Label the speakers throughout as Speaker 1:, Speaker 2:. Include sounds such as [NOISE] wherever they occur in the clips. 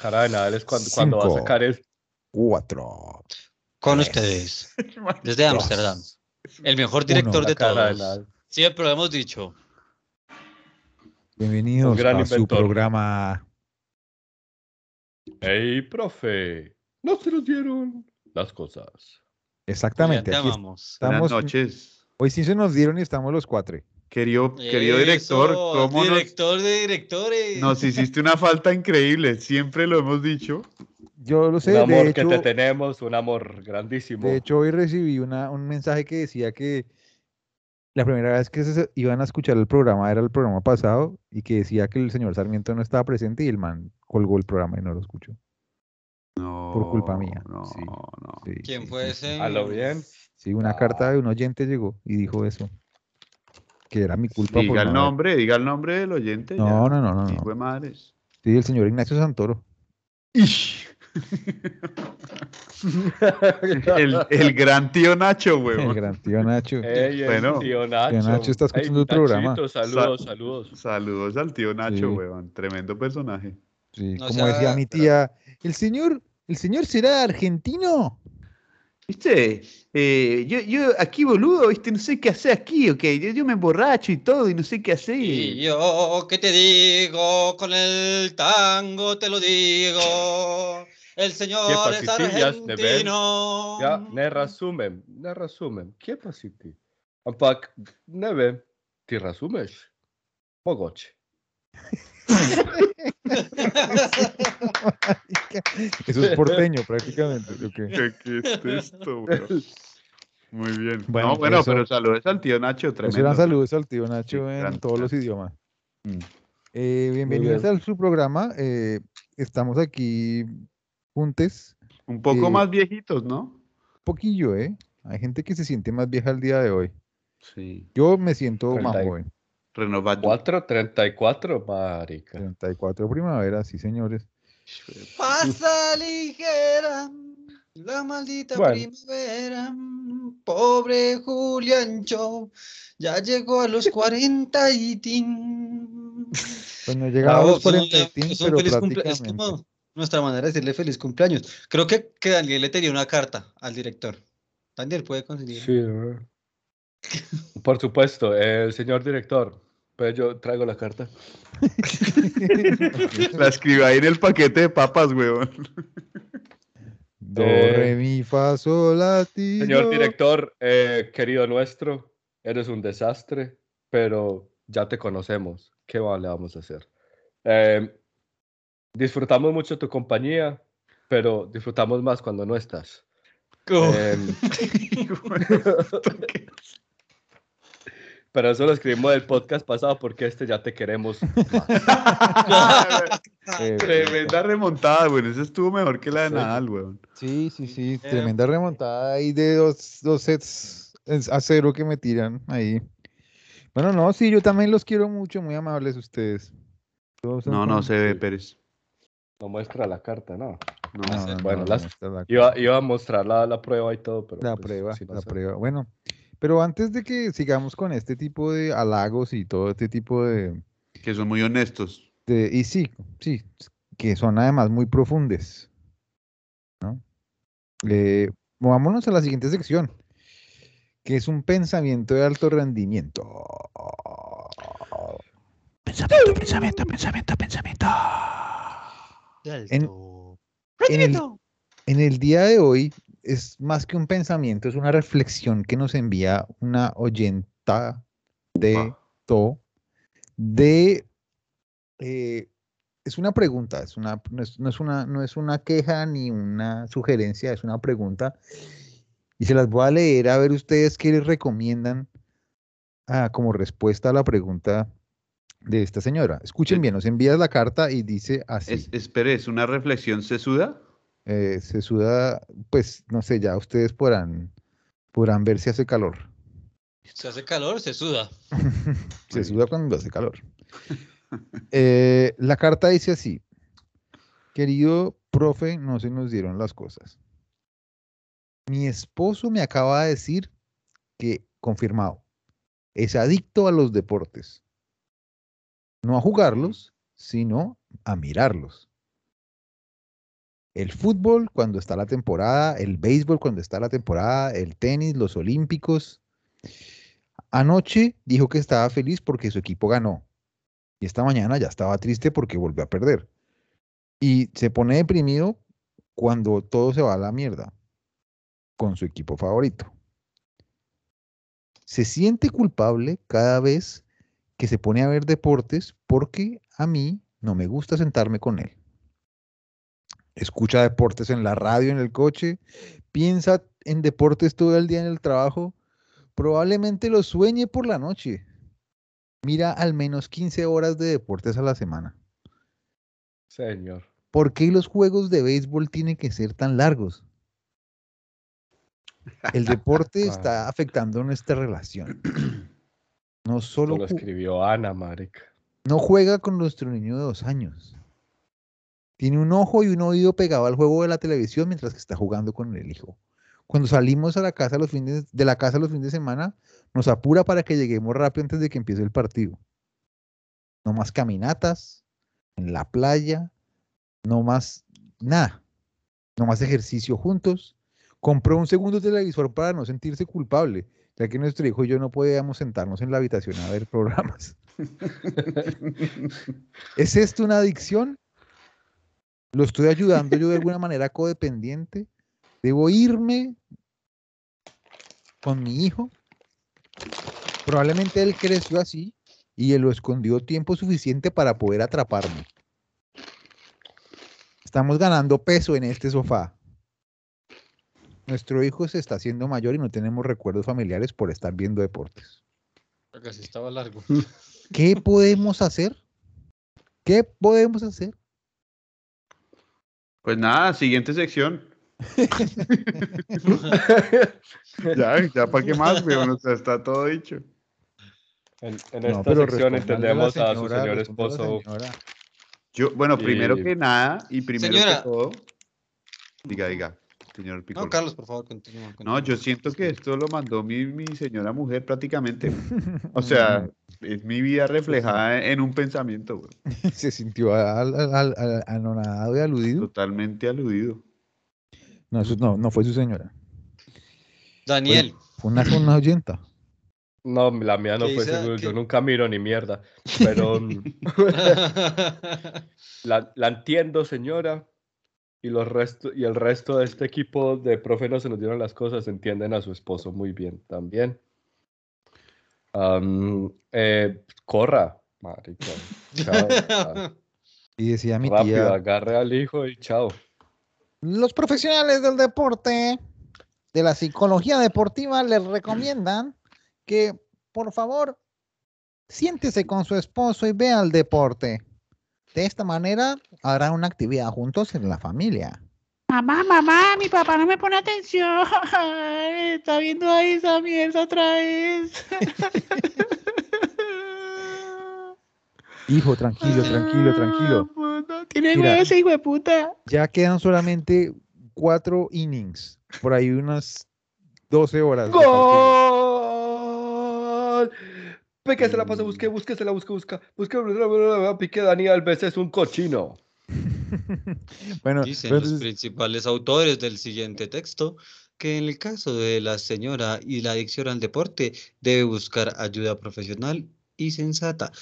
Speaker 1: Cara de nada, es cuando, cuando va a
Speaker 2: Cinco.
Speaker 1: sacar el.
Speaker 2: Cuatro.
Speaker 3: Con
Speaker 2: Tres.
Speaker 3: ustedes, desde
Speaker 2: dos,
Speaker 3: Ámsterdam. El mejor director
Speaker 2: uno.
Speaker 3: de
Speaker 1: Cara de
Speaker 3: todos.
Speaker 1: nada.
Speaker 3: Siempre lo hemos dicho.
Speaker 2: Bienvenidos
Speaker 1: Un gran
Speaker 2: a su
Speaker 1: inventor.
Speaker 2: programa.
Speaker 1: ¡Ey, profe! No se nos dieron las cosas.
Speaker 2: Exactamente.
Speaker 3: Te
Speaker 2: aquí
Speaker 3: amamos.
Speaker 2: estamos.
Speaker 4: Buenas noches.
Speaker 2: Hoy sí se nos dieron y estamos los cuatro.
Speaker 4: Querido, querido director,
Speaker 3: Eso,
Speaker 4: ¿cómo nos-
Speaker 3: director de directores.
Speaker 4: nos, hiciste una falta increíble? Siempre lo hemos dicho.
Speaker 2: Yo lo sé.
Speaker 1: un amor
Speaker 2: De
Speaker 1: que
Speaker 2: hecho,
Speaker 1: te tenemos, un amor grandísimo.
Speaker 2: de hecho, hoy recibí una, un mensaje que decía que la primera vez que se iban a escuchar el programa era el programa pasado y que decía que el señor Sarmiento no estaba presente y el man colgó el programa y no lo escuchó.
Speaker 4: No,
Speaker 2: Por culpa mía,
Speaker 4: No,
Speaker 2: sí.
Speaker 4: no.
Speaker 2: Sí,
Speaker 3: ¿Quién
Speaker 2: sí,
Speaker 3: fue
Speaker 2: sí,
Speaker 3: ese?
Speaker 2: sí.
Speaker 1: A lo
Speaker 2: [LAUGHS]
Speaker 1: bien.
Speaker 2: Sí, una
Speaker 1: Ah.
Speaker 2: carta de un oyente llegó y dijo eso. Que era mi culpa. por
Speaker 4: Diga el
Speaker 2: no haber-
Speaker 4: nombre, diga el nombre del oyente.
Speaker 2: No,
Speaker 4: ya.
Speaker 2: no, no, no. no.
Speaker 4: Hijo de madres.
Speaker 2: Sí, el señor Ignacio Santoro.
Speaker 4: Ish. el, el gran tío Nacho,
Speaker 2: El
Speaker 4: huevón.
Speaker 2: gran tío Nacho.
Speaker 1: Ey, ey,
Speaker 4: Bueno.
Speaker 1: tío Nacho.
Speaker 2: Tío Nacho está escuchando el programa.
Speaker 1: Nachito, saludos, saludos.
Speaker 4: Saludos al tío Nacho,
Speaker 2: Sí.
Speaker 4: huevón. Tremendo personaje.
Speaker 2: Sí,
Speaker 3: No, o
Speaker 2: como
Speaker 3: sea,
Speaker 2: decía mi tía, el señor, el señor será argentino.
Speaker 4: Viste, eh, yo, yo aquí, boludo, viste, no sé qué hacer aquí, ok. Yo, yo me emborracho y todo, y no sé qué hacer.
Speaker 3: Y yo, ¿qué te digo? Con el tango te lo digo. El señor
Speaker 1: Yepa,
Speaker 3: es
Speaker 1: sí, sí, ya es de ver.
Speaker 3: argentino.
Speaker 1: Ya, ne resumen, ne resumen. ¿Qué pasa ti? Ampak neve, ti razumeš? Mogoče.
Speaker 2: Eso es porteño prácticamente. ¿o qué?
Speaker 4: ¿Qué, qué es esto, weón? Muy bien.
Speaker 2: Bueno,
Speaker 4: no, bueno,
Speaker 2: eso-
Speaker 4: pero saludos al tío Nacho,
Speaker 2: Pues
Speaker 4: tremendo.
Speaker 2: eran saludos al tío Nacho
Speaker 4: Sí,
Speaker 2: en
Speaker 4: gran-
Speaker 2: todos los
Speaker 4: gran-
Speaker 2: idiomas.
Speaker 4: Mm.
Speaker 2: Eh, bienvenidos
Speaker 1: bien.
Speaker 2: a su programa. eh, estamos aquí juntes,
Speaker 4: Un poco
Speaker 2: Sí.
Speaker 4: más viejitos, ¿no?
Speaker 2: poquillo, ¿eh? Hay gente que se siente más vieja el día de hoy.
Speaker 4: Sí.
Speaker 2: Yo me siento más
Speaker 1: Treinta y-
Speaker 2: joven.
Speaker 4: Renovado.
Speaker 1: 4.34, marica.
Speaker 2: 34 primavera, sí, señores.
Speaker 3: Pasa ligera la maldita
Speaker 1: Bueno.
Speaker 3: primavera. Pobre Juliancho, ya llegó a los 40 y tin.
Speaker 2: Bueno, llegaba a
Speaker 3: Bravo,
Speaker 2: los
Speaker 3: es un-
Speaker 2: 40 y tin,
Speaker 3: es un
Speaker 2: pero
Speaker 3: feliz cumple- es
Speaker 2: prácticamente.
Speaker 3: como nuestra manera de decirle feliz cumpleaños. Creo que, que Daniel le tenía una carta al director. Daniel puede conseguir.
Speaker 1: Sí, eh. Por supuesto, el señor director. Pues yo traigo la carta.
Speaker 2: [LAUGHS]
Speaker 4: La escribí ahí en el paquete de papas, weón.
Speaker 2: Do,
Speaker 1: Eh,
Speaker 2: re, mi, fa, sol, la, ti,
Speaker 1: Señor
Speaker 2: do.
Speaker 1: director, eh, querido nuestro, eres un desastre, pero ya te conocemos. ¿Qué va- le vamos a hacer? Eh, disfrutamos mucho tu compañía, pero disfrutamos más cuando no estás.
Speaker 3: Oh.
Speaker 1: Em, [LAUGHS] pero eso lo escribimos del podcast pasado porque este ya te queremos más.
Speaker 2: Eh,
Speaker 4: [LAUGHS] Tremenda remontada, weón. Esa estuvo mejor que la de Nadal, weón.
Speaker 2: Sí, sí, sí,
Speaker 3: Eh,
Speaker 2: tremenda remontada ahí de dos, dos sets es- a cero que me tiran ahí. Bueno, no, sí, yo también los quiero mucho, muy amables ustedes. Todos son
Speaker 4: No, no
Speaker 2: como-
Speaker 4: se ve, Pérez.
Speaker 1: No muestra la carta, no.
Speaker 2: No,
Speaker 4: No.
Speaker 2: no, no,
Speaker 1: Bueno,
Speaker 2: no,
Speaker 1: las-
Speaker 2: no está la,
Speaker 1: Iba, iba a mostrar la, la prueba y todo, pero...
Speaker 2: la
Speaker 1: pues,
Speaker 2: prueba,
Speaker 1: sí, no
Speaker 2: la
Speaker 1: sé.
Speaker 2: prueba. Bueno, pero antes de que sigamos con este tipo de halagos y todo este tipo de,
Speaker 4: Que son muy honestos.
Speaker 2: de- este, y sí, sí, que son además muy profundes. ¿no? Eh, movámonos a la siguiente sección, que es un pensamiento de alto rendimiento. Pensamiento, pensamiento, pensamiento, pensamiento. En el, en el día de hoy es más que un pensamiento, es una reflexión que nos envía una oyenta de
Speaker 4: Ah.
Speaker 2: to- de eh, es una pregunta, es una, no, es, no es una, no es una queja ni una sugerencia, es una pregunta. Y se las voy a leer a ver ustedes qué les recomiendan ah, como respuesta a la pregunta de esta señora. Escuchen
Speaker 4: Eh,
Speaker 2: bien, nos envía la carta y dice así.
Speaker 4: Es, es Pérez, ¿una reflexión [LAUGHS] sesuda?
Speaker 2: Eh, se suda, pues no sé, ya ustedes podrán, podrán ver si hace calor.
Speaker 3: [LAUGHS] Se hace calor, se suda.
Speaker 2: Se
Speaker 4: Muy
Speaker 2: suda cuando hace calor. Eh, la carta dice así, querido profe, no se nos dieron las cosas. Mi esposo me acaba de decir que, confirmado, es adicto a los deportes. No a jugarlos, sino a mirarlos. El fútbol cuando está la temporada, el béisbol cuando está la temporada, el tenis, los olímpicos. Anoche dijo que estaba feliz porque su equipo ganó. Y esta mañana ya estaba triste porque volvió a perder. Y se pone deprimido cuando todo se va a la mierda con su equipo favorito. Se siente culpable cada vez que se pone a ver deportes porque a mí no me gusta sentarme con él. Escucha deportes en la radio, en el coche, piensa en deportes todo el día en el trabajo, probablemente lo sueñe por la noche. Mira al menos 15 horas de deportes a la semana.
Speaker 1: Señor.
Speaker 2: ¿Por qué los juegos de béisbol tienen que ser tan largos? El deporte está afectando nuestra relación. No
Speaker 1: Esto
Speaker 2: solo
Speaker 1: lo
Speaker 2: ju-
Speaker 1: escribió Ana, marica.
Speaker 2: no juega con nuestro niño de dos años. Tiene un ojo y un oído pegado al juego de la televisión mientras que está jugando con el hijo. Cuando salimos a la casa los fines, de la casa los fines de semana, nos apura para que lleguemos rápido antes de que empiece el partido. No más caminatas, en la playa, no más nada. No más ejercicio juntos. Compró un segundo televisor para no sentirse culpable, ya que nuestro hijo y yo no podíamos sentarnos en la habitación a ver programas. ¿Es esto una adicción? ¿Lo estoy ayudando yo de alguna manera codependiente? ¿Debo irme con mi hijo? Probablemente él creció así y él lo escondió tiempo suficiente para poder atraparme. Estamos ganando peso en este sofá. Nuestro hijo se está haciendo mayor y no tenemos recuerdos familiares por estar viendo deportes.
Speaker 3: Porque si estaba largo.
Speaker 2: ¿Qué podemos hacer? ¿Qué podemos hacer?
Speaker 4: Pues nada, siguiente sección. Ya, ya para qué más, weón. O sea, está todo dicho.
Speaker 1: [LAUGHS] En, en
Speaker 2: No,
Speaker 1: esta
Speaker 2: pero
Speaker 1: sección
Speaker 2: respóndale
Speaker 1: entendemos
Speaker 2: la
Speaker 1: a su
Speaker 2: señora,
Speaker 1: señor
Speaker 2: respóndale a la
Speaker 1: esposo.
Speaker 2: señora.
Speaker 4: Yo, bueno,
Speaker 1: Y-
Speaker 4: primero que nada y primero
Speaker 3: Señora.
Speaker 4: que todo. Diga, diga, señor Piccolo.
Speaker 3: No,
Speaker 4: [LAUGHS] No,
Speaker 3: Carlos, por favor, continúa. continúa.
Speaker 4: yo siento que esto lo mandó mi, mi señora mujer prácticamente.
Speaker 2: [LAUGHS]
Speaker 4: O sea, es mi vida reflejada en un pensamiento, weón.
Speaker 2: [LAUGHS] se sintió al- al- al- al- anonadado y aludido.
Speaker 4: totalmente aludido.
Speaker 2: [LAUGHS] No, eso no, no fue su señora.
Speaker 3: Daniel,
Speaker 2: Fue una, fue una oyenta.
Speaker 1: No, la mía no
Speaker 3: ¿Qué
Speaker 1: fue
Speaker 3: dice?
Speaker 1: seguro. Yo
Speaker 3: ¿Qué?
Speaker 1: nunca miro ni [LAUGHS] mierda. Pero mm,
Speaker 3: [LAUGHS]
Speaker 1: la, la entiendo, señora. Y, los resto, y el resto de este equipo de profe no se nos dieron las cosas. Entienden a su esposo muy bien también. Am, eh, corra, marica.
Speaker 2: [LAUGHS]
Speaker 1: Chao, ah,
Speaker 2: Y decía mi
Speaker 1: rápido,
Speaker 2: tía,
Speaker 1: agarre al hijo y chao.
Speaker 2: los profesionales del deporte, de la psicología deportiva, les recomiendan que, por favor, siéntese con su esposo y vea el deporte. De esta manera harán una actividad juntos en la familia.
Speaker 5: Mamá, mamá, mi papá no me pone atención. Está viendo ahí esa mierda otra vez.
Speaker 2: Hijo, tranquilo, tranquilo, tranquilo.
Speaker 5: Puta, Tiene
Speaker 2: Mira.
Speaker 5: huevo ese hijo de puta.
Speaker 2: Ya quedan solamente cuatro innings, por ahí unas 12 horas. de partido.
Speaker 1: ¡Gol! Pique se la pasa, busque, busque, se la busque, busca. Busque, bla, bla, bla, bla, Pique Dani Alves es un cochino.
Speaker 2: Bueno,
Speaker 3: Dicen
Speaker 2: pero
Speaker 3: los
Speaker 2: entonces,
Speaker 3: principales autores del siguiente texto que en el caso de la señora y la adicción al deporte debe buscar ayuda profesional y sensata.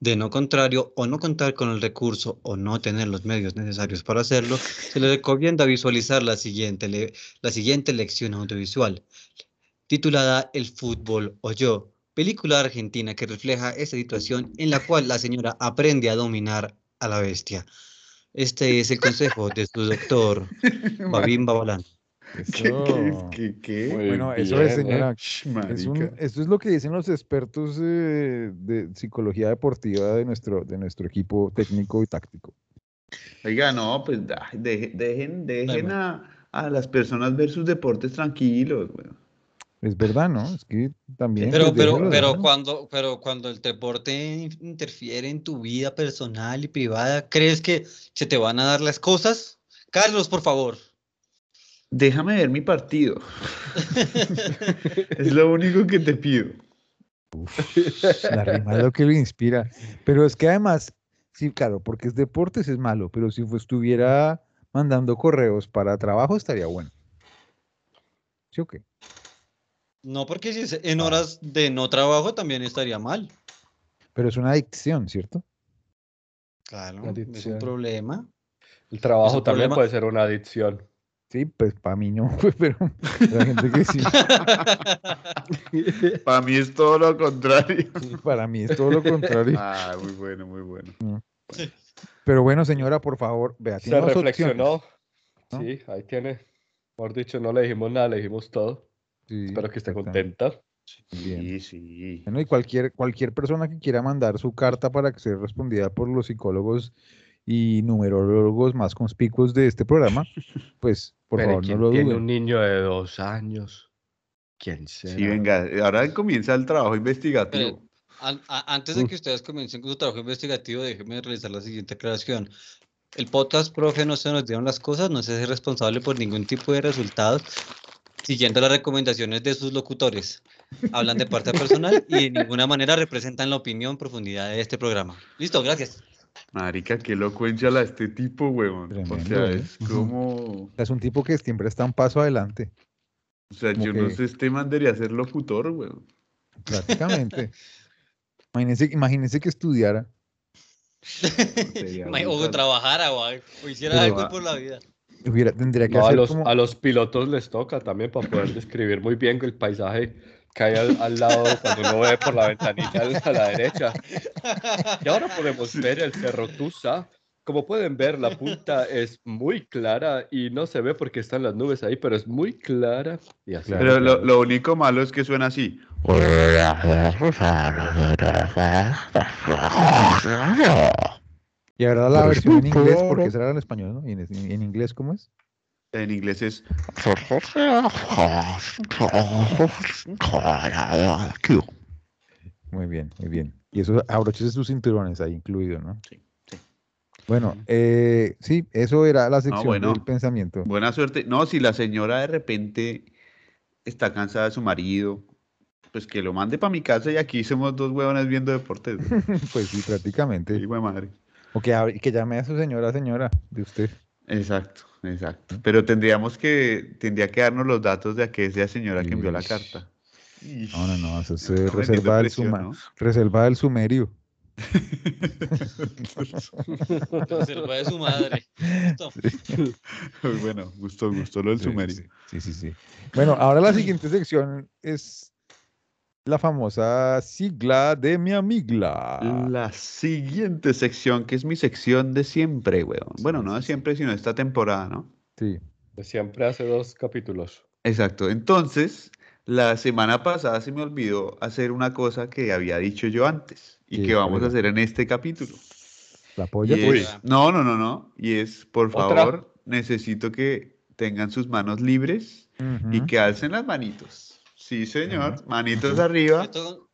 Speaker 3: De no contrario, o no contar con el recurso o no tener los medios necesarios para hacerlo, se le recomienda visualizar la siguiente, le- la siguiente lección audiovisual, titulada El fútbol o yo, película argentina que refleja esta situación en la cual la señora aprende a dominar a la bestia. Este es el consejo de su doctor, Babín Babalán.
Speaker 2: eso.
Speaker 4: ¿Qué, qué, qué?
Speaker 1: Muy
Speaker 2: Bueno, eso
Speaker 1: bien,
Speaker 2: es, señora.
Speaker 1: ¿eh?
Speaker 4: Sh,
Speaker 2: Es un-
Speaker 4: marica.
Speaker 2: esto es lo que dicen los expertos eh, de psicología deportiva de nuestro, de nuestro equipo técnico y táctico.
Speaker 4: Oiga, no, pues da- deje- dejen, dejen
Speaker 3: bueno.
Speaker 4: a, a las personas ver sus deportes tranquilos, weón.
Speaker 2: Es verdad, ¿no? Es que también.
Speaker 3: Pero,
Speaker 2: pues,
Speaker 3: pero,
Speaker 2: déjalo,
Speaker 3: pero
Speaker 2: déjalo.
Speaker 3: cuando, pero cuando el deporte in- interfiere en tu vida personal y privada, ¿crees que se te van a dar las cosas? Carlos, por favor. [LAUGHS]
Speaker 4: [LAUGHS] Déjame ver mi partido. Es lo único que te pido.
Speaker 2: Uf, [LAUGHS] la rima es lo que lo inspira. Pero es que además, sí, claro, porque es deportes es malo, pero si fu- estuviera mandando correos para trabajo estaría bueno. ¿Sí o qué?
Speaker 3: No, porque si es en horas de no trabajo también estaría mal.
Speaker 2: Pero es una adicción, ¿cierto?
Speaker 3: Claro,
Speaker 1: Una
Speaker 3: es un
Speaker 1: adicción.
Speaker 3: problema.
Speaker 1: El trabajo
Speaker 3: Es un
Speaker 1: también
Speaker 3: problema.
Speaker 1: puede ser una [LAUGHS] adicción.
Speaker 2: Sí, pues para mí no, [LAUGHS] pero la gente que sí,
Speaker 4: Para mí es todo
Speaker 2: [LAUGHS]
Speaker 4: lo contrario.
Speaker 2: para mí es todo lo contrario.
Speaker 4: Ah, muy bueno, muy bueno.
Speaker 2: Pero bueno, señora, por favor, vea, tiene
Speaker 1: Se
Speaker 2: dos opciones.
Speaker 1: reflexionó.
Speaker 2: ¿no?
Speaker 1: Sí, ahí tiene. Por dicho, no le dijimos nada, le dijimos todo.
Speaker 2: Sí,
Speaker 1: Espero que esté
Speaker 2: exactamente.
Speaker 1: contenta.
Speaker 2: Bien.
Speaker 4: Sí, sí.
Speaker 2: Bueno, y cualquier, cualquier persona que quiera mandar su carta para que sea respondida por los psicólogos y numerólogos más conspicuos de
Speaker 1: [LAUGHS]
Speaker 2: este programa, pues por
Speaker 1: Pero
Speaker 2: favor no
Speaker 1: ¿quién
Speaker 2: lo
Speaker 1: tiene
Speaker 2: duden.
Speaker 1: un niño de dos años? ¿Quién será?
Speaker 4: Sí, venga, ahora comienza el trabajo investigativo.
Speaker 3: An- a- Antes
Speaker 4: Mm.
Speaker 3: de que ustedes comiencen con su trabajo investigativo, déjenme realizar la siguiente aclaración. El podcast, profe, no se nos dieron las cosas, no se hace responsable por ningún tipo de resultados, siguiendo las recomendaciones de sus locutores. Hablan de parte personal y de ninguna manera representan la opinión profundidad de este programa. Listo, gracias.
Speaker 4: Marica, qué elocuencia la de este tipo, huevón. o
Speaker 2: Tremendo,
Speaker 4: sea,
Speaker 2: ¿eh?
Speaker 4: es como.
Speaker 2: Es un tipo que siempre está un paso adelante,
Speaker 4: O sea,
Speaker 2: Como
Speaker 4: yo no
Speaker 2: que-
Speaker 4: sé, este man debería ser locutor, huevón.
Speaker 1: [LAUGHS]
Speaker 2: prácticamente. imagínense, imagínense que estudiara.
Speaker 3: [LAUGHS]
Speaker 4: Sería
Speaker 3: Ma- O
Speaker 4: brutal.
Speaker 3: trabajara o, algo, o hiciera
Speaker 4: Pero
Speaker 3: algo
Speaker 4: va-
Speaker 3: por la vida.
Speaker 2: Hubiera, tendría que
Speaker 1: No, a,
Speaker 2: hacer
Speaker 1: los,
Speaker 2: como...
Speaker 1: a los pilotos les toca también para poder describir muy bien el paisaje que hay al, al lado cuando uno ve por la ventanilla al- a la derecha. Y ahora podemos ver el Cerro Tusa. Como pueden ver, la punta es muy clara y no se ve porque están las nubes ahí, pero es muy clara. Y así.
Speaker 4: Pero lo, lo único malo es que suena así.
Speaker 2: Y ahora la versión en inglés, porque será en español, ¿no? ¿Y en, y en inglés cómo es?
Speaker 4: En inglés es.
Speaker 2: Muy bien, muy bien. Y eso, abroches sus cinturones ahí incluido, ¿no?
Speaker 4: Sí, sí.
Speaker 2: Bueno, eh, sí, eso era la sección
Speaker 4: bueno.
Speaker 2: del pensamiento.
Speaker 4: Buena suerte. No, si la señora de repente está cansada de su marido, pues que lo mande para mi casa y aquí somos dos huevones viendo deportes.
Speaker 2: Pues [LAUGHS] sí, prácticamente.
Speaker 4: Sí, güey, madre.
Speaker 2: O que, hable- que llame a su señora, señora, de usted.
Speaker 4: Exacto, exacto. Pero tendríamos que, tendría que darnos los datos de aquella señora que envió la
Speaker 2: Ish.
Speaker 4: carta.
Speaker 2: No, no, no, eso es eh,
Speaker 4: Estamos metiendo
Speaker 2: reserva, del
Speaker 4: presión,
Speaker 2: suma-
Speaker 4: ¿no?
Speaker 2: reserva del sumerio.
Speaker 3: Reserva de su
Speaker 4: [LAUGHS]
Speaker 3: madre. Listo.
Speaker 4: bueno,
Speaker 2: [LAUGHS]
Speaker 4: gusto, gusto lo del
Speaker 2: Sí,
Speaker 4: sumerio.
Speaker 2: Sí, sí, sí, sí. Bueno, ahora la
Speaker 4: [CLEARS THROAT]
Speaker 2: siguiente sección es la famosa sigla de mi amigla.
Speaker 4: La siguiente sección, que es mi sección de siempre, weón. Bueno, no de siempre, sino de esta temporada, ¿no?
Speaker 2: Sí.
Speaker 1: Siempre hace dos capítulos.
Speaker 4: Exacto. Entonces, la semana pasada se me olvidó hacer una cosa que había dicho yo antes y
Speaker 2: ¿Qué,
Speaker 4: que vamos
Speaker 2: cuál
Speaker 4: a
Speaker 2: era?
Speaker 4: hacer en este capítulo.
Speaker 2: La
Speaker 4: Y
Speaker 2: polla.
Speaker 1: Uy.
Speaker 4: es- no, no, no, no. Y es, por
Speaker 1: ¿Otra?
Speaker 4: favor, necesito que tengan sus manos libres y
Speaker 2: Ujú.
Speaker 4: que alcen las manitos. Sí, señor. Manitos arriba.
Speaker 3: Esto-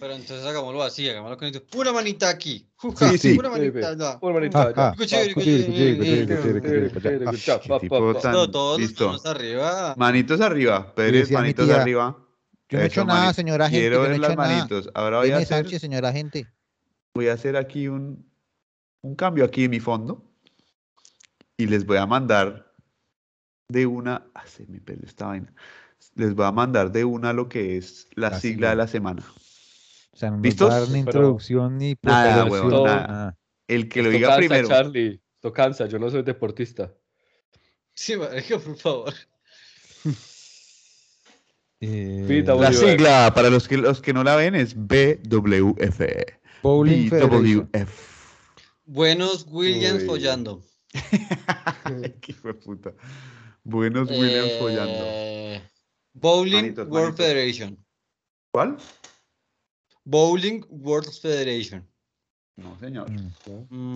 Speaker 3: Pero entonces hagámoslo así, hagámoslo con esto. Pura manita aquí.
Speaker 4: Sí, sí.
Speaker 3: [LAUGHS] Pura manita. no.
Speaker 1: Un momento.
Speaker 2: Ah, ah.
Speaker 3: Cuchillo,
Speaker 2: Cuchillo,
Speaker 3: cuchillo,
Speaker 2: cuchillo,
Speaker 3: cuchillo,
Speaker 2: cuchillo, cuchillo,
Speaker 1: Ah,
Speaker 2: cuchillo. Ah,
Speaker 1: qué tipo
Speaker 4: pa, pa.
Speaker 1: tan-
Speaker 3: No, todos
Speaker 4: Listo.
Speaker 3: los manos arriba.
Speaker 4: Manitos arriba.
Speaker 2: Yo
Speaker 4: Pérez,
Speaker 2: decía a mi
Speaker 4: manitos
Speaker 2: tía,
Speaker 4: arriba.
Speaker 2: Yo no he
Speaker 4: Eso,
Speaker 2: hecho nada,
Speaker 4: mani-
Speaker 2: señora gente.
Speaker 4: Quiero
Speaker 2: Yo no he
Speaker 4: ver las
Speaker 2: hecho nada.
Speaker 4: manitos. Ahora voy a,
Speaker 2: Deme
Speaker 4: hacer,
Speaker 2: Sánchez, señora gente.
Speaker 4: voy a hacer aquí un, un cambio aquí en mi fondo. Y les voy a mandar de una. Ah, se me perdió esta vaina. Les voy a mandar de una lo que es la,
Speaker 2: La
Speaker 4: sigla, de la semana.
Speaker 2: O sea, no nos va
Speaker 4: ¿Listos?
Speaker 2: a dar ni
Speaker 1: Pero-
Speaker 2: introducción ni
Speaker 4: Nada,
Speaker 2: preparación,
Speaker 1: huevón,
Speaker 4: nada. El que lo
Speaker 1: Esto
Speaker 4: diga
Speaker 1: cansa,
Speaker 4: primero.
Speaker 1: Charlie. Esto cansa, yo no soy deportista.
Speaker 3: [LAUGHS]
Speaker 1: [LAUGHS]
Speaker 3: Sí, marica, por favor.
Speaker 2: Eh,
Speaker 1: Pita,
Speaker 4: La
Speaker 1: WF.
Speaker 4: sigla, para los que, los que no la ven, es BWF.
Speaker 2: Bowling Federation.
Speaker 4: BWF.
Speaker 3: Buenos Williams
Speaker 1: Uy.
Speaker 3: follando.
Speaker 4: Ay, [LAUGHS] qué hijo de puta. Buenos Williams
Speaker 3: Eh,
Speaker 4: follando.
Speaker 3: Bowling
Speaker 4: Manitos,
Speaker 3: World
Speaker 4: manitos.
Speaker 3: Federation.
Speaker 4: ¿Cuál?
Speaker 3: Bowling World Federation.
Speaker 4: No, señor.
Speaker 2: Mm.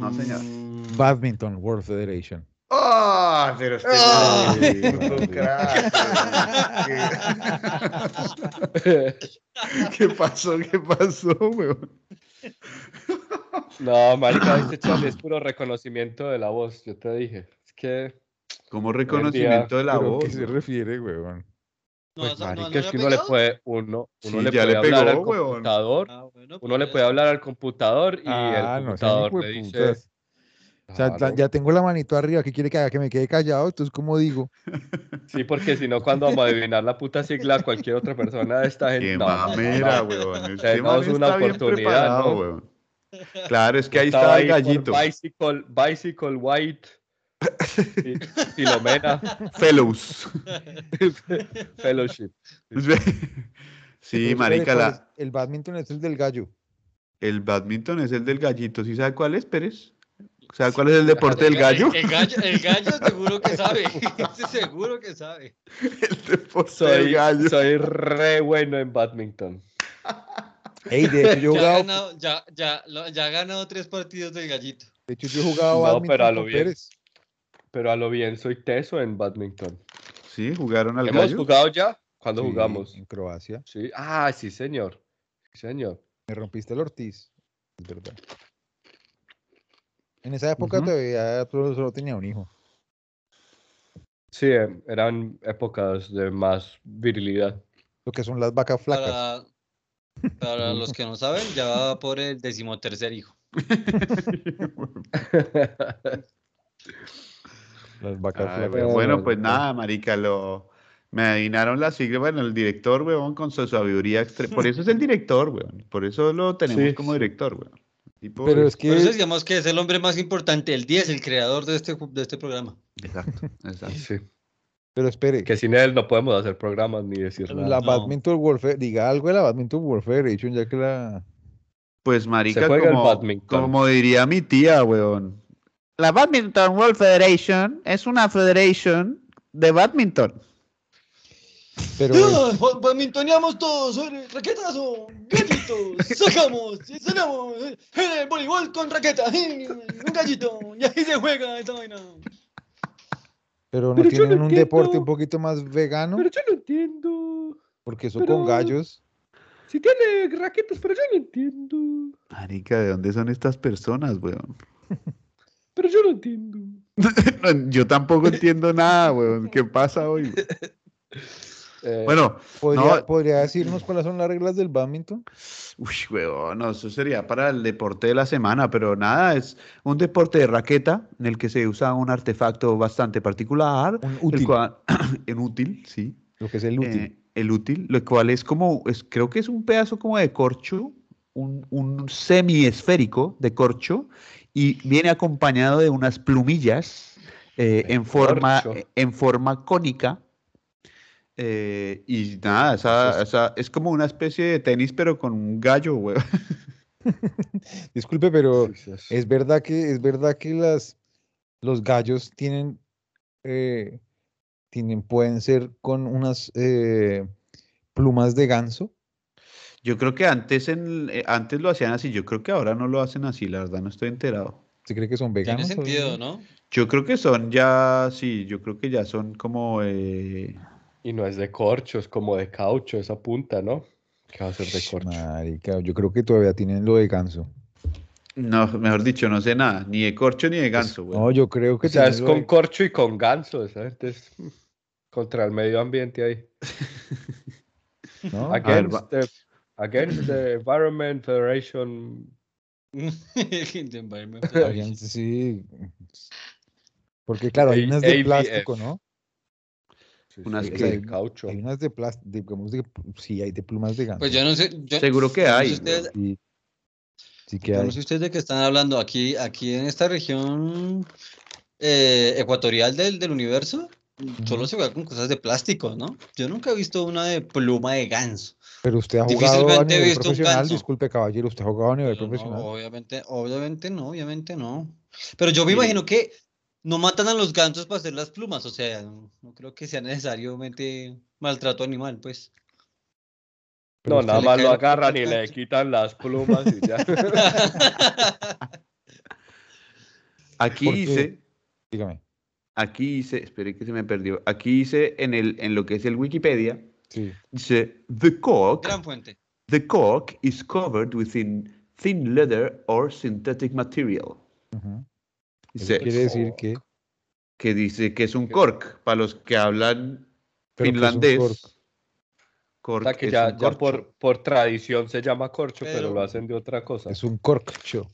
Speaker 4: No, señor.
Speaker 3: Mm,
Speaker 2: Badminton World Federation.
Speaker 4: ¡Ah! pero este
Speaker 3: Ah.
Speaker 4: güey es un crack. ¿Qué, qué pasó? ¿Qué pasó, weón?
Speaker 1: No, marica, este Charlie es puro reconocimiento de la voz, yo te dije. Es que
Speaker 4: Como reconocimiento de la
Speaker 2: ¿Pero
Speaker 4: voz.
Speaker 2: ¿Qué se refiere, huevón?
Speaker 3: No,
Speaker 1: Pues,
Speaker 3: o sea, no,
Speaker 1: marica,
Speaker 3: ¿no le
Speaker 1: es
Speaker 3: ha
Speaker 1: que uno le
Speaker 3: pegado?
Speaker 1: puede, uno, uno
Speaker 4: Sí,
Speaker 1: le
Speaker 4: ya
Speaker 1: puede
Speaker 4: le
Speaker 1: hablar
Speaker 4: pegó,
Speaker 1: al
Speaker 4: huevón.
Speaker 1: computador,
Speaker 3: Ah, bueno,
Speaker 1: uno
Speaker 3: pero
Speaker 1: le
Speaker 3: ya
Speaker 1: puede
Speaker 3: es-
Speaker 1: hablar al computador y
Speaker 2: Ah,
Speaker 1: el
Speaker 2: no, sean
Speaker 1: computador le dice,
Speaker 2: hijueputas. O sea,
Speaker 1: claro.
Speaker 2: ya, ya tengo la manito arriba, ¿qué quiere que haga? Que me quede callado, entonces, ¿cómo digo?
Speaker 1: sí, porque si no, cuando vamos a adivinar la puta sigla a cualquier otra persona de esta gente,
Speaker 4: Qué
Speaker 1: no, no, no,
Speaker 4: mamera,
Speaker 1: no.
Speaker 4: weón.
Speaker 1: sea,
Speaker 4: Este
Speaker 1: no
Speaker 4: man
Speaker 1: es una
Speaker 4: está bien
Speaker 1: oportunidad,
Speaker 4: preparado,
Speaker 1: ¿no?
Speaker 4: weón. Claro, es que ahí
Speaker 1: Estaba
Speaker 4: está el
Speaker 1: por
Speaker 4: gallito.
Speaker 1: Bicycle, bicycle White, y- Filomena,
Speaker 4: Fellows. [LAUGHS]
Speaker 1: Fellowship.
Speaker 4: Sí,
Speaker 2: Pero espere,
Speaker 4: marica,
Speaker 2: ¿cuál
Speaker 4: la-
Speaker 2: es? El badminton es el del gallo.
Speaker 4: el badminton es el del gallito. ¿Sí sabe cuál es, Pérez? ¿Sabe cuál es el deporte [LAUGHS] del gallo?
Speaker 3: pues, El gallo,
Speaker 1: [LAUGHS]
Speaker 3: el gallo seguro que sabe. [LAUGHS] Ese seguro que sabe.
Speaker 4: El deporte del
Speaker 1: Soy,
Speaker 4: gallo.
Speaker 1: soy re bueno en badminton.
Speaker 2: Ey, de
Speaker 1: [LAUGHS]
Speaker 2: hecho, yo he
Speaker 3: Ya
Speaker 2: jugado,
Speaker 3: ha ganado, ya, ya, lo- ya ha ganado tres partidos del gallito.
Speaker 2: de hecho, yo he jugado
Speaker 1: No,
Speaker 2: badminton
Speaker 1: pero a lo
Speaker 2: con
Speaker 1: bien.
Speaker 2: Pérez.
Speaker 1: Pero a lo bien soy teso en badminton.
Speaker 4: Sí, jugaron al
Speaker 1: ¿Hemos
Speaker 4: gallo.
Speaker 1: jugado ya? ¿Cuándo
Speaker 2: Sí,
Speaker 1: jugamos?
Speaker 2: En Croacia.
Speaker 1: Sí. Ah, sí, señor. Sí, señor.
Speaker 2: Me rompiste el Ortiz. Es verdad. En esa época
Speaker 1: Ujú.
Speaker 2: todavía solo, solo tenía un hijo.
Speaker 1: Sí, em, eran épocas de más virilidad.
Speaker 2: Lo que son las vacas flacas.
Speaker 3: Para, para los que no saben, ya va por el decimotercer hijo.
Speaker 2: Las vacas
Speaker 4: Ay,
Speaker 2: flacas.
Speaker 4: weón.
Speaker 1: flaca.
Speaker 4: Bueno,
Speaker 1: Ay,
Speaker 4: pues
Speaker 1: no.
Speaker 4: nada, marica, lo... Me adivinaron la sigla, bueno, el director, weón, con su sabiduría extrema. Por eso es el director, weón. Por eso lo tenemos
Speaker 1: Sí,
Speaker 4: como
Speaker 1: sí.
Speaker 4: director, weón. Tipo,
Speaker 2: Pero es
Speaker 3: Por eso
Speaker 2: que
Speaker 3: digamos que es el hombre más importante, el 10, el creador de este, de este programa.
Speaker 1: [LAUGHS]
Speaker 4: Exacto, exacto.
Speaker 1: Sí.
Speaker 2: Pero espere,
Speaker 1: Que sin él no podemos hacer programas ni decir
Speaker 2: la
Speaker 1: nada.
Speaker 3: No.
Speaker 2: Badminton Warfare, diga algo de la Badminton Warfare, hecho, ya que la...
Speaker 4: Pues marica,
Speaker 1: juega el
Speaker 4: como,
Speaker 1: badminton.
Speaker 4: como diría mi tía, weón. La Badminton World Federation es una federation de badminton.
Speaker 2: Pero es-
Speaker 3: Ah, ba- Badmintoneamos todos, eh, raquetazo, [LAUGHS] gatitos, sacamos, sacamos, eh, eh, voleibol con raqueta, eh, un gallito, y ahí se juega esta vaina.
Speaker 2: pero no
Speaker 1: Pero yo
Speaker 2: tienen
Speaker 1: no
Speaker 2: un deporte un
Speaker 1: entiendo.
Speaker 2: poquito más vegano,
Speaker 1: Pero yo no entiendo.
Speaker 2: porque eso
Speaker 1: pero-
Speaker 2: con gallos.
Speaker 1: Si tiene raquetas, pero yo no entiendo.
Speaker 4: Marica, ¿de dónde son estas personas, weón? [LAUGHS]
Speaker 1: Pero yo no entiendo.
Speaker 4: No, yo tampoco entiendo nada, weón. ¿Qué pasa hoy? weón?
Speaker 1: Eh,
Speaker 4: Bueno,
Speaker 2: ¿Podría,
Speaker 4: No.
Speaker 2: podría decirnos cuáles son las reglas del badminton?
Speaker 4: uy, weón, no, eso sería para el deporte de la semana, pero nada, es un deporte de raqueta en el que se usa un artefacto bastante particular.
Speaker 2: Un
Speaker 4: el
Speaker 2: útil,
Speaker 4: cual- [CLEARS THROAT] en útil, sí.
Speaker 2: lo que es el útil.
Speaker 4: eh, el útil, lo cual es como, es, creo que es un pedazo como de corcho, un, un semiesférico de corcho, y viene acompañado de unas plumillas eh,
Speaker 1: De
Speaker 4: en, forma,
Speaker 1: corcho.
Speaker 4: en forma cónica. eh, y nada, esa-
Speaker 2: Eso
Speaker 4: esa- es como una especie de tenis, pero con un gallo, weón.
Speaker 2: Disculpe, pero
Speaker 1: Jesus.
Speaker 2: es verdad que, es verdad que las, los gallos tienen, eh, tienen, pueden ser con unas eh, plumas de ganso.
Speaker 4: [LAUGHS] Yo creo que antes, en, eh, antes lo hacían así, yo creo que ahora no lo hacen así, la verdad, no estoy enterado.
Speaker 2: ¿Se cree que son
Speaker 3: Tiene
Speaker 2: veganos? hoy en
Speaker 3: sentido,
Speaker 2: día?
Speaker 3: ¿no?
Speaker 4: Yo creo que son ya, sí, yo creo que ya son como... eh,
Speaker 1: Y no es de corcho, es como de caucho esa punta, ¿no? ¿Qué va a ser de corcho?
Speaker 2: Marica, yo creo que todavía tienen lo de ganso.
Speaker 4: No, mejor dicho, no sé nada, ni de corcho ni de ganso, güey.
Speaker 2: Pues, No, yo creo que
Speaker 1: O sea,
Speaker 2: tienen
Speaker 1: es
Speaker 2: lo
Speaker 1: con
Speaker 2: de-
Speaker 1: corcho y con ganso, esa gente es mm, contra el medio ambiente ahí.
Speaker 2: ¿no? Ah,
Speaker 4: ver,
Speaker 1: Against,
Speaker 4: va-
Speaker 1: the, against the Environment Federation.
Speaker 3: [LAUGHS] Gente, pues, environment.
Speaker 2: Habían- sí. pues, Porque claro, hay
Speaker 1: A-
Speaker 2: unas de
Speaker 1: ABF.
Speaker 2: plástico, ¿no?
Speaker 1: Sí,
Speaker 4: Unas
Speaker 1: sí,
Speaker 4: que-
Speaker 1: de caucho.
Speaker 2: Hay unas de plástico, digamos, de, sí, hay de plumas de ganso.
Speaker 3: Pues yo no sé. yo-
Speaker 4: Seguro que
Speaker 3: yo no sé
Speaker 4: hay,
Speaker 3: ustedes-
Speaker 2: Sí, sí que
Speaker 3: Yo
Speaker 2: hay.
Speaker 3: no sé ustedes de qué están hablando. Aquí, aquí en esta región eh, ecuatorial del, del universo, solo
Speaker 2: Ujú.
Speaker 3: se juega con cosas de plástico, ¿no? Yo nunca he visto una de pluma de ganso.
Speaker 2: Pero usted ha jugado a
Speaker 3: Difícilmente he
Speaker 2: nivel
Speaker 3: visto un
Speaker 2: profesional,
Speaker 3: ganso.
Speaker 2: disculpe caballero, usted ha jugado a nivel
Speaker 3: Pero no,
Speaker 2: profesional.
Speaker 3: obviamente, obviamente no, obviamente no. Pero yo me
Speaker 1: Sí.
Speaker 3: imagino que no matan a los gansos para hacer las plumas, o sea, no, no creo que sea necesariamente maltrato animal, pues.
Speaker 2: pero
Speaker 1: no,
Speaker 2: usted
Speaker 1: nada
Speaker 3: le
Speaker 1: más
Speaker 3: cae
Speaker 1: lo
Speaker 3: la punta
Speaker 1: agarran
Speaker 4: [LAUGHS]
Speaker 3: al
Speaker 1: y le
Speaker 3: gancho.
Speaker 1: quitan las plumas y ya.
Speaker 4: Aquí
Speaker 2: ¿Por qué?
Speaker 4: hice,
Speaker 2: Dígame.
Speaker 4: aquí hice, espere que se me perdió. Aquí hice en el, en lo que es el Wikipedia,
Speaker 2: Sí.
Speaker 4: dice the cork,
Speaker 3: Gran fuente.
Speaker 4: the cork is covered within thin leather or synthetic material.
Speaker 2: ujú. Eso
Speaker 4: Dice
Speaker 2: quiere decir que.
Speaker 4: que dice que es un cork para los que hablan
Speaker 2: pero que es un
Speaker 4: finlandés.
Speaker 2: cork.
Speaker 1: O sea,
Speaker 4: Cork
Speaker 1: que
Speaker 4: es
Speaker 1: ya,
Speaker 4: un
Speaker 1: ya
Speaker 4: corcho.
Speaker 1: por, por tradición se llama corcho, pero,
Speaker 3: Pero-
Speaker 1: lo hacen de otra cosa.
Speaker 2: Es un cork show.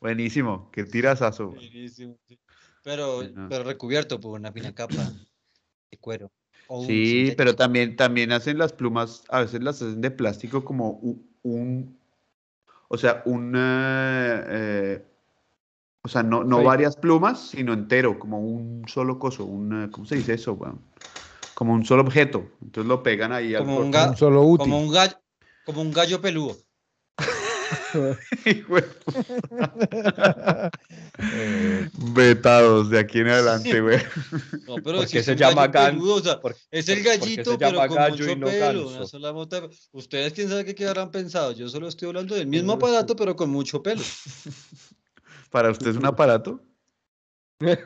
Speaker 4: Buenísimo, que tiras a su...
Speaker 3: Buenísimo, sí. Pero,
Speaker 4: Bueno.
Speaker 3: pero recubierto por una fina capa de cuero. o un
Speaker 4: Sí,
Speaker 3: sintético.
Speaker 4: pero también, también hacen las plumas, a veces las hacen de plástico como u- un, o sea, un, eh, o sea, no, no
Speaker 1: Sí.
Speaker 4: varias plumas, sino entero, como un solo coso, un, eh, ¿cómo se dice eso? weón? Como un solo objeto. Entonces lo pegan ahí al
Speaker 3: Como un
Speaker 4: cuerpo.
Speaker 3: ga-
Speaker 2: Un solo útil.
Speaker 3: Ah, Como un gallo, como un gallo peludo.
Speaker 4: [LAUGHS] Y, güey, [LAUGHS] Vetados de aquí en adelante, güey.
Speaker 1: [LAUGHS]
Speaker 3: No, pero
Speaker 1: ¿Por
Speaker 3: si
Speaker 1: qué
Speaker 3: es
Speaker 1: se
Speaker 3: un
Speaker 1: llama
Speaker 3: gallo
Speaker 1: gan-
Speaker 3: peludo, o sea,
Speaker 1: ¿Por-
Speaker 3: es el
Speaker 1: por qué se
Speaker 3: gallito, pero
Speaker 1: llama
Speaker 3: con
Speaker 1: gallo
Speaker 3: mucho
Speaker 1: y no
Speaker 3: pelo. una
Speaker 1: ganso?
Speaker 3: sola mota. Ustedes quién sabe qué quedarán pensados. Yo solo estoy hablando del mismo aparato, pero con
Speaker 1: [LAUGHS]
Speaker 3: mucho pelo.
Speaker 4: Para usted es un aparato.
Speaker 3: Pues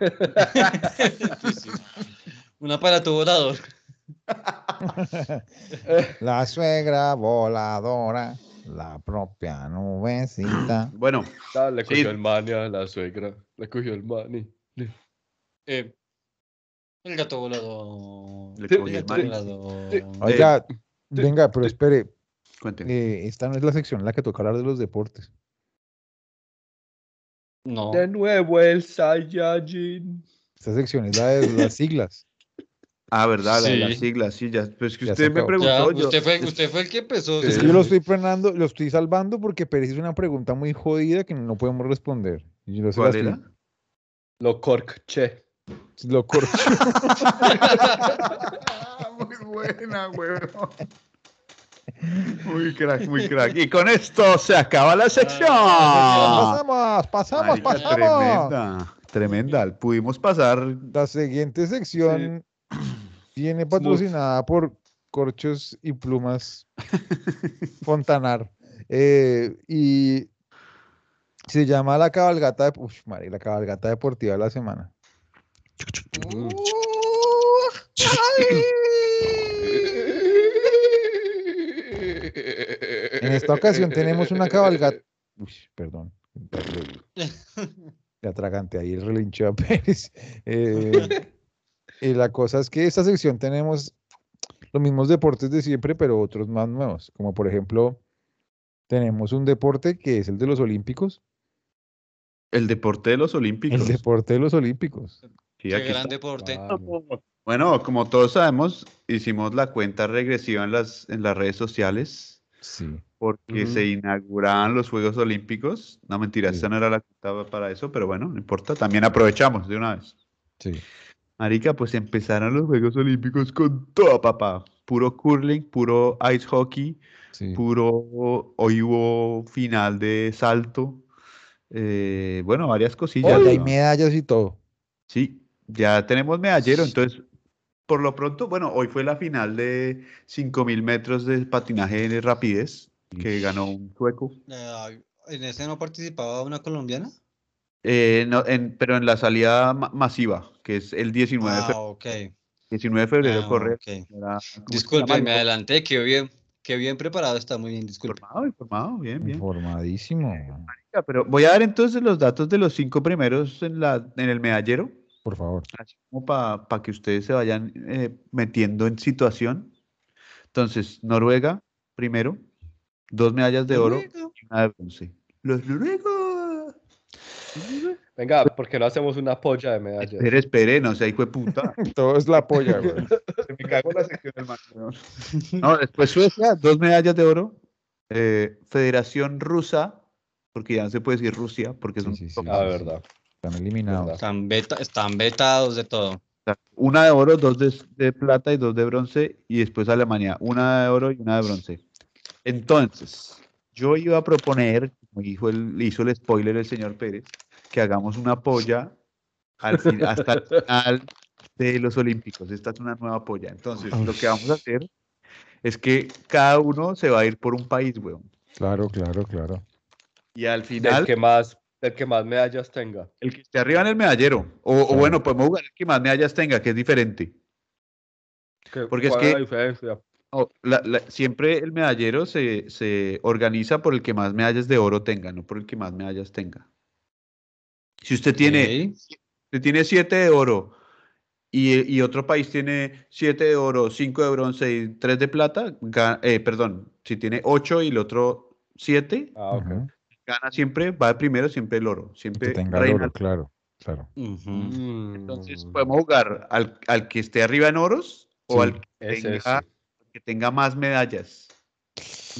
Speaker 3: sí. Un aparato volador.
Speaker 2: La suegra voladora, la propia nubecita.
Speaker 4: Bueno,
Speaker 1: Ah, le cogió
Speaker 4: Sí.
Speaker 1: el mani a la suegra. Le cogió el mani.
Speaker 3: Eh, el gato volador.
Speaker 4: le
Speaker 1: Sí,
Speaker 4: cogí
Speaker 1: ya
Speaker 4: el
Speaker 3: gato
Speaker 1: tuve
Speaker 4: mal.
Speaker 3: volador.
Speaker 2: Oiga, venga, pero espere,
Speaker 4: Cuente.
Speaker 2: eh, esta no es la sección en la que toca hablar de los deportes.
Speaker 3: No.
Speaker 1: De nuevo el Saiyajin.
Speaker 2: Esta sección es la
Speaker 4: [LAUGHS]
Speaker 2: de las siglas.
Speaker 4: Ah, verdad, la de las
Speaker 3: Sí.
Speaker 4: siglas, sí, ya. Pues es que
Speaker 2: Ya se
Speaker 4: usted me
Speaker 2: acabó.
Speaker 3: Ya,
Speaker 4: preguntó. yo- pues,
Speaker 3: usted, fue,
Speaker 4: es-
Speaker 3: usted fue el que empezó.
Speaker 1: Sí.
Speaker 2: Es
Speaker 3: señor.
Speaker 2: que yo lo estoy frenando, lo estoy salvando porque Pérez hizo una pregunta muy jodida que no podemos responder. Y yo se la
Speaker 4: ¿Cuál
Speaker 2: estoy-
Speaker 4: era?
Speaker 1: Lo corché.
Speaker 2: Lo
Speaker 4: [LAUGHS]
Speaker 2: corcho.
Speaker 4: Ah, Muy buena, huevón. Muy crack, muy crack. Y con esto se acaba la sección.
Speaker 3: Ah,
Speaker 2: pasamos, pasamos,
Speaker 4: Marica,
Speaker 2: pasamos.
Speaker 4: Tremenda, tremenda. Pudimos pasar.
Speaker 2: La siguiente sección viene patrocinada por Corchos y
Speaker 4: [LAUGHS]
Speaker 2: Plumas Fontanar. eh, y se llama la cabalgata, de, Uf, madre, la cabalgata deportiva de la semana. En
Speaker 1: En
Speaker 2: esta ocasión tenemos una [LAUGHS] cabalgata. Uy, perdón. [LAUGHS] Le atragante ahí el relincho a Pérez. Eh, y la cosa es que esta sección tenemos los mismos deportes de siempre, pero otros más nuevos. Como por ejemplo, tenemos un deporte que es el de los Olímpicos.
Speaker 4: El deporte de los
Speaker 2: El
Speaker 4: olímpicos.
Speaker 2: deporte de los Olímpicos.
Speaker 4: Sí,
Speaker 3: Qué
Speaker 4: aquí
Speaker 3: gran
Speaker 4: está.
Speaker 3: deporte.
Speaker 4: Bueno, como todos sabemos, hicimos la cuenta regresiva en las, en las redes sociales
Speaker 2: Sí.
Speaker 4: porque
Speaker 1: Ujú.
Speaker 4: se inauguraban los Juegos Olímpicos. No, mentira,
Speaker 2: Sí.
Speaker 4: esa no era la cuenta para eso, pero bueno, no importa. También aprovechamos de una vez.
Speaker 2: Sí.
Speaker 4: Marica, pues empezaron los Juegos Olímpicos con todo, papá. Puro curling, puro ice hockey,
Speaker 2: sí.
Speaker 4: puro... Hoy hubo final de salto. Eh, bueno, varias
Speaker 2: Y
Speaker 4: cosillas.
Speaker 2: ahí hay
Speaker 4: ¿no?
Speaker 2: medallas y todo.
Speaker 4: Sí, ya tenemos medallero. Entonces, por lo pronto, bueno, hoy fue la final de 5.000 metros de patinaje de rapidez que ganó un sueco.
Speaker 3: Eh, ¿En ese no participaba una colombiana?
Speaker 4: Eh, no, en- pero en la salida ma- masiva, que es el 19 de
Speaker 3: Ah,
Speaker 4: febrero.
Speaker 3: ok.
Speaker 4: 19 de febrero
Speaker 3: Ah,
Speaker 4: corre.
Speaker 3: ok.
Speaker 4: Era- ¿cómo se llama?
Speaker 3: Disculpe, me adelanté, que bien, qué bien preparado está, muy bien, disculpe.
Speaker 4: Informado, informado, bien, bien.
Speaker 2: Informadísimo. man.
Speaker 4: Ya, Pero voy a dar entonces los datos de los cinco primeros en, la, en el medallero,
Speaker 2: Por favor.
Speaker 4: así como para que ustedes se vayan eh, metiendo en situación. Entonces, Noruega, primero, dos medallas de oro y una de bronce. Los noruegos.
Speaker 1: Venga, ¿por qué no hacemos una polla de medallas?
Speaker 4: Espere, espere, no sea hijo de puta.
Speaker 2: Todo es la polla, güey.
Speaker 4: Se me cagó la sección del man, weón. [LAUGHS] No, después Suecia, dos medallas de oro. eh, Federación Rusa, porque ya no se puede decir Rusia, porque es
Speaker 2: Sí,
Speaker 4: un
Speaker 2: sí, sí.
Speaker 1: Ah, verdad.
Speaker 2: Están eliminados.
Speaker 1: Verdad.
Speaker 3: Están, veta- están vetados de todo.
Speaker 4: Exacto. Una de oro, dos de, de plata y dos de bronce, y después Alemania, una de oro y una de bronce. Entonces, yo iba a proponer, como dijo el, hizo el spoiler el señor Pérez, que hagamos una polla al fin- hasta el final de los Olímpicos. Esta es una nueva polla. Entonces, lo que vamos a hacer es que cada uno se va a ir por un país, weón.
Speaker 2: Claro, claro, claro.
Speaker 4: Y al
Speaker 1: Del
Speaker 4: final,
Speaker 1: que más, del que más medallas tenga.
Speaker 4: el que esté arriba en el medallero, o, o
Speaker 2: Claro.
Speaker 4: bueno, podemos jugar el que más medallas tenga, que es diferente.
Speaker 1: ¿Qué-
Speaker 4: Porque es
Speaker 1: cuál la
Speaker 4: que-
Speaker 1: diferencia?
Speaker 4: No, Oh, la- la- siempre el medallero se, se organiza por el que más medallas de oro tenga, no por el que más medallas tenga. Si usted tiene,
Speaker 3: Ok.
Speaker 4: usted tiene siete de oro, y, y otro país tiene 7 de oro, 5 de bronce y 3 de plata, ga- eh, perdón, si tiene 8 y el otro 7,
Speaker 1: Ah, ok.
Speaker 2: Ujú,
Speaker 4: gana siempre, va de primero siempre el oro,
Speaker 2: Que
Speaker 4: siempre
Speaker 2: tenga
Speaker 4: reina
Speaker 2: el oro,
Speaker 4: el-
Speaker 2: claro, claro.
Speaker 3: Ujú.
Speaker 4: Entonces
Speaker 1: Mm,
Speaker 4: podemos jugar al, al que esté arriba en oros o
Speaker 2: Sí.
Speaker 4: al que
Speaker 1: es
Speaker 4: tenga-
Speaker 1: ese.
Speaker 4: que tenga más medallas.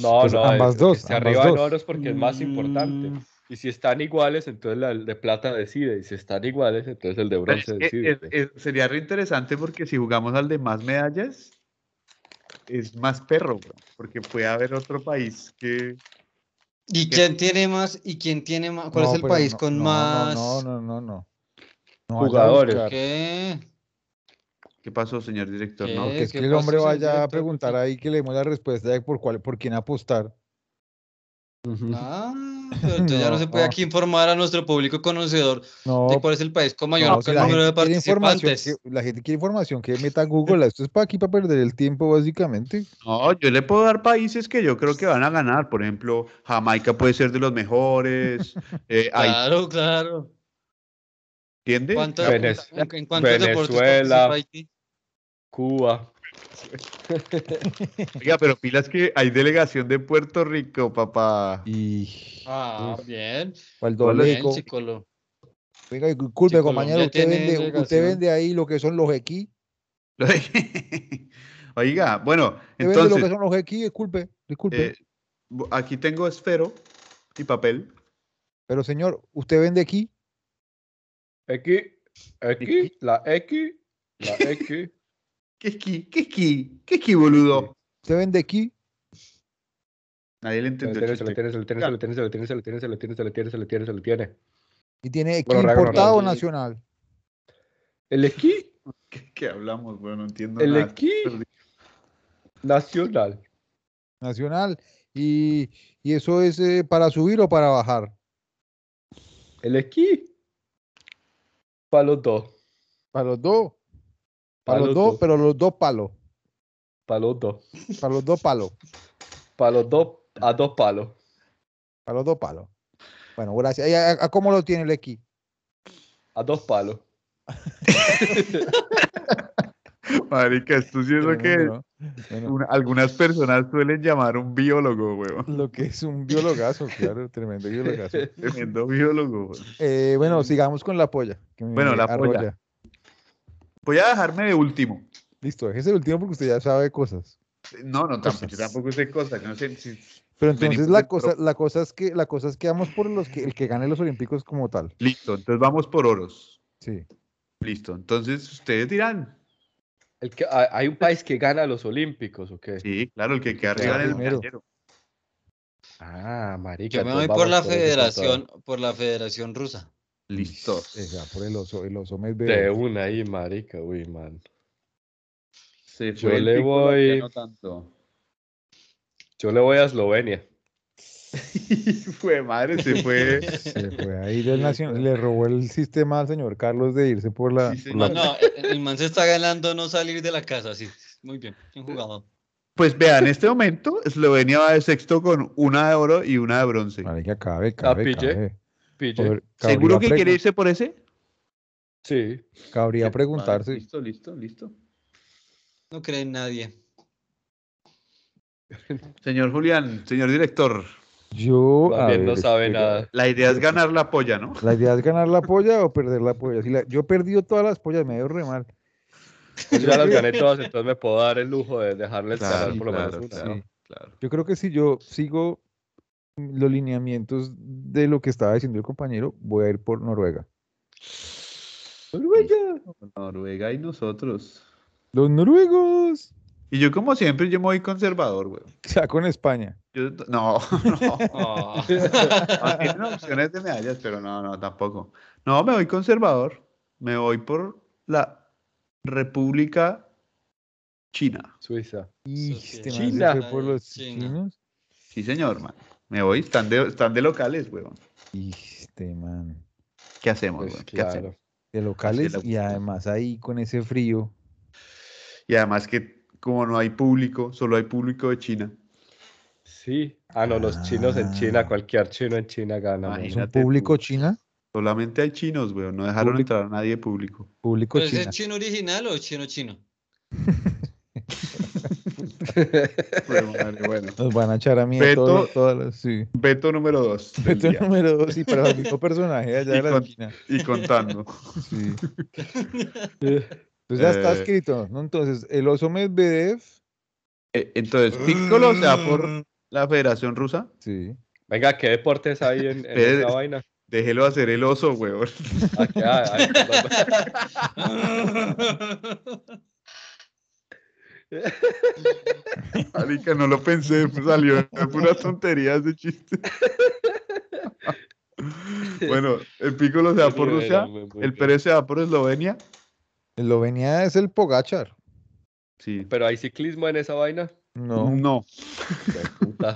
Speaker 1: No,
Speaker 2: Pues
Speaker 1: no,
Speaker 2: ambas
Speaker 1: el que
Speaker 2: dos,
Speaker 1: esté
Speaker 2: ambas
Speaker 1: arriba en
Speaker 2: dos.
Speaker 1: oros porque es más importante.
Speaker 3: Mm,
Speaker 1: Y si están iguales, entonces la el de plata decide. Y si están iguales, entonces el de
Speaker 4: Pero Pues es
Speaker 1: bronce
Speaker 4: que
Speaker 1: decide.
Speaker 4: es- es- sería re interesante porque si jugamos al de más medallas, es más perro, bro, porque puede haber otro país que...
Speaker 3: ¿Y
Speaker 4: ¿Qué?
Speaker 3: quién tiene más? ¿Y quién tiene más? ¿Cuál
Speaker 2: No,
Speaker 3: es el
Speaker 2: pero
Speaker 3: país
Speaker 2: no,
Speaker 3: con
Speaker 2: no,
Speaker 3: más?
Speaker 2: No, no, no, no, no. No vaya a
Speaker 1: Jugadores.
Speaker 2: buscar. [LAUGHS]
Speaker 3: ¿Qué?
Speaker 4: ¿Qué pasó, señor director? No,
Speaker 3: ¿Qué?
Speaker 2: Que es
Speaker 3: ¿Qué
Speaker 2: que el
Speaker 3: pasó,
Speaker 2: hombre
Speaker 3: señor
Speaker 2: vaya a
Speaker 3: director?
Speaker 2: preguntar ahí que le demos la respuesta de por cuál, por quién apostar.
Speaker 1: Ujú.
Speaker 3: Ah, pero entonces ya no se puede
Speaker 2: No.
Speaker 3: aquí informar a nuestro público conocedor
Speaker 2: No,
Speaker 3: de cuál es el país con mayor
Speaker 2: no, si la
Speaker 3: número de
Speaker 2: gente quiere información,
Speaker 3: participantes.
Speaker 2: que, la gente quiere información que meta a Google. "Ah, Esto es para aquí para perder el tiempo, básicamente.
Speaker 4: no, yo le puedo dar países que yo creo que van a ganar. Por ejemplo, Jamaica puede ser de
Speaker 3: [LAUGHS]
Speaker 4: los mejores. eh, Haití,
Speaker 3: Claro, claro.
Speaker 4: ¿entiende?
Speaker 3: ¿Cuánto-
Speaker 4: Ya,
Speaker 1: Venez-
Speaker 3: en, en cuántos deportes
Speaker 1: Venezuela.
Speaker 3: participa Haití?
Speaker 1: Cuba.
Speaker 4: oiga, pero pilas que hay delegación de Puerto Rico, papá. [LAUGHS]
Speaker 2: Y
Speaker 3: Ah,
Speaker 1: Uf.
Speaker 3: bien.
Speaker 2: para el
Speaker 4: Hola,
Speaker 3: Bien,
Speaker 2: doleco.
Speaker 3: Chicolo.
Speaker 2: Venga, disculpe,
Speaker 3: si
Speaker 2: compañero,
Speaker 3: Colombia
Speaker 2: usted
Speaker 3: pues, tiene
Speaker 2: vende, usted
Speaker 3: delegación.
Speaker 2: vende ahí lo que son los equis.
Speaker 4: Oiga, bueno,
Speaker 2: Usted vende lo que
Speaker 4: entonces,
Speaker 2: son los equis, disculpe, disculpe.
Speaker 4: eh, bu- aquí tengo esfero y papel.
Speaker 2: Pero señor, ¿usted vende aquí?
Speaker 1: X, X, la X, la X.
Speaker 4: ¿Qué esquí? ¿Qué esquí? ¿Qué esquí, boludo?
Speaker 2: ¿Usted vende aquí?
Speaker 4: Nadie le
Speaker 1: Se
Speaker 4: entendió. el
Speaker 1: le
Speaker 4: chiste.
Speaker 1: tiene, se le tiene, se le tiene, se le tiene, se le tiene, se le tiene, se le tiene, se le tiene, se le tiene, se le tiene.
Speaker 2: ¿Y tiene equi
Speaker 1: Bueno, Ragnar,
Speaker 2: importado o
Speaker 3: Ragnar.
Speaker 2: nacional?
Speaker 1: El equi,
Speaker 4: ¿Qué, qué hablamos? Bueno, no entiendo
Speaker 1: el
Speaker 4: nada.
Speaker 1: equi
Speaker 4: perdí.
Speaker 1: nacional.
Speaker 2: Nacional. ¿Y, y eso es eh, para subir o para bajar?
Speaker 1: El equi para los dos.
Speaker 2: Para los dos.
Speaker 1: Pa'
Speaker 2: Para los
Speaker 1: los
Speaker 2: dos,
Speaker 1: dos.
Speaker 2: pero los dos palos.
Speaker 1: Para los dos.
Speaker 2: Para los dos palos.
Speaker 1: Para los dos, a dos palos.
Speaker 2: Para los dos palos. Bueno, gracias. ¿Y a, a- a cómo lo tiene el equi?
Speaker 1: A dos palos.
Speaker 4: Marica, esto sí es lo que
Speaker 2: Tremendo, ¿no? Bueno,
Speaker 4: una- algunas personas suelen llamar un biólogo,
Speaker 2: [LAUGHS]
Speaker 4: weón.
Speaker 2: lo que es un biologazo, claro, tremendo
Speaker 4: [LAUGHS]
Speaker 2: biologazo.
Speaker 4: Tremendo biólogo, weón.
Speaker 2: Eh, bueno, sigamos con la polla. que me
Speaker 4: Bueno, la polla.
Speaker 2: arrolla.
Speaker 4: Voy a dejarme de último.
Speaker 2: Listo, es el último porque usted ya sabe cosas.
Speaker 4: No, no, tampoco,
Speaker 2: Cosas.
Speaker 4: yo tampoco sé cosas. que No sé, si-
Speaker 2: Pero
Speaker 4: Venimos
Speaker 2: entonces la
Speaker 4: del pro-
Speaker 2: cosa, la cosa es que la cosa es que vamos por los que el que gane los olímpicos como tal.
Speaker 4: Listo, entonces vamos por oros.
Speaker 2: Sí.
Speaker 4: Listo, entonces ustedes dirán.
Speaker 1: El que, hay hay un país que gana los Olímpicos, ¿o qué?
Speaker 4: Sí, claro, el que queda
Speaker 1: Claro,
Speaker 4: arriba en el
Speaker 2: primero.
Speaker 4: medallero.
Speaker 1: Ah, marica.
Speaker 3: Yo me voy
Speaker 1: entonces vamos
Speaker 3: por la
Speaker 1: eso con toda.
Speaker 3: federación, por la federación rusa.
Speaker 4: Listo.
Speaker 2: Esa, por el oso, el oso Medvedev.
Speaker 1: De una ahí, marica. Uy, man.
Speaker 4: Se
Speaker 1: Yo le
Speaker 4: Piccolo, ya
Speaker 1: voy-
Speaker 4: no [LAUGHS] tanto.
Speaker 1: Yo le voy a Eslovenia.
Speaker 4: fue madre, se fue.
Speaker 2: Se fue ahí
Speaker 1: [LAUGHS]
Speaker 2: del nacional, le robó el sistema al señor Carlos de irse por la.
Speaker 4: Sí,
Speaker 1: la-
Speaker 4: señor.
Speaker 3: No, el el man se está ganando no salir de la casa, sí. Muy bien, bien jugado.
Speaker 4: Pues vea, en este momento Eslovenia va de sexto con una de oro y una de bronce.
Speaker 2: Marica, cabe, cabe,
Speaker 1: pillé.
Speaker 2: cabe.
Speaker 1: Pille.
Speaker 2: Joder,
Speaker 4: ¿Seguro que
Speaker 2: cabría
Speaker 4: quiere
Speaker 2: pregun-
Speaker 4: irse por ese?
Speaker 1: Sí.
Speaker 2: Cabría
Speaker 4: Vale,
Speaker 2: preguntarse.
Speaker 4: Listo, listo, listo.
Speaker 3: No cree en nadie.
Speaker 4: Señor Julián, señor director, Uh,
Speaker 2: Yo.
Speaker 1: Más
Speaker 2: a
Speaker 1: bien no
Speaker 2: ver,
Speaker 1: sabe
Speaker 2: espera.
Speaker 1: nada.
Speaker 4: la idea es ganar la polla, ¿no?
Speaker 2: La idea es ganar la polla o perder la polla. Si la- yo he perdido todas las pollas, me dio re mal.
Speaker 1: Yo ya las gané
Speaker 4: [LAUGHS]
Speaker 1: todas, entonces me puedo dar el lujo de dejarles
Speaker 4: Claro,
Speaker 1: ganar por lo menos
Speaker 4: claro,
Speaker 1: una.
Speaker 4: claro.
Speaker 2: Sí. Yo creo que si yo sigo los lineamientos de lo que estaba diciendo el compañero, voy a ir por Noruega.
Speaker 4: Noruega. Noruega y nosotros.
Speaker 2: Los noruegos. [LAUGHS]
Speaker 4: Y yo, como siempre, yo me voy conservador, güey.
Speaker 2: Ya con España.
Speaker 4: Yo- no, [LAUGHS] no.
Speaker 1: [LAUGHS]
Speaker 3: Ah.
Speaker 4: Ah, Tienen opciones de medallas, pero no, no, tampoco. No, me voy conservador. Me voy por la República China.
Speaker 1: Suiza.
Speaker 2: Y
Speaker 3: sí.
Speaker 2: este man se
Speaker 1: China.
Speaker 2: fue por los
Speaker 3: China.
Speaker 2: chinos.
Speaker 4: Sí, señor, man. Me voy. Están de, están de locales, weón.
Speaker 2: Y este man.
Speaker 4: ¿Qué hacemos,
Speaker 1: Pues
Speaker 4: weón? ¿Qué hacemos?
Speaker 1: claro.
Speaker 2: De locales
Speaker 4: la
Speaker 2: y
Speaker 4: buscan.
Speaker 2: además ahí con ese frío.
Speaker 4: Y además que como no hay público, solo hay público de China.
Speaker 1: Sí. Ah, no, los chinos en
Speaker 2: Ah.
Speaker 4: Ah.
Speaker 1: China, cualquier chino en China gana. man.
Speaker 2: ¿Es un
Speaker 4: Imagínate tú.
Speaker 2: público china?
Speaker 4: Solamente hay chinos, weón. No dejaron
Speaker 2: Público.
Speaker 4: entrar a nadie [LAUGHS] público.
Speaker 2: Público
Speaker 3: ¿Pero
Speaker 4: Pues,
Speaker 3: ese
Speaker 2: china.
Speaker 4: eh,
Speaker 3: es chino original o chino
Speaker 1: [LAUGHS]
Speaker 3: chino?
Speaker 4: Bueno, madre, bueno.
Speaker 2: Nos van a echar a mí a
Speaker 4: Beto-
Speaker 2: todos, todas las- sí.
Speaker 4: [LAUGHS] Veto número dos. del
Speaker 2: Beto
Speaker 4: día.
Speaker 2: número dos y para el mismo personaje allá
Speaker 4: Y
Speaker 2: de la
Speaker 4: con- [LAUGHS]
Speaker 2: China.
Speaker 4: Y contando.
Speaker 2: Sí. Entonces ya está
Speaker 4: Eh.
Speaker 2: escrito, ¿no? Entonces, el oso Medvedev,
Speaker 4: Eh, Entonces, Piccolo se va por la Federación Rusa.
Speaker 2: sí.
Speaker 1: Venga, ¿qué deportes hay en, en
Speaker 4: Pero-
Speaker 1: esta vaina?
Speaker 4: Déjelo hacer el oso, weón.
Speaker 1: Ah, ¿qué hay? Ay, perdón.
Speaker 4: [LAUGHS] Marica, no lo pensé, pues, salió de pura tontería ese chiste. [LAUGHS] bueno, el Piccolo [LAUGHS] se va por
Speaker 1: Muy
Speaker 4: Rusia,
Speaker 1: bueno, muy
Speaker 4: el
Speaker 1: bueno.
Speaker 4: Pérez se va por Eslovenia.
Speaker 2: Eslovenia es el Pogachar.
Speaker 4: Sí.
Speaker 1: Pero hay ciclismo en esa vaina.
Speaker 2: No,
Speaker 4: [LAUGHS] No.
Speaker 1: Hijo de puta.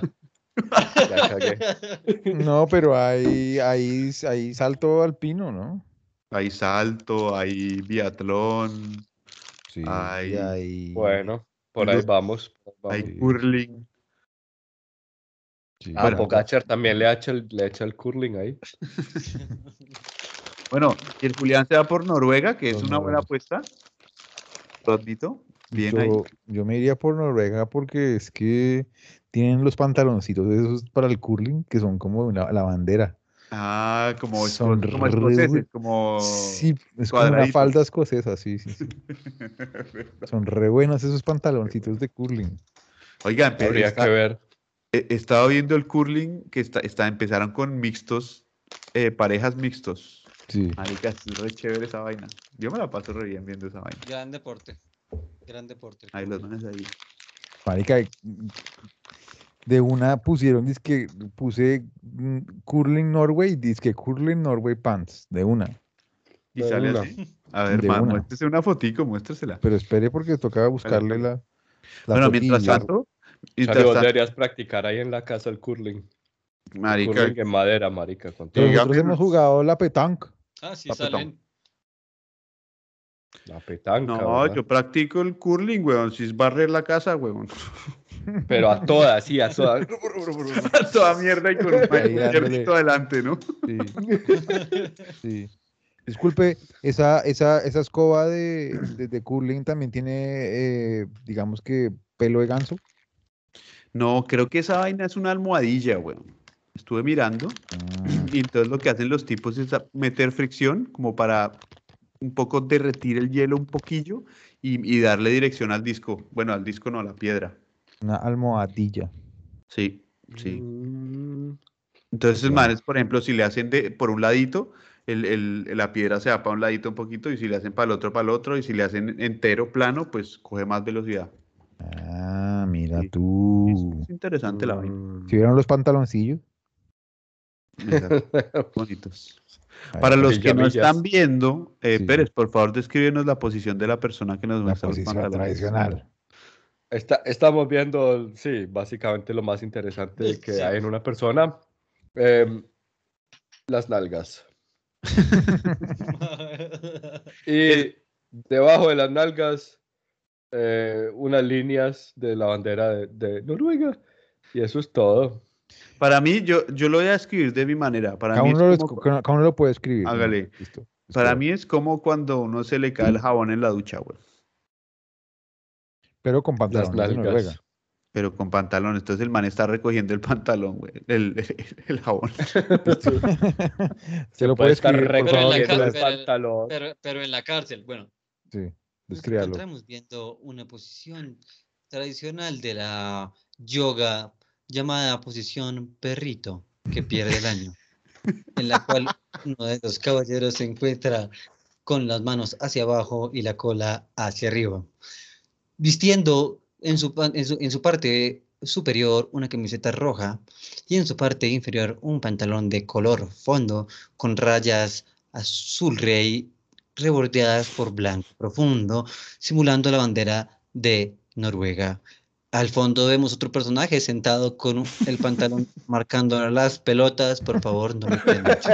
Speaker 1: Ya cagué.
Speaker 2: no, pero hay, hay, hay salto alpino, ¿no?
Speaker 4: Hay salto, hay biatlón,
Speaker 2: Sí.
Speaker 4: Ay.
Speaker 2: Y
Speaker 1: [LAUGHS]
Speaker 2: hay,
Speaker 1: Bueno, por ahí
Speaker 4: Entonces,
Speaker 1: vamos. vamos.
Speaker 4: hay curling.
Speaker 2: sí.
Speaker 1: Ah,
Speaker 4: bueno,
Speaker 1: Pogacar también le echa, el, le echa el curling ahí.
Speaker 4: Bueno, y el Julián se va por Noruega, que es
Speaker 2: Por
Speaker 4: una buena
Speaker 2: Noruega.
Speaker 4: apuesta. Rondito, bien
Speaker 2: yo,
Speaker 4: ahí.
Speaker 2: yo me iría por Noruega porque es que tienen los pantaloncitos esos para el curling que son como una- la bandera.
Speaker 4: Ah, como, esco-
Speaker 2: Son
Speaker 4: como
Speaker 2: re
Speaker 4: escoceses,
Speaker 2: bu-
Speaker 4: como...
Speaker 2: Sí, es como una
Speaker 4: Oh, cuadraditos.
Speaker 2: falda escocesa, sí, sí, sí. Son re buenas esos pantaloncitos de curling.
Speaker 4: [LAUGHS] Oigan, pero
Speaker 1: Habría
Speaker 4: está- eh,
Speaker 1: que ver.
Speaker 4: he- he estado viendo el curling que está, está- empezaron con mixtos, eh, parejas mixtos.
Speaker 2: Sí.
Speaker 4: Marica, es re chévere esa vaina. Yo me la paso re bien viendo esa vaina.
Speaker 3: Gran deporte. Gran deporte.
Speaker 4: Ahí los manes ahí.
Speaker 2: Marica, y- de una pusieron, dizque puse mm, Curling Norway, dizque Curling Norway Pants, de una.
Speaker 4: Y
Speaker 1: De
Speaker 4: sale
Speaker 1: una.
Speaker 4: así. A ver,
Speaker 2: De
Speaker 4: man,
Speaker 2: una.
Speaker 4: muéstrese una fotico, muéstresela.
Speaker 2: Pero espere porque tocaba buscarle
Speaker 4: espere.
Speaker 2: la. la
Speaker 4: bueno,
Speaker 2: foto
Speaker 4: mientras
Speaker 2: y la-
Speaker 4: tanto,
Speaker 1: Charlie,
Speaker 4: mientras
Speaker 1: vos
Speaker 4: tanto,
Speaker 1: deberías practicar ahí en la casa el curling.
Speaker 4: marica,
Speaker 1: Curling en madera, marica. Con todo.
Speaker 2: Pero
Speaker 4: Diga-
Speaker 2: Nosotros hemos jugado la petanque.
Speaker 3: Ah, sí,
Speaker 4: Papetón.
Speaker 3: salen.
Speaker 1: La petanca.
Speaker 4: no,
Speaker 1: ¿verdad?
Speaker 4: yo practico el curling, weón, si es barrer la
Speaker 2: [LAUGHS]
Speaker 4: casa, weón. [LAUGHS]
Speaker 1: Pero a todas, sí, a todas.
Speaker 4: Toda mierda
Speaker 2: [LAUGHS]
Speaker 4: y con un
Speaker 2: Ahí dándole.
Speaker 4: mierdito adelante, ¿no? [LAUGHS]
Speaker 2: Sí. sí. Disculpe, esa, esa, esa escoba de, de, de curling también tiene, eh, digamos que, pelo de ganso.
Speaker 4: No, creo que esa vaina es una almohadilla, weón. Estuve mirando
Speaker 2: Ah,
Speaker 4: Y entonces lo que hacen los tipos es a- meter fricción como para un poco derretir el hielo un poquillo y, y darle dirección al disco. Bueno, al disco no, a la piedra.
Speaker 2: Una almohadilla.
Speaker 4: Sí, [LAUGHS] sí.
Speaker 1: Mm,
Speaker 4: Entonces,
Speaker 2: Claro.
Speaker 4: manes, por ejemplo, si le hacen de, por un ladito, el, el- la piedra se va para un ladito un poquito y si le hacen para el otro, para el otro y si le hacen entero, plano, pues coge más velocidad.
Speaker 2: Ah, mira
Speaker 4: Sí.
Speaker 2: tú.
Speaker 4: Es interesante la vaina.
Speaker 1: mm.
Speaker 2: ¿Si vieron los pantaloncillos? Mm.
Speaker 4: Exacto.
Speaker 2: [LAUGHS]
Speaker 4: Bonitos.
Speaker 2: Ahí
Speaker 4: Para
Speaker 2: está.
Speaker 4: los que no
Speaker 1: Villamillas.
Speaker 4: están viendo, eh,
Speaker 2: Sí.
Speaker 4: Pérez, por favor, descríbenos la posición de la persona que nos
Speaker 2: La
Speaker 4: muestra los
Speaker 2: posición
Speaker 4: pantalones.
Speaker 2: tradicional.
Speaker 1: Está- estamos viendo, sí, básicamente lo más interesante que
Speaker 3: Sí.
Speaker 1: hay en una persona. Em, las nalgas. Y debajo de las nalgas, eh, unas líneas de la bandera de, de Noruega. Y eso es todo.
Speaker 4: Para mí, yo, yo lo voy a escribir de mi manera. Para,
Speaker 2: Cada
Speaker 4: mí es,
Speaker 2: uno, lo,
Speaker 4: como,
Speaker 2: escu- cada uno lo puede escribir. ¿no?
Speaker 4: Hágale.
Speaker 2: Listo.
Speaker 4: para
Speaker 2: Espera.
Speaker 4: mí es como cuando uno se le cae el jabón en la ducha, güey.
Speaker 2: Pero con
Speaker 1: Las
Speaker 2: pantalones de Noruega.
Speaker 1: nalgas.
Speaker 4: Pero con pantalón. Entonces el man está recogiendo el pantalón, güey. El, el- el jabón.
Speaker 2: Se lo
Speaker 1: Puede
Speaker 2: puede
Speaker 1: estar
Speaker 2: escribir, Pues
Speaker 1: recogiendo
Speaker 2: por favor.
Speaker 3: en la
Speaker 1: el
Speaker 2: entonces,
Speaker 3: cara, pero-
Speaker 1: pantalón.
Speaker 3: [LAUGHS] pero, pero en la cárcel, bueno.
Speaker 2: Sí,
Speaker 3: Nos
Speaker 2: descríbalo.
Speaker 3: encontramos viendo una posición tradicional de la yoga llamada posición perrito que pierde el año, en la cual uno de los caballeros se encuentra con las manos hacia abajo y la cola hacia arriba, vistiendo en su, pa- en su, en su parte superior una camiseta roja y en su parte inferior un pantalón de color fondo con rayas azul rey rebordeadas por blanco profundo, simulando la bandera de Noruega. Al fondo vemos otro personaje sentado con un- el pantalón [LAUGHS] marcando las pelotas. Por favor, no me crean mucho.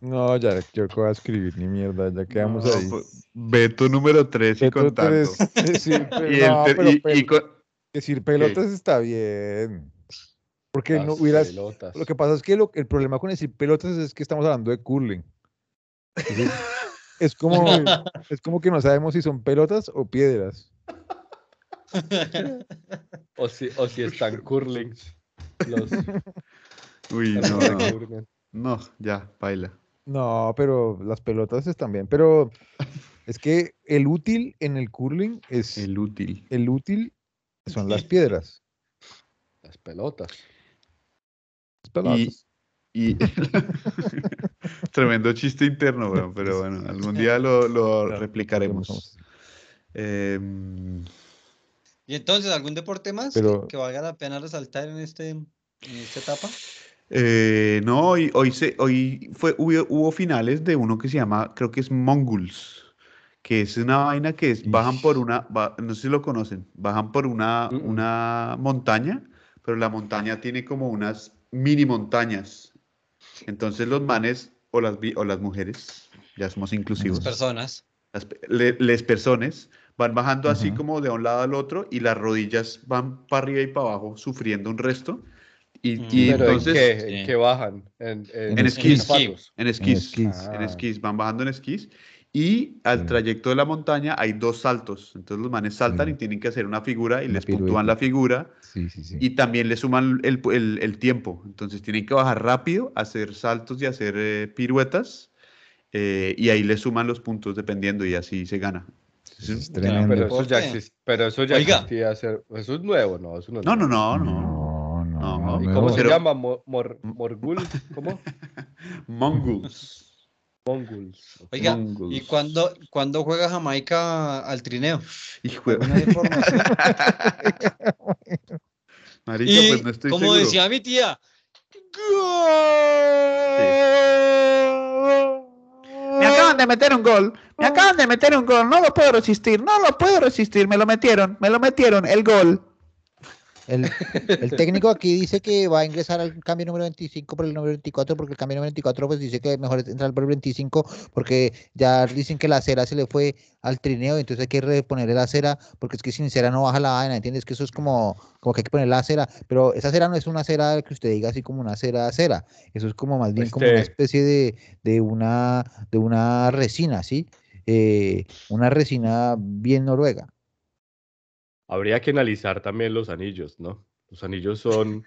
Speaker 2: No, ya, yo que voy a escribir ni mierda, ya quedamos
Speaker 4: No,
Speaker 2: ahí.
Speaker 4: pues, Beto número 3 y
Speaker 2: Beto
Speaker 4: contando. [LAUGHS]
Speaker 2: tres, sí, pero
Speaker 4: Y el
Speaker 2: no,
Speaker 4: ter-
Speaker 2: pero
Speaker 4: y- y
Speaker 2: pel-
Speaker 4: con-
Speaker 2: decir pelotas está bien. Porque
Speaker 1: Las
Speaker 2: no hubieras.
Speaker 1: pelotas.
Speaker 2: Lo que pasa es que lo- el problema con decir pelotas es que estamos hablando de curling. Entonces, es, como, es como que no sabemos si son pelotas o piedras.
Speaker 1: [LAUGHS] O si, o si están curling. Los,
Speaker 4: Uy,
Speaker 1: los
Speaker 4: no,
Speaker 1: que
Speaker 4: no,
Speaker 1: curlen.
Speaker 4: no, ya, baila.
Speaker 2: No, pero las pelotas están bien. Pero es que el útil en el curling es el,
Speaker 4: El útil.
Speaker 2: útil son las piedras.
Speaker 1: Las pelotas.
Speaker 2: Las pelotas.
Speaker 4: Y [LAUGHS] tremendo chiste interno, weón, pero bueno, algún día lo, lo replicaremos. Em,
Speaker 3: Y entonces, ¿algún deporte más
Speaker 2: Pero-
Speaker 3: que, que valga la pena resaltar en, este, en esta etapa?
Speaker 4: eh, no, hoy, hoy, se, hoy fue, hubo, hubo finales de uno que se llama, creo que es Mongols, que es una vaina que es, bajan por una, ba- no sé si lo conocen, bajan por una,
Speaker 1: Mm, mm.
Speaker 4: una montaña, pero la montaña tiene como unas mini montañas. Entonces los manes o las, vi- o las mujeres, ya somos inclusivos.
Speaker 3: Personas.
Speaker 4: las, pe- le- les personas van bajando así
Speaker 2: Ujú.
Speaker 4: como de un lado al otro y las rodillas van para arriba y para abajo sufriendo un resto. Y, y
Speaker 3: Mm.
Speaker 1: Pero ¿en
Speaker 4: entonces
Speaker 1: qué? ¿En
Speaker 3: sí.
Speaker 1: qué bajan? En, en,
Speaker 4: En esquís.
Speaker 1: zapatos.
Speaker 4: en
Speaker 2: En
Speaker 4: esquís, en esquís,
Speaker 2: esquís.
Speaker 1: Ah.
Speaker 4: van bajando en esquís y al
Speaker 2: Mm.
Speaker 4: trayecto de la montaña hay dos saltos. Entonces los manes saltan
Speaker 2: Mm.
Speaker 4: y tienen que hacer una figura y
Speaker 2: Una
Speaker 4: les puntúan
Speaker 2: pirueta.
Speaker 4: la figura
Speaker 2: Sí, sí, sí.
Speaker 4: y también le suman el, el- el tiempo. Entonces tienen que bajar rápido, hacer saltos y hacer eh, piruetas eh, y ahí le suman los puntos dependiendo y así se gana.
Speaker 2: Eso es
Speaker 4: Ya,
Speaker 2: tremendo.
Speaker 1: Pero eso ya,
Speaker 3: Deporte.
Speaker 1: exis- pero eso ya
Speaker 3: Oiga.
Speaker 1: existía. hacer- Eso es nuevo, ¿no? Eso no, es
Speaker 4: No, no,
Speaker 1: nuevo.
Speaker 4: no, no.
Speaker 2: No, no.
Speaker 4: No,
Speaker 1: ¿Y
Speaker 4: no.
Speaker 1: cómo
Speaker 2: no.
Speaker 1: se
Speaker 4: Pero-
Speaker 1: llama? Mo- mor- ¿Morgul? ¿Cómo?
Speaker 4: Mongols.
Speaker 1: Mongols. ok.
Speaker 3: [LAUGHS] Oiga,
Speaker 4: Mongols.
Speaker 3: ¿y cuándo, cuándo juega Jamaica al trineo? [LAUGHS]
Speaker 4: Hijo de-
Speaker 3: ¿Alguna información?
Speaker 4: Marica,
Speaker 3: y
Speaker 4: pues no estoy
Speaker 3: como
Speaker 4: seguro.
Speaker 3: decía mi tía,
Speaker 6: Me acaban de meter un gol. Me acaban de meter un gol. No lo puedo resistir. No lo puedo resistir. Me lo metieron. Me lo metieron. El gol.
Speaker 7: [LAUGHS] El, el técnico aquí dice que va a ingresar al cambio número 25 por el número 24, porque el cambio número 24 pues dice que mejor es entrar por el 25, porque ya dicen que la cera se le fue al trineo, entonces hay que reponerle la cera, porque es que sin cera no baja la vaina, ¿entiendes? Que eso es como, como que hay que poner la cera, pero esa cera no es una cera que usted diga así como una cera cera, eso es como más bien como una
Speaker 1: Este-
Speaker 7: especie de, de, una, de una resina, ¿sí? Eh, una resina
Speaker 3: [LAUGHS]
Speaker 7: bien noruega.
Speaker 1: Habría que analizar también los anillos, ¿no? Los anillos son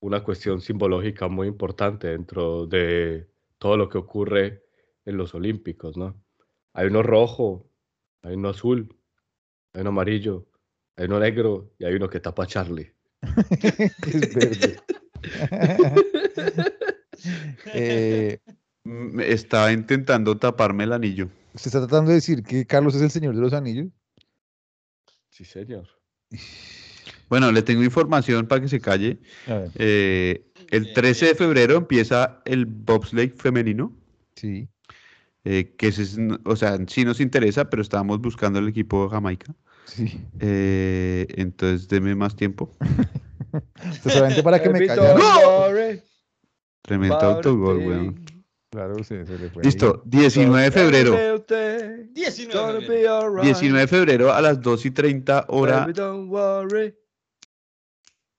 Speaker 1: una cuestión simbológica muy importante dentro de todo lo que ocurre en los Olímpicos, ¿no? Hay uno rojo, hay uno azul, hay uno amarillo, hay uno negro y hay uno que tapa a Charlie.
Speaker 2: [LAUGHS] Es verde. Eh,
Speaker 4: Mm, Estaba intentando taparme el anillo.
Speaker 2: ¿Se está tratando de decir que Carlos es el señor de los anillos?
Speaker 1: Sí, señor.
Speaker 4: Bueno, le tengo información para que se calle.
Speaker 2: A ver,
Speaker 4: Eh, el
Speaker 3: Bien,
Speaker 4: 13 de
Speaker 3: bien.
Speaker 4: febrero empieza el bobsleigh femenino,
Speaker 2: sí.
Speaker 4: eh, que ese es, o sea, sí nos interesa, pero estábamos buscando el equipo de Jamaica.
Speaker 2: Sí.
Speaker 4: Eh, entonces, deme más tiempo.
Speaker 2: O sea, solamente para que me
Speaker 1: Evito
Speaker 2: callara.
Speaker 1: Morre,
Speaker 4: Tremendo
Speaker 1: Martín.
Speaker 4: autogol, weón.
Speaker 2: Claro, se, se le fue. ahí.
Speaker 4: Listo, 19 de febrero.
Speaker 1: Don't let it,
Speaker 3: 19 de
Speaker 1: gonna
Speaker 3: febrero.
Speaker 1: be alright.
Speaker 4: 19 de febrero a las 2 y 30 hora,
Speaker 1: Baby, don't worry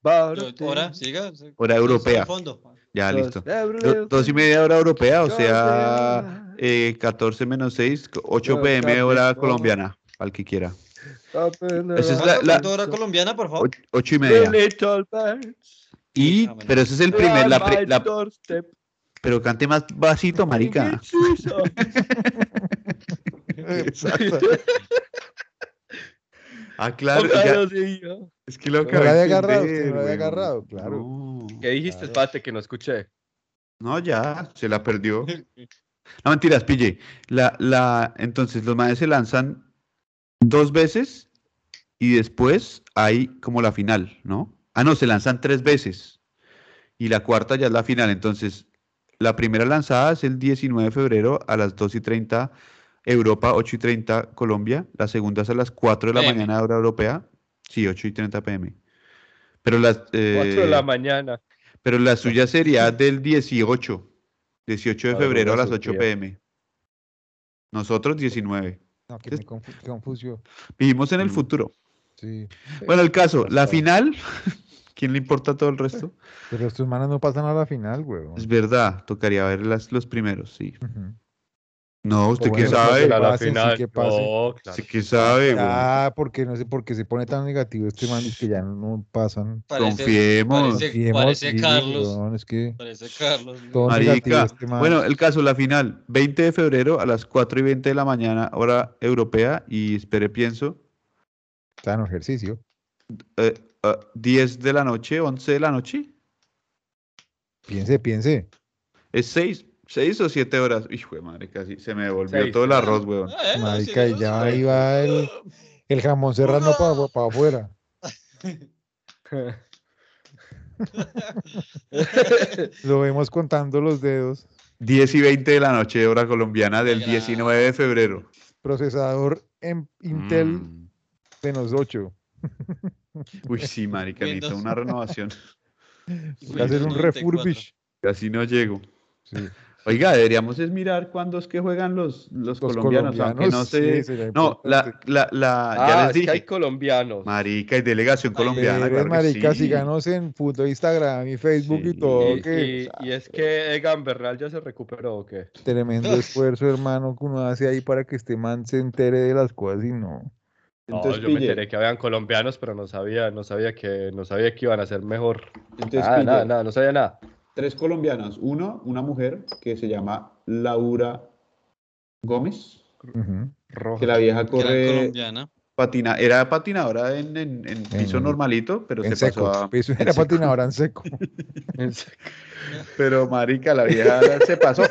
Speaker 1: about a thing.
Speaker 3: Hora, siga.
Speaker 4: hora
Speaker 3: Al
Speaker 4: europea.
Speaker 3: fondo.
Speaker 6: Ah,
Speaker 4: Ya,
Speaker 1: Just
Speaker 4: listo.
Speaker 1: every
Speaker 4: Do-
Speaker 1: little
Speaker 4: Dos y
Speaker 1: thing.
Speaker 4: media hora europea, o
Speaker 1: Just
Speaker 4: sea,
Speaker 1: every little
Speaker 4: eh, 14 menos 6, 8
Speaker 1: Well,
Speaker 4: pm
Speaker 1: can't
Speaker 4: hora
Speaker 1: be wrong.
Speaker 4: colombiana, al que quiera.
Speaker 1: up in the
Speaker 4: Esa es
Speaker 1: rock.
Speaker 4: la-
Speaker 3: ¿Cuándo
Speaker 4: la-
Speaker 3: punto hora colombiana, por favor?
Speaker 4: 8 y
Speaker 1: The
Speaker 4: media.
Speaker 1: little birds
Speaker 4: Y,
Speaker 3: Ah, bueno.
Speaker 4: pero ese es el
Speaker 1: were
Speaker 4: primer, la,
Speaker 1: on
Speaker 4: pri-
Speaker 1: my
Speaker 4: la-
Speaker 1: doorstep.
Speaker 4: pero cante más vasito, marica.
Speaker 1: It's Jesus.
Speaker 6: [LAUGHS]
Speaker 4: Exacto. ah, claro,
Speaker 1: Oh,
Speaker 4: ya-
Speaker 1: claro, sí, yo.
Speaker 4: es que lo
Speaker 2: No
Speaker 4: que
Speaker 2: lo había agarrado, usted no lo había agarrado, claro.
Speaker 1: ¿Qué dijiste? Espérate que no escuché.
Speaker 4: No, ya, se
Speaker 1: [LAUGHS]
Speaker 4: la perdió. No, mentiras, pille. La, la, entonces, los manes se lanzan dos veces y después hay como la final, ¿no? Ah, no, se lanzan tres veces y la cuarta ya es la final. Entonces, la primera lanzada es el 19 de febrero a las 2 y 30, Europa, 8 y 30, Colombia. La segunda es a las 4 de la
Speaker 3: PM.
Speaker 4: mañana, hora europea. Sí, 8 y 30 pm. Pero las,
Speaker 1: Cuatro de
Speaker 4: eh,
Speaker 1: la mañana.
Speaker 4: pero la suya sería del 18, 18 de
Speaker 1: Madruga
Speaker 4: febrero a las
Speaker 1: su
Speaker 4: 8
Speaker 1: tía.
Speaker 4: pm. Nosotros 19.
Speaker 2: No, que
Speaker 4: Es-
Speaker 2: me confu- que confusió.
Speaker 4: Vivimos en el
Speaker 1: Mm.
Speaker 4: futuro.
Speaker 2: Sí.
Speaker 4: Bueno, el caso, la final, [LAUGHS] ¿Quién le importa todo el resto?
Speaker 2: Pero estos manos no pasan a la final, huevón.
Speaker 4: Es verdad, tocaría ver las, los primeros, sí.
Speaker 2: Ujú.
Speaker 4: No, usted
Speaker 2: O
Speaker 4: qué
Speaker 2: bueno,
Speaker 4: sabe.
Speaker 2: pues,
Speaker 1: a la
Speaker 2: pase, sí,
Speaker 1: final.
Speaker 2: que pase.
Speaker 1: No, claro.
Speaker 4: Usted qué sabe, güey.
Speaker 2: Ah, porque no sé por qué se pone tan negativo este man y que ya no pasan.
Speaker 3: Parece-
Speaker 4: Confiemos.
Speaker 3: Parece,
Speaker 2: Fiemos,
Speaker 3: parece
Speaker 2: sí,
Speaker 3: Carlos.
Speaker 2: huevón, es que
Speaker 3: Parece Carlos. Ah,
Speaker 2: todo negativo
Speaker 4: Marica.
Speaker 2: este man.
Speaker 4: Bueno, el caso, la final, 20 de febrero a las 4 y 20 de la mañana, hora europea, y espere, pienso,
Speaker 2: Está en ejercicio.
Speaker 4: eh, ah, 10 de la noche, 11 de la noche,
Speaker 2: Piense, piense.
Speaker 4: es 6, 6 o 7 horas. Hijo de madre, casi se me devolvió
Speaker 1: Seis.
Speaker 4: todo el arroz, weón.
Speaker 3: Ah, eh,
Speaker 2: Marica,
Speaker 3: sí,
Speaker 2: y ya
Speaker 3: sí.
Speaker 2: ahí va el, el jamón serrano para afuera. Lo vemos contando los dedos.
Speaker 4: 10 y 20 de la noche, hora colombiana, del
Speaker 3: Oiga.
Speaker 4: 19 de febrero.
Speaker 2: Procesador en Intel
Speaker 4: Mm.
Speaker 2: menos 8.
Speaker 4: Uy, sí, marica, necesito
Speaker 1: [LAUGHS]
Speaker 3: Windows.
Speaker 4: una renovación.
Speaker 2: Va a ser un
Speaker 3: 94.
Speaker 2: refurbish.
Speaker 4: Casi no llego.
Speaker 2: Sí.
Speaker 4: Oiga, deberíamos es mirar cuándo es que juegan los,
Speaker 2: Los
Speaker 4: los, colombianos, aunque no
Speaker 2: colombianos,
Speaker 4: sé.
Speaker 2: sí, sería
Speaker 4: No,
Speaker 2: importante. Eh,
Speaker 4: la, la, la, ya
Speaker 1: Ah,
Speaker 4: les
Speaker 1: es que
Speaker 4: dije.
Speaker 1: hay colombianos.
Speaker 4: Marica, y delegación colombiana.
Speaker 2: Eres
Speaker 4: claro que
Speaker 2: marica,
Speaker 4: sí.
Speaker 2: síganos en puto Instagram y Facebook y
Speaker 4: Sí.
Speaker 2: todo,
Speaker 1: Y,
Speaker 2: que
Speaker 1: y- y es que Egan Bernal ya se recuperó o qué.
Speaker 2: tremendo esfuerzo, hermano, que uno hace ahí para que este man se entere de las cosas y no.
Speaker 4: Entonces,
Speaker 1: no, yo me
Speaker 4: pille.
Speaker 1: enteré que habían colombianos, pero no sabía, no sabía que, no sabía que iban a ser mejor.
Speaker 4: Entonces,
Speaker 1: nada,
Speaker 4: pille,
Speaker 1: nada, nada, no sabía nada.
Speaker 4: tres colombianas. Uno, una mujer que se llama Laura Gómez,
Speaker 2: Ujú.
Speaker 1: Roja.
Speaker 4: que la vieja
Speaker 3: Que era
Speaker 4: corre
Speaker 3: colombiana.
Speaker 4: patina, era patinadora en, en- en piso
Speaker 2: En-
Speaker 4: normalito, pero
Speaker 2: En
Speaker 4: se
Speaker 2: seco.
Speaker 4: pasó a,
Speaker 2: Pues,
Speaker 4: en
Speaker 2: era
Speaker 4: seco.
Speaker 2: patinadora en
Speaker 4: [LAUGHS]
Speaker 2: seco.
Speaker 4: Pero marica, la vieja [LAUGHS] se pasó.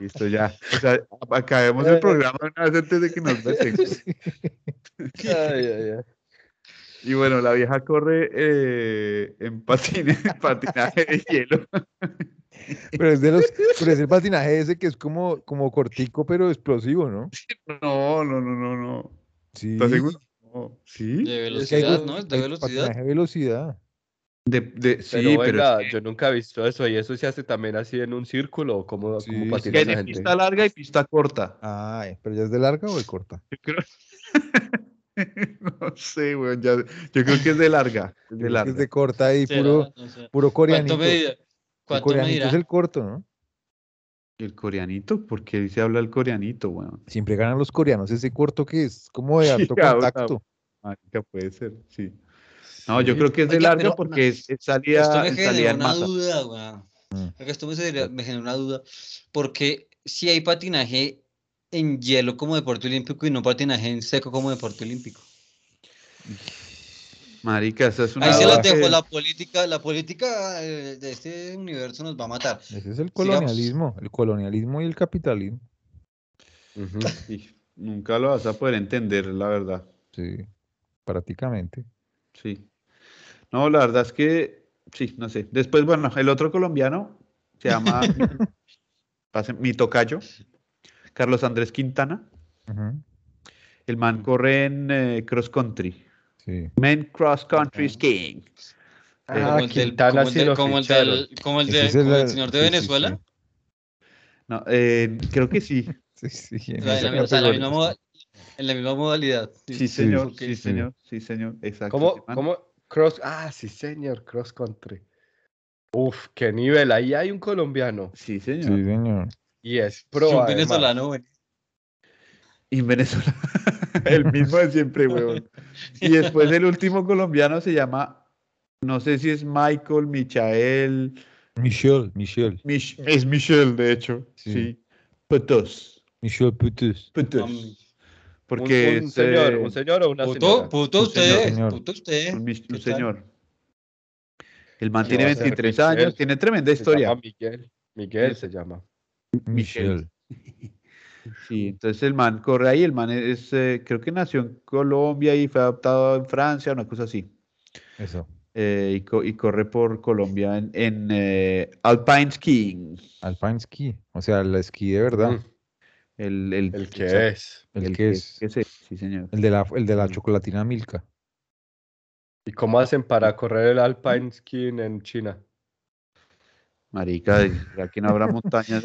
Speaker 4: Listo ya. O sea, acabemos el programa una vez antes de que nos dé texto.
Speaker 1: [LAUGHS] Ay, ay, ay.
Speaker 4: Y bueno, la vieja corre eh, en patine- [LAUGHS] en patinaje de hielo.
Speaker 2: Pero es de los, pero es el patinaje ese que es como, como cortico, pero explosivo, ¿no?
Speaker 4: No, no, no, no, no.
Speaker 2: Sí.
Speaker 4: ¿Estás seguro? No. ¿Sí?
Speaker 3: De
Speaker 2: Es que hay
Speaker 3: velocidad,
Speaker 2: dos-
Speaker 3: ¿no? Es de
Speaker 2: hay
Speaker 3: velocidad.
Speaker 2: Patinaje de velocidad.
Speaker 4: De, de- sí,
Speaker 1: Pero
Speaker 4: pero,
Speaker 1: venga,
Speaker 4: es que-
Speaker 1: yo nunca he visto eso. ¿Y eso se hace también así en un círculo? como
Speaker 2: Sí,
Speaker 1: como
Speaker 2: sí,
Speaker 4: es
Speaker 1: patina
Speaker 4: que hay
Speaker 1: esa
Speaker 4: de
Speaker 1: gente?
Speaker 4: pista larga y pista corta. [LAUGHS]
Speaker 2: Ah, pero ya es de larga o de corta.
Speaker 4: Yo creo... no sé, weón. ya- Yo creo que es de larga. Es
Speaker 2: Creo
Speaker 4: de
Speaker 2: que
Speaker 4: larga.
Speaker 2: Es de corta y puro,
Speaker 3: Será, no sé.
Speaker 2: puro coreanito.
Speaker 3: ¿Cuánto me dirá?
Speaker 2: El
Speaker 3: ¿Cuánto me
Speaker 2: coreanito
Speaker 3: dirá?
Speaker 2: es el corto, ¿no?
Speaker 4: ¿El coreanito? ¿Por qué se habla el coreanito, weón?
Speaker 2: Siempre ganan los coreanos ese corto que es como
Speaker 4: [LAUGHS]
Speaker 2: de
Speaker 4: Sí,
Speaker 2: alto
Speaker 4: cabrón.
Speaker 2: contacto.
Speaker 4: Marica, puede ser, sí. No, yo
Speaker 1: Sí.
Speaker 4: creo que es de
Speaker 3: Oiga,
Speaker 4: larga
Speaker 3: pero-
Speaker 4: porque es, es salida,
Speaker 3: Esto me
Speaker 4: salida
Speaker 3: genera
Speaker 4: en
Speaker 3: una
Speaker 4: masa.
Speaker 3: duda, weón.
Speaker 2: Mm.
Speaker 3: Creo que Esto me genera, me genera una duda. Porque si hay patinaje en hielo como deporte olímpico y no patinaje en seco como deporte olímpico.
Speaker 4: Marica, esa es una
Speaker 3: Ahí se los
Speaker 4: duda que-
Speaker 3: dejo, la política, la política eh, de este universo nos va a matar.
Speaker 2: Ese es el
Speaker 3: Sigamos.
Speaker 2: colonialismo, el colonialismo y el capitalismo.
Speaker 1: Ujú.
Speaker 4: Sí, nunca lo vas a poder entender, la verdad.
Speaker 2: Sí, prácticamente.
Speaker 4: Sí. No, la verdad es que, sí, no sé. Después, bueno, el otro colombiano se
Speaker 3: [LAUGHS]
Speaker 4: llama pase- mi tocayo, Carlos Andrés Quintana.
Speaker 2: Ujú,
Speaker 4: El man corre en eh, cross country.
Speaker 2: Sí.
Speaker 4: Men cross country
Speaker 3: Ujú.
Speaker 4: skiing.
Speaker 1: Ah,
Speaker 3: como el del,
Speaker 1: Quintana
Speaker 3: como el
Speaker 1: sí
Speaker 3: del-
Speaker 1: lo
Speaker 3: como el
Speaker 1: ficharon.
Speaker 3: del- como el
Speaker 2: Ese
Speaker 3: de-
Speaker 2: es el-
Speaker 3: como el señor de
Speaker 2: sí, sí, sí.
Speaker 3: Venezuela.
Speaker 4: No, eh, creo
Speaker 1: [LAUGHS]
Speaker 4: que sí.
Speaker 2: Sí, sí, en
Speaker 3: O sea, en
Speaker 2: esa
Speaker 3: la- o sea, en la
Speaker 2: categoría.
Speaker 3: misma moda- en la misma modalidad.
Speaker 4: Sí, señor.
Speaker 3: ok.
Speaker 4: Sí, señor. Sí, señor. Exacto. ese
Speaker 1: ¿Cómo,
Speaker 4: man.
Speaker 1: cómo cross? Ah, sí, señor, cross country. Uf, qué nivel. Ahí hay un colombiano.
Speaker 4: Sí,
Speaker 2: Sí,
Speaker 4: señor.
Speaker 2: señor.
Speaker 1: Y es
Speaker 3: Y un
Speaker 1: pro. además.
Speaker 3: venezolano, bueno.
Speaker 4: Y en Venezuela. [LAUGHS] el
Speaker 1: [LAUGHS]
Speaker 4: mismo de siempre, weón. Y después el último colombiano se llama, no sé si es Michael, Michael,
Speaker 2: Michel, Michel,
Speaker 4: Mich- es Michel, de hecho. Sí.
Speaker 2: Sí.
Speaker 4: Putos.
Speaker 2: Michel Putus.
Speaker 4: Putos.
Speaker 3: Um,
Speaker 1: Un-
Speaker 4: Porque
Speaker 1: un,
Speaker 4: es,
Speaker 1: señor,
Speaker 4: eh,
Speaker 1: un señor o una
Speaker 3: Puto,
Speaker 1: señora.
Speaker 3: puto
Speaker 4: Un señor,
Speaker 3: usted,
Speaker 2: señor.
Speaker 3: puto usted.
Speaker 4: un mich- un
Speaker 3: ¿Qué tal?
Speaker 4: señor. El man
Speaker 1: No,
Speaker 4: tiene
Speaker 1: va a ser
Speaker 4: 23
Speaker 1: Michel.
Speaker 4: años, tiene tremenda
Speaker 1: Se llama
Speaker 4: historia.
Speaker 1: Miguel. Miguel se llama.
Speaker 4: Michel.
Speaker 2: Michel.
Speaker 4: Sí, entonces el man corre ahí, el man es, eh, creo que nació en Colombia y fue adoptado en Francia, una cosa así.
Speaker 2: Eso.
Speaker 4: Eh, y, co- y corre por Colombia en, en, eh, Alpine Skiing.
Speaker 2: Alpine ski. O sea, el esquí de verdad.
Speaker 1: Mm,
Speaker 4: El, el,
Speaker 1: El que
Speaker 4: exacto,
Speaker 1: es.
Speaker 2: El,
Speaker 4: el
Speaker 2: que es.
Speaker 4: que es, sí, señor.
Speaker 2: El de la, el de la
Speaker 1: Mm.
Speaker 2: chocolatina Milka.
Speaker 1: ¿Y cómo hacen para correr el alpine skiing en China?
Speaker 4: Marica, aquí no habrá montañas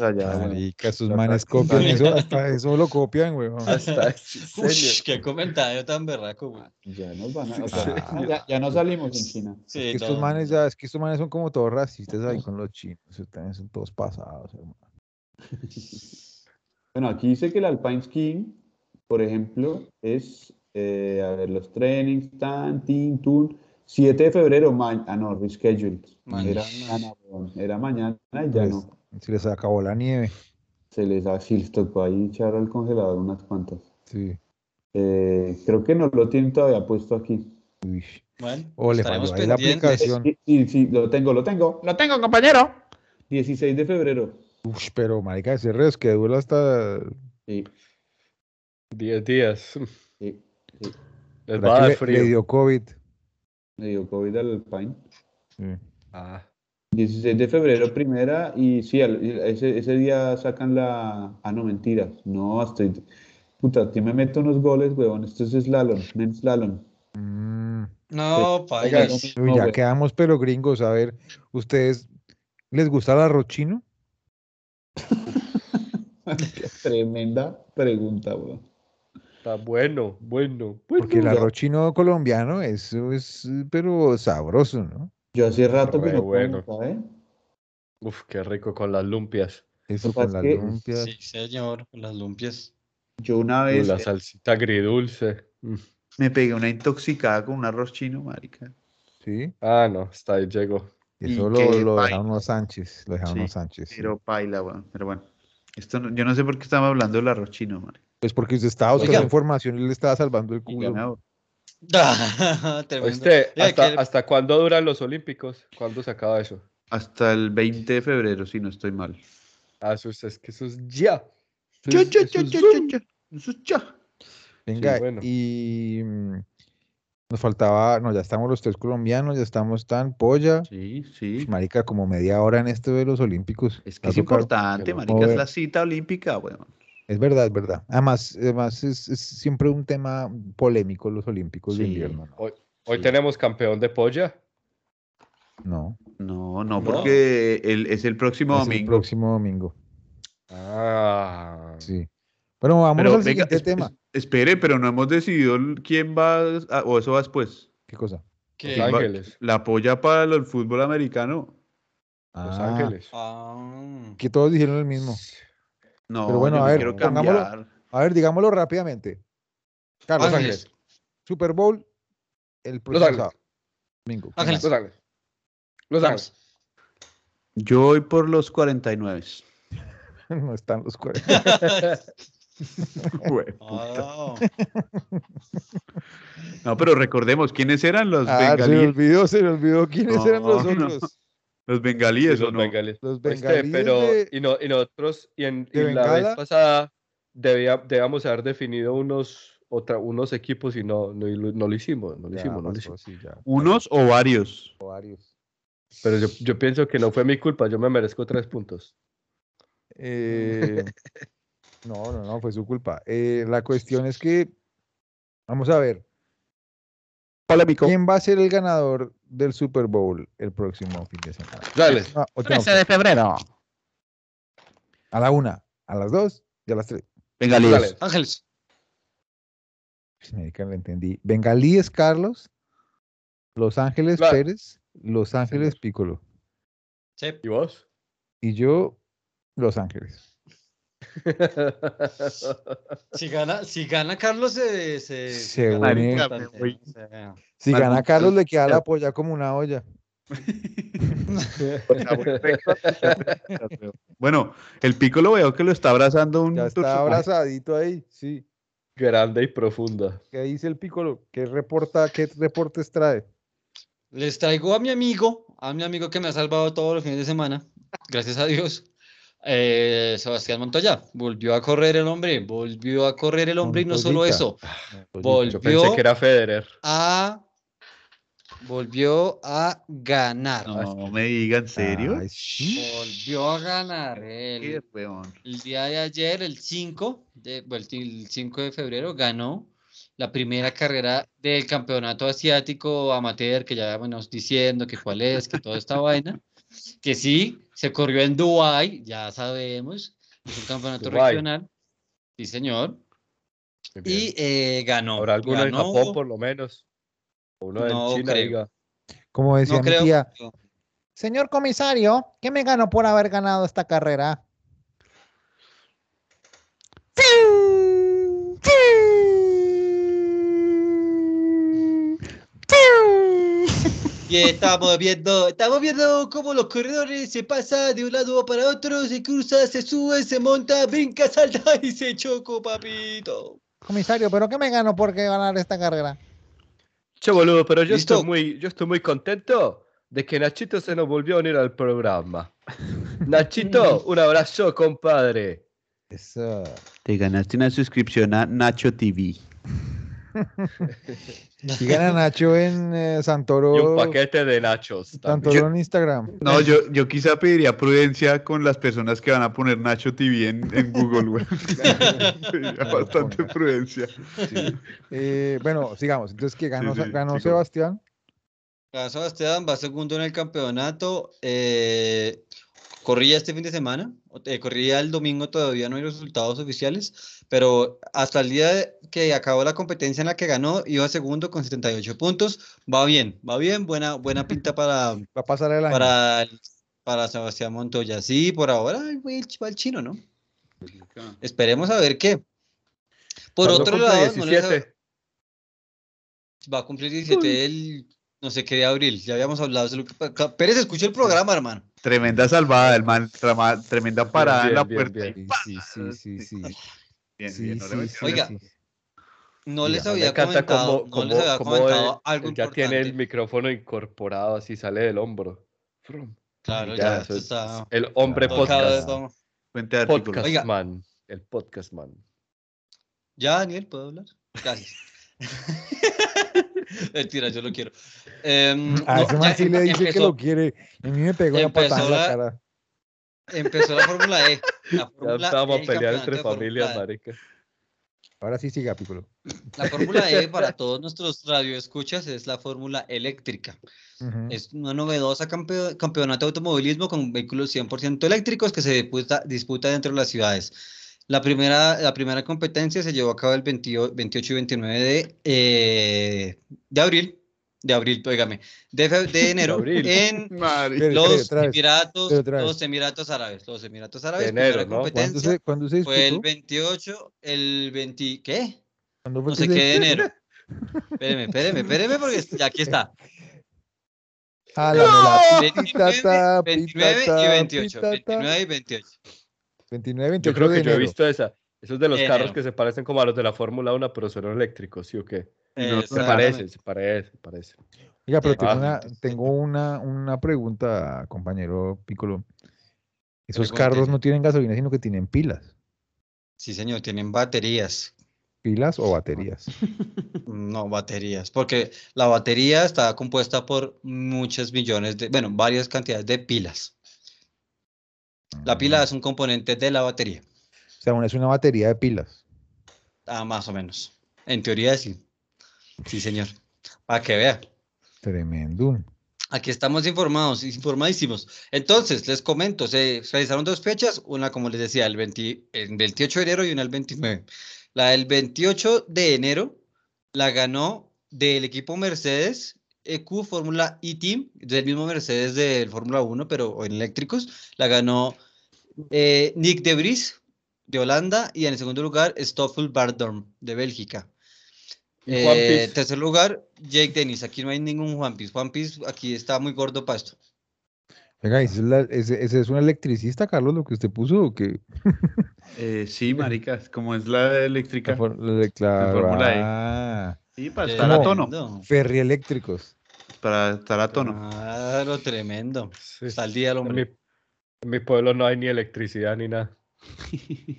Speaker 8: [LAUGHS]
Speaker 4: allá.
Speaker 8: Ah,
Speaker 4: weón.
Speaker 2: Ah, Marica, sus manes copian eso, hasta eso lo copian, weón.
Speaker 3: Ah, [LAUGHS]
Speaker 1: Hasta en serio.
Speaker 3: Ush, qué comentario tan berraco, güey.
Speaker 8: Ya nos van
Speaker 4: [LAUGHS]
Speaker 8: a- o sea,
Speaker 4: Ah.
Speaker 8: ya, ya no salimos en China.
Speaker 3: Sí,
Speaker 2: Es que estos
Speaker 3: no.
Speaker 2: manes ya, es que estos manes son como todos racistas ahí con los chinos, esos también son todos pasados, hermano.
Speaker 8: Bueno, aquí dice que el Alpine Skiing, por ejemplo, es, eh, a ver, los trainings, tan, tin, tun, 7 de febrero, ma- ah, no, rescheduled.
Speaker 3: Mañana.
Speaker 8: Era mañana, weón, era mañana y ya
Speaker 2: Pues,
Speaker 8: no.
Speaker 2: Se les acabó la nieve.
Speaker 8: Se les, ha- sí, les tocó ahí echar al congelador unas cuantas.
Speaker 2: Sí.
Speaker 8: Eh, creo que no lo tienen todavía puesto aquí.
Speaker 3: Bueno,
Speaker 2: O le
Speaker 3: estaremos
Speaker 2: falló ahí la
Speaker 3: pendientes.
Speaker 2: aplicación.
Speaker 8: Sí, sí, sí, lo tengo, lo tengo.
Speaker 6: Lo tengo, compañero.
Speaker 8: 16 de febrero.
Speaker 2: Ush, pero marica, ese reschedule hasta...
Speaker 8: Sí,
Speaker 1: 10 días. [LAUGHS]
Speaker 8: sí.
Speaker 1: Les va a
Speaker 2: ¿verdad
Speaker 1: dar
Speaker 2: que Le, le
Speaker 1: frío.
Speaker 2: dio COVID.
Speaker 8: Me dio COVID al Alpine.
Speaker 2: Sí.
Speaker 1: Ah,
Speaker 8: 16 de febrero primera y sí, al- ese, ese día sacan la... Ah, no, mentiras. No, estoy... Puta, yo me meto unos goles, huevón. Esto es slalom, men slalom.
Speaker 2: Mm.
Speaker 3: No,
Speaker 8: Oiga,
Speaker 3: paila.
Speaker 8: no-
Speaker 2: Uy,
Speaker 8: no,
Speaker 2: ya
Speaker 4: [LAUGHS]
Speaker 8: güey.
Speaker 2: quedamos pero gringos. A ver, ¿ustedes les gusta el arroz chino?
Speaker 8: Tremenda pregunta, huevón.
Speaker 1: está bueno, bueno,
Speaker 2: Porque el
Speaker 1: bueno.
Speaker 2: arroz chino colombiano, eso es eh, pero sabroso, ¿no?
Speaker 8: Yo hace rato que
Speaker 1: Re
Speaker 8: no
Speaker 1: bueno.
Speaker 8: como,
Speaker 4: ¿eh?
Speaker 8: ¿sabe?
Speaker 1: Uf, qué rico con las lumpias.
Speaker 2: Eso
Speaker 8: pasa
Speaker 2: con
Speaker 8: es
Speaker 2: la
Speaker 8: que-
Speaker 2: lumpia.
Speaker 3: Sí, señor, las lumpias. [LAUGHS]
Speaker 4: Yo una
Speaker 1: Con
Speaker 2: Pues,
Speaker 4: vez
Speaker 2: eh,
Speaker 1: la salsita agridulce. Mm.
Speaker 4: me pegué una intoxicada con un arroz chino, marica.
Speaker 2: Sí.
Speaker 1: Ah, no, está ahí, llegó.
Speaker 4: Y
Speaker 2: Eso lo,
Speaker 4: que
Speaker 2: lo
Speaker 4: baila.
Speaker 2: dejaron los Sánchez. Lo dejaron
Speaker 4: Sí,
Speaker 2: los Sánchez. sí.
Speaker 4: Pero paila, weón. Pero bueno. Esto no- yo no sé por qué estamos hablando del arroz chino, marica.
Speaker 2: Pues porque usted estaba buscando
Speaker 3: Oiga.
Speaker 2: información y le estaba salvando el
Speaker 4: Ya me
Speaker 2: culo.
Speaker 4: abro.
Speaker 1: Oíste,
Speaker 3: Tremendo. Oiga,
Speaker 1: Este, ¿hasta,
Speaker 3: que-
Speaker 1: ¿hasta cuándo duran los Olímpicos? ¿Cuándo se acaba eso?
Speaker 4: Hasta el 20 de febrero, si no estoy mal.
Speaker 1: Ah, eso es, es que eso es ya. Eso
Speaker 4: Yo,
Speaker 1: es-
Speaker 4: yo,
Speaker 1: eso
Speaker 4: yo,
Speaker 1: es
Speaker 4: yo,
Speaker 1: zoom.
Speaker 4: yo, yo. Eso es ya.
Speaker 2: Venga,
Speaker 1: bueno.
Speaker 2: y mm, nos faltaba, no, ya estamos los tres colombianos, ya estamos tan polla.
Speaker 4: Sí, sí.
Speaker 2: Marica, como media hora en esto de los olímpicos.
Speaker 4: Es
Speaker 2: Va
Speaker 4: que
Speaker 2: a
Speaker 4: es
Speaker 2: tocar-
Speaker 4: importante,
Speaker 1: que lo
Speaker 4: marica. Es
Speaker 2: mueve.
Speaker 4: la cita olímpica, weón.
Speaker 2: Es verdad, es verdad. Además, además es, es siempre un tema polémico los Olímpicos de
Speaker 4: Sí.
Speaker 2: invierno. ¿no?
Speaker 1: Hoy
Speaker 4: Sí.
Speaker 1: tenemos campeón de polla.
Speaker 2: No,
Speaker 4: No, no,
Speaker 3: No.
Speaker 4: porque el- es el próximo
Speaker 2: es el
Speaker 4: domingo.
Speaker 2: próximo domingo.
Speaker 1: Ah,
Speaker 2: Sí. Bueno, vamos
Speaker 4: Pero
Speaker 2: al
Speaker 4: venga,
Speaker 2: siguiente
Speaker 4: es-
Speaker 2: tema.
Speaker 4: es- espere, pero no hemos decidido el- quién va a- o eso va después.
Speaker 2: ¿Qué cosa?
Speaker 3: que-
Speaker 1: Los
Speaker 4: va-
Speaker 1: Ángeles.
Speaker 4: La polla para el fútbol americano.
Speaker 1: Los
Speaker 2: Ah,
Speaker 1: Ángeles.
Speaker 3: Ah,
Speaker 2: Que todos dijeron el mismo.
Speaker 4: No,
Speaker 2: Pero bueno,
Speaker 4: yo
Speaker 2: a
Speaker 4: no
Speaker 2: ver,
Speaker 4: quiero
Speaker 2: pongámoslo.
Speaker 4: cambiar.
Speaker 2: A ver, digámoslo rápidamente. Carlos
Speaker 3: Ángeles.
Speaker 2: Ángeles, Super Bowl, el próximo
Speaker 1: Ángeles.
Speaker 2: sábado. Domingo. ¿Qué
Speaker 3: Ángeles.
Speaker 1: Los Ángeles. Los Ángeles.
Speaker 4: Yo voy por
Speaker 2: [LAUGHS]
Speaker 4: los 49.
Speaker 2: más? [LAUGHS] no están los 40.
Speaker 4: Güey, puta.
Speaker 3: Ah,
Speaker 4: No, pero recordemos quiénes eran [LAUGHS] los
Speaker 2: [LAUGHS] Ah, se me
Speaker 4: bengalíes.
Speaker 2: olvidó, se me olvidó quiénes eran los
Speaker 4: No, no.
Speaker 2: otros.
Speaker 4: Los
Speaker 1: Sí,
Speaker 4: bengalíes, ¿o
Speaker 1: los
Speaker 4: no?
Speaker 1: bengalíes.
Speaker 2: Los
Speaker 1: Este,
Speaker 2: bengalíes
Speaker 1: pero
Speaker 2: de-
Speaker 1: y, no, y nosotros y en
Speaker 2: de
Speaker 1: y la
Speaker 2: Bengala.
Speaker 1: vez pasada debía, debíamos haber definido unos otra, unos equipos y no, no, y lo- no lo hicimos, no lo
Speaker 2: Ya pues,
Speaker 1: hicimos, no lo
Speaker 2: pasó,
Speaker 1: hicimos.
Speaker 2: sí, ya.
Speaker 4: ¿Unos o varios?
Speaker 1: Pero yo, yo pienso que no fue mi culpa, yo me merezco tres puntos.
Speaker 2: Eh, no, no, no, fue su culpa. Eh, la cuestión es que, vamos a ver,
Speaker 4: Polémico.
Speaker 2: ¿quién va a ser el ganador del Super Bowl el próximo fin de semana?
Speaker 1: Dale.
Speaker 2: Ah, última
Speaker 6: 13 de
Speaker 2: opción.
Speaker 6: febrero.
Speaker 2: a la una, a las dos y a las tres.
Speaker 1: Dale.
Speaker 4: Bengalíes.
Speaker 3: Ángeles.
Speaker 2: Pues, marica, no entendí. Bengalíes Carlos, Los Ángeles
Speaker 1: Claro.
Speaker 2: Pérez, Los Ángeles Piccolo.
Speaker 3: Sí.
Speaker 1: ¿Y vos? [LAUGHS]
Speaker 2: Y yo, Los Ángeles.
Speaker 3: Si gana, si gana Carlos, se. se,
Speaker 2: Se
Speaker 3: gana
Speaker 2: une.
Speaker 3: importante,
Speaker 4: Marica, me voy.
Speaker 3: o sea,
Speaker 2: Si
Speaker 4: Más
Speaker 2: gana
Speaker 4: un-
Speaker 2: Carlos, le queda la polla como una olla.
Speaker 4: Bueno, el pico lo veo que lo está abrazando un
Speaker 2: Ya está
Speaker 4: turco.
Speaker 2: abrazadito ahí, sí.
Speaker 1: Grande y profunda.
Speaker 2: ¿Qué dice el Piccolo? ¿Qué, reporta, qué reportes trae?
Speaker 3: Les traigo a mi amigo, a mi amigo que me ha salvado todos los fines de semana, gracias a Dios. eh, Sebastián Montoya volvió a correr el hombre, volvió a correr el hombre y no solo
Speaker 2: Montoyita.
Speaker 3: eso,
Speaker 1: Ah, Yo pensé
Speaker 3: volvió
Speaker 1: que era Federer.
Speaker 3: a volvió a ganar,
Speaker 4: No me diga, ¿en serio?
Speaker 2: Ay, sí.
Speaker 3: volvió a ganar. El,
Speaker 4: Qué weón.
Speaker 3: el día de ayer, el 5 de, bueno, el 5 de febrero, ganó la primera carrera del campeonato asiático amateur, que ya veníamos diciendo que cuál es, que toda esta vaina. que sí, se corrió en Dubái, ya sabemos, es un campeonato
Speaker 1: Dubái.
Speaker 3: regional, sí señor,
Speaker 1: Muy bien.
Speaker 3: y eh, ganó.
Speaker 1: Habrá alguno en
Speaker 3: ganó,
Speaker 1: Japón, por lo menos. O uno
Speaker 3: No
Speaker 1: en China,
Speaker 3: creo.
Speaker 1: diga.
Speaker 2: Como decía
Speaker 3: no
Speaker 2: mi tía,
Speaker 3: creo,
Speaker 7: Señor comisario, ¿qué me ganó por haber ganado esta carrera?
Speaker 3: Y estamos viendo, estamos viendo cómo los corredores se pasan de un lado para otro, se cruza, se sube, se monta, brinca, [LAUGHS] salta y se chocó, papito.
Speaker 7: Comisario, ¿pero qué me ganó por qué ganar esta carrera?
Speaker 1: Che, boludo, pero yo
Speaker 3: ¿Listo?
Speaker 1: estoy, muy, yo estoy muy contento de que Nachito se nos volvió a unir al programa. [LAUGHS] Nachito, un abrazo, compadre.
Speaker 7: Eso.
Speaker 4: Te ganaste una suscripción a Nacho TV.
Speaker 2: y gana Nacho en eh,
Speaker 3: Oh.
Speaker 2: Santoro.
Speaker 1: Y un paquete de nachos. también.
Speaker 2: Santoro en
Speaker 3: [LAUGHS]
Speaker 2: Instagram.
Speaker 4: No, yo, yo quizá pediría prudencia con las personas que van a poner Nacho TV en, en Google, [LAUGHS] güey.
Speaker 3: Eh,
Speaker 4: Pediría bastante prudencia.
Speaker 2: Eh, bueno, sigamos. Entonces, que ganó,
Speaker 4: Sí,
Speaker 2: ganó
Speaker 4: sí, sigamos.
Speaker 2: Sebastián.
Speaker 3: Ganó Sebastián va segundo en el campeonato. eh, corría este fin de semana, o- eh, corría el domingo, todavía no hay resultados oficiales, pero hasta el día de- que acabó la competencia en la que ganó, iba segundo con 78 puntos. Va bien, va bien, buena, buena pinta para,
Speaker 2: Va a pasar el año.
Speaker 3: para, el- para Sebastián Montoya. Sí, por ahora ay, güey, el ch- va el chino, ¿no? Esperemos a ver qué. Por
Speaker 1: Cuando
Speaker 3: otro
Speaker 1: cumpla
Speaker 3: lado, no les-
Speaker 1: 17.
Speaker 3: va a cumplir 17 el no sé qué de abril. Ya habíamos hablado. de lo que- Ca- Pérez escuchó el programa, hermano.
Speaker 4: Tremenda salvada, el man. trama- tremenda parada
Speaker 1: Bien,
Speaker 4: en la
Speaker 1: bien,
Speaker 4: puerta.
Speaker 1: bien,
Speaker 2: Sí, sí, sí, sí, sí.
Speaker 4: Bien,
Speaker 2: Sí,
Speaker 4: bien, no le
Speaker 2: sí,
Speaker 4: metieron
Speaker 2: sí,
Speaker 3: Oiga,
Speaker 2: sí.
Speaker 3: No les
Speaker 1: Me
Speaker 3: había
Speaker 1: encanta
Speaker 3: comentado,
Speaker 1: cómo-
Speaker 3: no les
Speaker 1: cómo-
Speaker 3: había
Speaker 1: cómo
Speaker 3: comentado
Speaker 1: él-
Speaker 3: algo
Speaker 1: él ya tiene el
Speaker 3: importante.
Speaker 1: micrófono incorporado, así sale del hombro. Frum.
Speaker 3: Claro,
Speaker 1: Ya,
Speaker 3: ya,
Speaker 1: eso
Speaker 3: esto
Speaker 1: es-
Speaker 3: está
Speaker 1: El hombre
Speaker 2: Claro.
Speaker 3: tocado,
Speaker 1: podcast.
Speaker 2: Tocado.
Speaker 3: vamos.
Speaker 4: Fuente de artículos.
Speaker 1: Podcast
Speaker 3: Oiga.
Speaker 1: man. El podcast man.
Speaker 3: Ya, Daniel, ¿puedo hablar?
Speaker 1: [LAUGHS]
Speaker 3: Gracias. [LAUGHS] Mentira, yo lo quiero. Em,
Speaker 2: A
Speaker 1: Ah,
Speaker 3: no,
Speaker 2: Ah, ese
Speaker 3: ya
Speaker 2: man sí le
Speaker 3: em-
Speaker 2: dice que
Speaker 3: empezó-
Speaker 2: lo quiere. Y a mí me pegó una
Speaker 3: empezó
Speaker 2: patada en la
Speaker 3: la-
Speaker 2: cara.
Speaker 3: Empezó la Fórmula E. La
Speaker 1: Ya
Speaker 3: Fórmula
Speaker 1: estábamos a
Speaker 3: E,
Speaker 1: pelear
Speaker 3: el campeonato
Speaker 1: entre
Speaker 3: de Fórmula
Speaker 1: familias,
Speaker 3: E.
Speaker 1: marica.
Speaker 2: Ahora sí siga, Piccolo.
Speaker 3: La Fórmula
Speaker 1: [LAUGHS]
Speaker 3: E para todos nuestros radioescuchas es la Fórmula Eléctrica.
Speaker 2: Ujú.
Speaker 3: Es una novedosa campe- campeonato de automovilismo con vehículos 100% eléctricos que se disputa, disputa dentro de las ciudades. La primera, la primera competencia se llevó a cabo el 20 28 y 29 de, eh, de abril, de abril, óigame,
Speaker 1: [LAUGHS]
Speaker 3: de, fe- de enero,
Speaker 1: abril.
Speaker 3: en
Speaker 4: Madre.
Speaker 2: Pero, espere,
Speaker 3: los
Speaker 2: otra vez.
Speaker 3: Emiratos,
Speaker 2: pero otra vez.
Speaker 3: los Emiraratos Árabes, los Emiratos Árabes,
Speaker 1: enero,
Speaker 3: primera
Speaker 1: ¿no? ¿Cuándo
Speaker 2: ¿Cuándo
Speaker 3: competencia
Speaker 2: se, cuándo se
Speaker 3: fue el
Speaker 2: disputó?
Speaker 3: 28, el 20, ¿qué?
Speaker 2: ¿Cuándo fue
Speaker 3: No
Speaker 2: que
Speaker 3: sé
Speaker 2: se-
Speaker 3: qué de enero. Espéreme, espéreme, espéreme, porque ya
Speaker 2: [LAUGHS]
Speaker 3: aquí está.
Speaker 2: Jálame Ah, la
Speaker 3: 29,
Speaker 2: pitata,
Speaker 3: 29 y
Speaker 2: pitata,
Speaker 3: 28.
Speaker 2: pitata.
Speaker 3: 29 y 28.
Speaker 2: 29, 28
Speaker 1: Yo creo
Speaker 2: de
Speaker 1: que yo he
Speaker 2: enero.
Speaker 1: visto esa. Esos de los
Speaker 3: De
Speaker 1: carros
Speaker 3: enero.
Speaker 1: que se parecen como a los de la Fórmula 1, pero son eléctricos, ¿sí o qué? Se
Speaker 3: Exactamente.
Speaker 1: parecen, se parecen, se parecen.
Speaker 2: Oiga,
Speaker 3: Eh,
Speaker 2: pero tengo,
Speaker 1: Ah,
Speaker 2: una,
Speaker 3: [LAUGHS] entonces-
Speaker 2: tengo una, una pregunta, compañero Piccolo. Esos
Speaker 3: Pregúnteme.
Speaker 2: carros no tienen gasolina, sino que tienen pilas.
Speaker 3: Sí, señor, tienen baterías.
Speaker 2: ¿Pilas
Speaker 3: Ah,
Speaker 2: o baterías?
Speaker 3: No, baterías. Porque la batería está compuesta por muchos millones de, bueno, varias cantidades de pilas. La pila es un componente de la batería.
Speaker 2: Ah, O sea, una es una batería de pilas.
Speaker 3: Ah, más o menos. En teoría sí. Sí, señor. Para que vea.
Speaker 2: Tremendo.
Speaker 3: Aquí estamos informados, informadísimos. Entonces, les comento, se realizaron dos fechas, una como les decía, el, 20 el 28 de enero y una el 29. La del 28 de enero la ganó del equipo Mercedes EQ Fórmula E-Team, del mismo Mercedes del Fórmula 1, pero en eléctricos, la ganó eh, Nick de Vries de Holanda y en el segundo lugar Stoffel Bardorm de Bélgica.
Speaker 1: ¿Y Juan
Speaker 3: Eh,
Speaker 1: Piz?
Speaker 3: tercer lugar, Jake Dennis. Aquí no hay ningún Juan Piz. Juan Piz aquí está muy gordo pasto.
Speaker 2: Oiga, ¿ese es, la- ese- ese es un electricista, Carlos, lo que usted puso? ¿o qué?
Speaker 4: Eh, sí, maricas, como es la
Speaker 2: La
Speaker 4: eléctrica.
Speaker 2: for- la de- claro,
Speaker 4: Fórmula E.
Speaker 2: ah,
Speaker 4: Sí, para
Speaker 3: Eh,
Speaker 4: estar a tono.
Speaker 3: tremendo.
Speaker 2: ferry eléctricos.
Speaker 4: Para estar a tono.
Speaker 3: Claro, tremendo.
Speaker 1: Sí.
Speaker 3: Está al día el
Speaker 1: En
Speaker 3: hombre.
Speaker 1: mi, en mi pueblo no hay ni electricidad ni nada.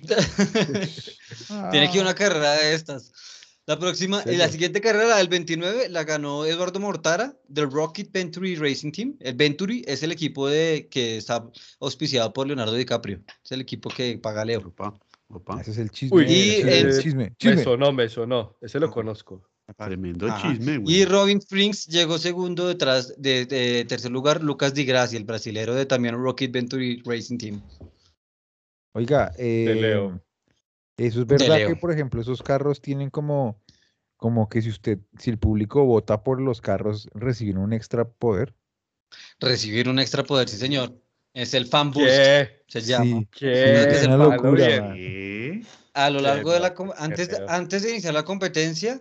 Speaker 3: [LAUGHS] Tiene que ir una carrera de estas. La próxima, y la
Speaker 2: serio?
Speaker 3: siguiente carrera, el 29, la ganó Eduardo Mortara del Rocket Venturi Racing Team. El Venturi es el equipo de, que está auspiciado por Leonardo DiCaprio. Es el equipo que paga Leo.
Speaker 4: Opa, opa.
Speaker 2: Ah, Ese es el chisme.
Speaker 1: Uy,
Speaker 2: ese
Speaker 3: y eh,
Speaker 2: es el
Speaker 3: el-
Speaker 2: chisme.
Speaker 1: Me
Speaker 2: chisme.
Speaker 1: sonó, me sonó. Ese lo conozco.
Speaker 4: Tremendo
Speaker 3: Ajá.
Speaker 4: chisme, güey.
Speaker 3: Y Robin Springs llegó segundo detrás de, de tercer lugar Lucas Di Grassi, el brasilero de también Rocket Venturi Racing Team.
Speaker 2: Oiga, eh,
Speaker 1: leo.
Speaker 2: eso es verdad que,
Speaker 3: leo.
Speaker 2: por ejemplo, esos carros tienen como, como que si usted, si el público vota por los carros, reciben un extra poder.
Speaker 3: Recibir un extra poder, sí señor. Es el fan boost,
Speaker 1: ¿Qué?
Speaker 3: se llama.
Speaker 2: Sí,
Speaker 1: ¿Qué?
Speaker 3: Es una
Speaker 1: Malo
Speaker 2: locura,
Speaker 1: bien.
Speaker 2: man.
Speaker 4: ¿Qué?
Speaker 3: A lo
Speaker 1: Qué
Speaker 3: largo de la
Speaker 1: loco,
Speaker 3: com-
Speaker 1: qué
Speaker 3: antes, de-
Speaker 1: feo.
Speaker 3: antes de iniciar la competencia,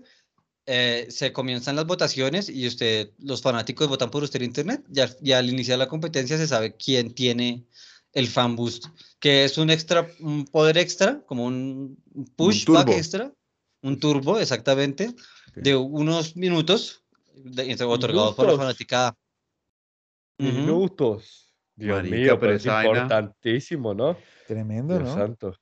Speaker 3: eh, se comienzan las votaciones y usted, los fanáticos votan por usted en internet. Y al, y al iniciar la competencia se sabe quién tiene el fan boost, que es un extra, un poder extra, como un un pushback
Speaker 4: turbo.
Speaker 3: extra, un turbo, exactamente, de unos minutos, de- entre- otorgado por la
Speaker 1: Minutos.
Speaker 3: fanaticada. Ujú.
Speaker 1: Minutos. Dios
Speaker 4: Marica,
Speaker 1: mío,
Speaker 4: pero
Speaker 1: pero es
Speaker 4: esa vaina-
Speaker 1: importantísimo, ¿no?
Speaker 2: Tremendo,
Speaker 1: Dios
Speaker 2: ¿no?
Speaker 1: santo.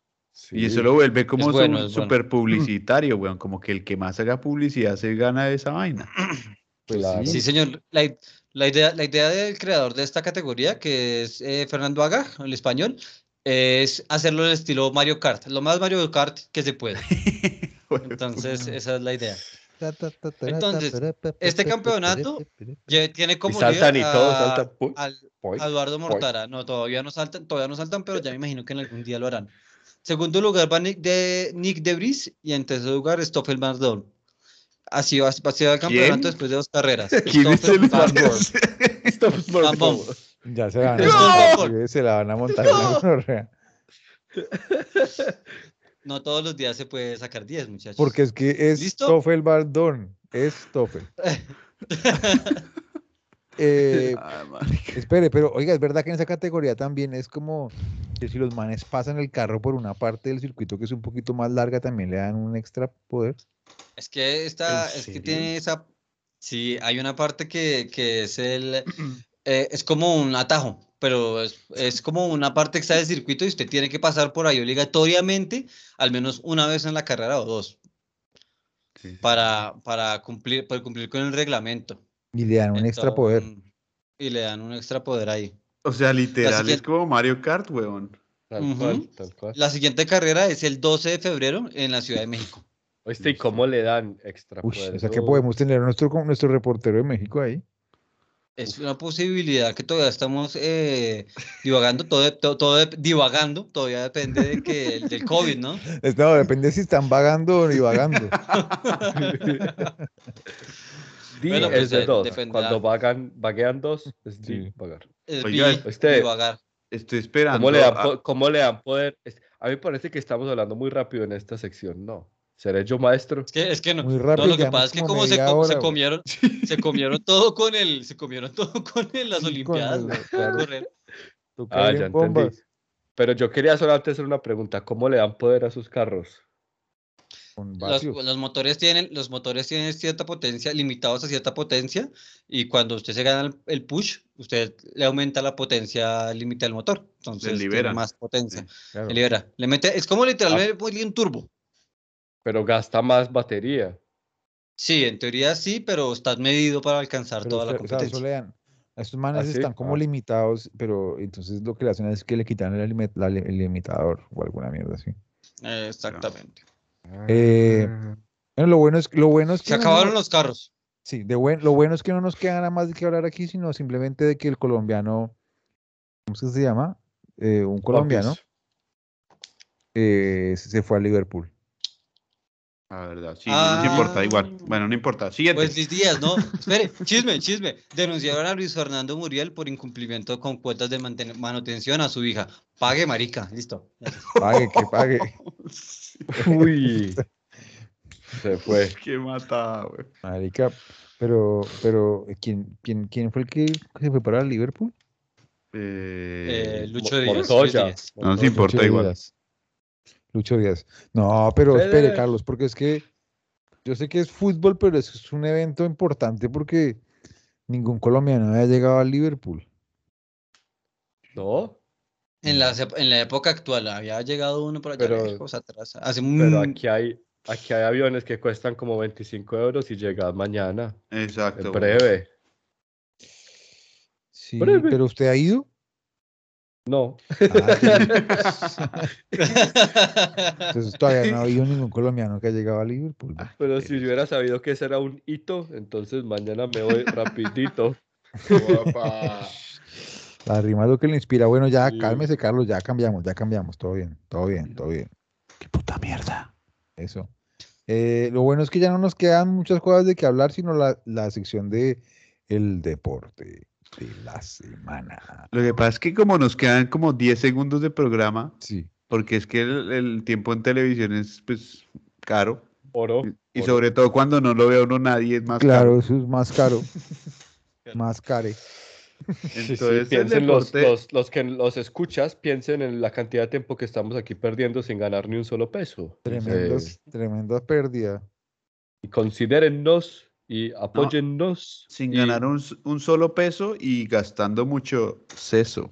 Speaker 4: Y
Speaker 1: Sí.
Speaker 4: eso lo vuelve como
Speaker 3: Es bueno,
Speaker 4: su-
Speaker 3: es bueno.
Speaker 4: super publicitario, weón. Como que el que más haga publicidad se gana de esa vaina. [LAUGHS]
Speaker 1: Claro.
Speaker 3: Sí, señor. La, i- la idea, la idea del creador de esta categoría, que es eh, Fernando Aga, el español, es hacerlo en el estilo Mario Kart, lo más Mario Kart que se pueda. Entonces, esa es la idea. Entonces, este campeonato Ye- Tiene como
Speaker 1: saltan y
Speaker 3: líder
Speaker 1: todos
Speaker 3: a-
Speaker 1: saltan, pu-
Speaker 3: al-
Speaker 1: Point.
Speaker 3: a Eduardo Mortara. No, todavía no saltan, todavía no saltan, pero ya me imagino que en algún día lo harán. Segundo lugar va Nick de Nick Debris y en tercer lugar Stoffel Bardón. Así va, va a ser el campeonato después de dos carreras.
Speaker 4: pues, ¿Quién es
Speaker 3: Stoffel
Speaker 4: el
Speaker 3: Van Dorn.
Speaker 4: [LAUGHS] Esto es por
Speaker 3: Van Boom.
Speaker 4: favor.
Speaker 2: Ya se la van a
Speaker 3: [LAUGHS] ¡No!
Speaker 2: montar, güey, se la van a
Speaker 3: [LAUGHS]
Speaker 2: montar. en la gonorrea.
Speaker 3: No todos los días se puede sacar 10, muchachos.
Speaker 2: Porque es que es
Speaker 3: ¿Listo?
Speaker 2: Stoffel Bardón, es Toffel.
Speaker 1: [LAUGHS]
Speaker 4: Ah, marica.
Speaker 2: Eh, espere, pero oiga, es verdad que en esa categoría también es como que si los manes pasan el carro por una parte del circuito que es un poquito más larga, también le dan un extra poder.
Speaker 3: Es que esta,
Speaker 4: ¿En
Speaker 3: es que
Speaker 4: serio?
Speaker 3: tiene esa, sí, hay una parte que, que es el,
Speaker 2: [CLEARS THROAT]
Speaker 3: eh, es como un atajo, pero es, es como una parte extra del circuito y usted tiene que pasar por ahí obligatoriamente, al menos una vez en la carrera o dos,
Speaker 4: Sí, sí.
Speaker 3: para, para cumplir, para cumplir con el reglamento.
Speaker 2: Y le dan un extra poder.
Speaker 3: Entonces, Y le dan un extra poder ahí.
Speaker 4: O sea, literal, es
Speaker 3: siguiente-
Speaker 4: como Mario Kart, weón.
Speaker 1: Tal
Speaker 3: Ujú.
Speaker 1: cual, tal cual.
Speaker 3: La siguiente carrera es el 12 de febrero en la Ciudad de México.
Speaker 1: Oíste, ¿y cómo le dan extra
Speaker 2: Uy,
Speaker 1: poder?
Speaker 2: o sea que
Speaker 1: Eso-
Speaker 2: podemos tener a nuestro, con nuestro reportero de México ahí.
Speaker 3: Es una posibilidad que todavía estamos eh, divagando, todo, todo, todo dep- divagando, todavía depende de que, del COVID, ¿no?
Speaker 2: Es- No, depende si están vagando o divagando.
Speaker 1: Di
Speaker 3: Bueno,
Speaker 1: es
Speaker 3: pues,
Speaker 1: de
Speaker 3: eh,
Speaker 1: dos.
Speaker 3: dependerá.
Speaker 1: Cuando vagan, vaguean dos, es di
Speaker 2: Sí.
Speaker 1: vagar.
Speaker 3: Es
Speaker 4: Oiga,
Speaker 3: vi-
Speaker 1: este-
Speaker 3: Eh, divagar.
Speaker 4: Estoy esperando.
Speaker 1: ¿Cómo le, dan,
Speaker 4: a-
Speaker 1: po- cómo le dan poder? Es- A mí me parece que estamos hablando muy rápido en esta sección, ¿no. ¿Seré yo maestro?
Speaker 3: Es que, es que [LAUGHS] no.
Speaker 2: Muy
Speaker 3: No,
Speaker 2: rápido.
Speaker 3: lo que
Speaker 2: llevamos
Speaker 3: pasa es que como se,
Speaker 2: media
Speaker 3: co- se
Speaker 2: hora, güey.
Speaker 3: comieron, se comieron todo con el, se comieron todo con el- las
Speaker 2: Sí, con
Speaker 3: olimpiadas,
Speaker 2: el-
Speaker 3: güey,
Speaker 2: claro.
Speaker 3: correr.
Speaker 2: Toca
Speaker 1: Ah,
Speaker 2: ir
Speaker 1: ya
Speaker 2: en bombas.
Speaker 1: entendí. Pero yo quería solamente hacer una pregunta. ¿Cómo le dan poder a sus carros?
Speaker 2: Con
Speaker 3: Los,
Speaker 2: vacío.
Speaker 3: los motores tienen, los motores tienen cierta potencia, limitados a cierta potencia, y cuando usted se gana el, el push, usted le aumenta la potencia límite al motor, entonces tiene
Speaker 4: liberan.
Speaker 3: más potencia,
Speaker 2: claro.
Speaker 3: le libera, le mete, es como literalmente ponerle un turbo.
Speaker 1: Pero gasta más batería.
Speaker 3: Sí, en teoría sí, pero está medido para alcanzar
Speaker 2: Pero
Speaker 3: toda la
Speaker 2: usted- o sea,
Speaker 3: competencia.
Speaker 2: eso le dan- Estos manes
Speaker 1: ¿sí?
Speaker 2: están como
Speaker 1: Ah.
Speaker 2: limitados, pero entonces lo que le hacen es que le quitan el, alime- la- el limitador o alguna mierda así.
Speaker 3: Eh, Exactamente.
Speaker 2: Ah. Eh,
Speaker 1: Ah.
Speaker 2: bueno, lo bueno es, lo bueno es que
Speaker 3: Se
Speaker 2: no-
Speaker 3: acabaron los carros.
Speaker 2: sí, de buen- lo bueno es que no nos queda nada más de que hablar aquí, sino simplemente de que el colombiano, ¿cómo es que se llama? Eh, un colombiano
Speaker 1: Opus.
Speaker 2: eh, se fue a Liverpool.
Speaker 4: La verdad, sí,
Speaker 3: Ah.
Speaker 4: no importa, igual. Bueno, no importa. Siguiente.
Speaker 3: Pues Luis Díaz, no, espere, chisme, chisme. Denunciaron a Luis Fernando Muriel por incumplimiento con cuotas de manten- manutención a su hija. Pague, marica, listo.
Speaker 2: Pague, que
Speaker 1: [LAUGHS]
Speaker 2: pague.
Speaker 3: Pues,
Speaker 4: [LAUGHS]
Speaker 1: Uy. Se fue.
Speaker 4: Qué matada, weón.
Speaker 2: Marica, pero, pero eh, ¿quién, quién, quién fue el que se fue para Liverpool?
Speaker 3: Eh,
Speaker 4: Eh,
Speaker 3: Lucho
Speaker 1: Mo-
Speaker 3: Díaz. Luis
Speaker 1: Montoya.
Speaker 3: Díaz.
Speaker 4: no nos
Speaker 1: Montoya.
Speaker 4: importa
Speaker 2: Lucho
Speaker 4: igual.
Speaker 2: Díaz. Lucho Díaz. No, pero espere,
Speaker 1: Federer.
Speaker 2: Carlos, porque es que yo sé que es fútbol, pero es, es un evento importante porque ningún colombiano había llegado a Liverpool.
Speaker 1: No,
Speaker 3: En la, sep- en la época actual había llegado uno por allá
Speaker 1: Pero-
Speaker 3: lejos atrás. Hace
Speaker 1: pero
Speaker 4: Mm.
Speaker 3: un- [LAUGHS]
Speaker 1: aquí hay, aquí hay aviones que cuestan como 25 euros y llegas mañana.
Speaker 4: Exacto.
Speaker 1: En
Speaker 4: weón.
Speaker 1: breve.
Speaker 2: Sí,
Speaker 1: Breve.
Speaker 2: pero usted ha ido.
Speaker 1: No.
Speaker 2: Entonces todavía no ha habido ningún colombiano que ha llegado a Liverpool. güey.
Speaker 1: Pero si yo hubiera sabido que ese era un hito, entonces mañana me
Speaker 4: [LAUGHS]
Speaker 1: voy rapidito.
Speaker 9: Guapa.
Speaker 2: La rima es lo que le inspira. Bueno, ya
Speaker 1: Sí.
Speaker 2: cálmese, Carlos, ya cambiamos, ya cambiamos. Todo bien, todo bien, todo bien. Qué puta mierda. Eso. Eh, lo bueno es que ya no nos quedan muchas cosas de que hablar, sino la, la sección de el deporte de la semana.
Speaker 4: Lo que pasa es que como nos quedan como 10 segundos de programa,
Speaker 2: Sí.
Speaker 4: porque es que el, el tiempo en televisión es pues caro.
Speaker 1: Oro.
Speaker 4: Y
Speaker 1: oro.
Speaker 4: sobre todo cuando no lo ve a uno nadie es más
Speaker 2: Claro,
Speaker 4: caro.
Speaker 2: eso es más
Speaker 4: [LAUGHS]
Speaker 2: caro. más care.
Speaker 1: Sí, sí,
Speaker 4: Entonces el
Speaker 1: piensen los,
Speaker 4: deporte-
Speaker 1: los- los que los escuchas, piensen en la cantidad de tiempo que estamos aquí perdiendo sin ganar ni un solo peso.
Speaker 2: Tremendos,
Speaker 1: Entonces,
Speaker 2: tremenda pérdida.
Speaker 1: y considérennos y apóyennos.
Speaker 4: sin
Speaker 1: y-
Speaker 4: ganar un, s- un solo peso y gastando mucho seso.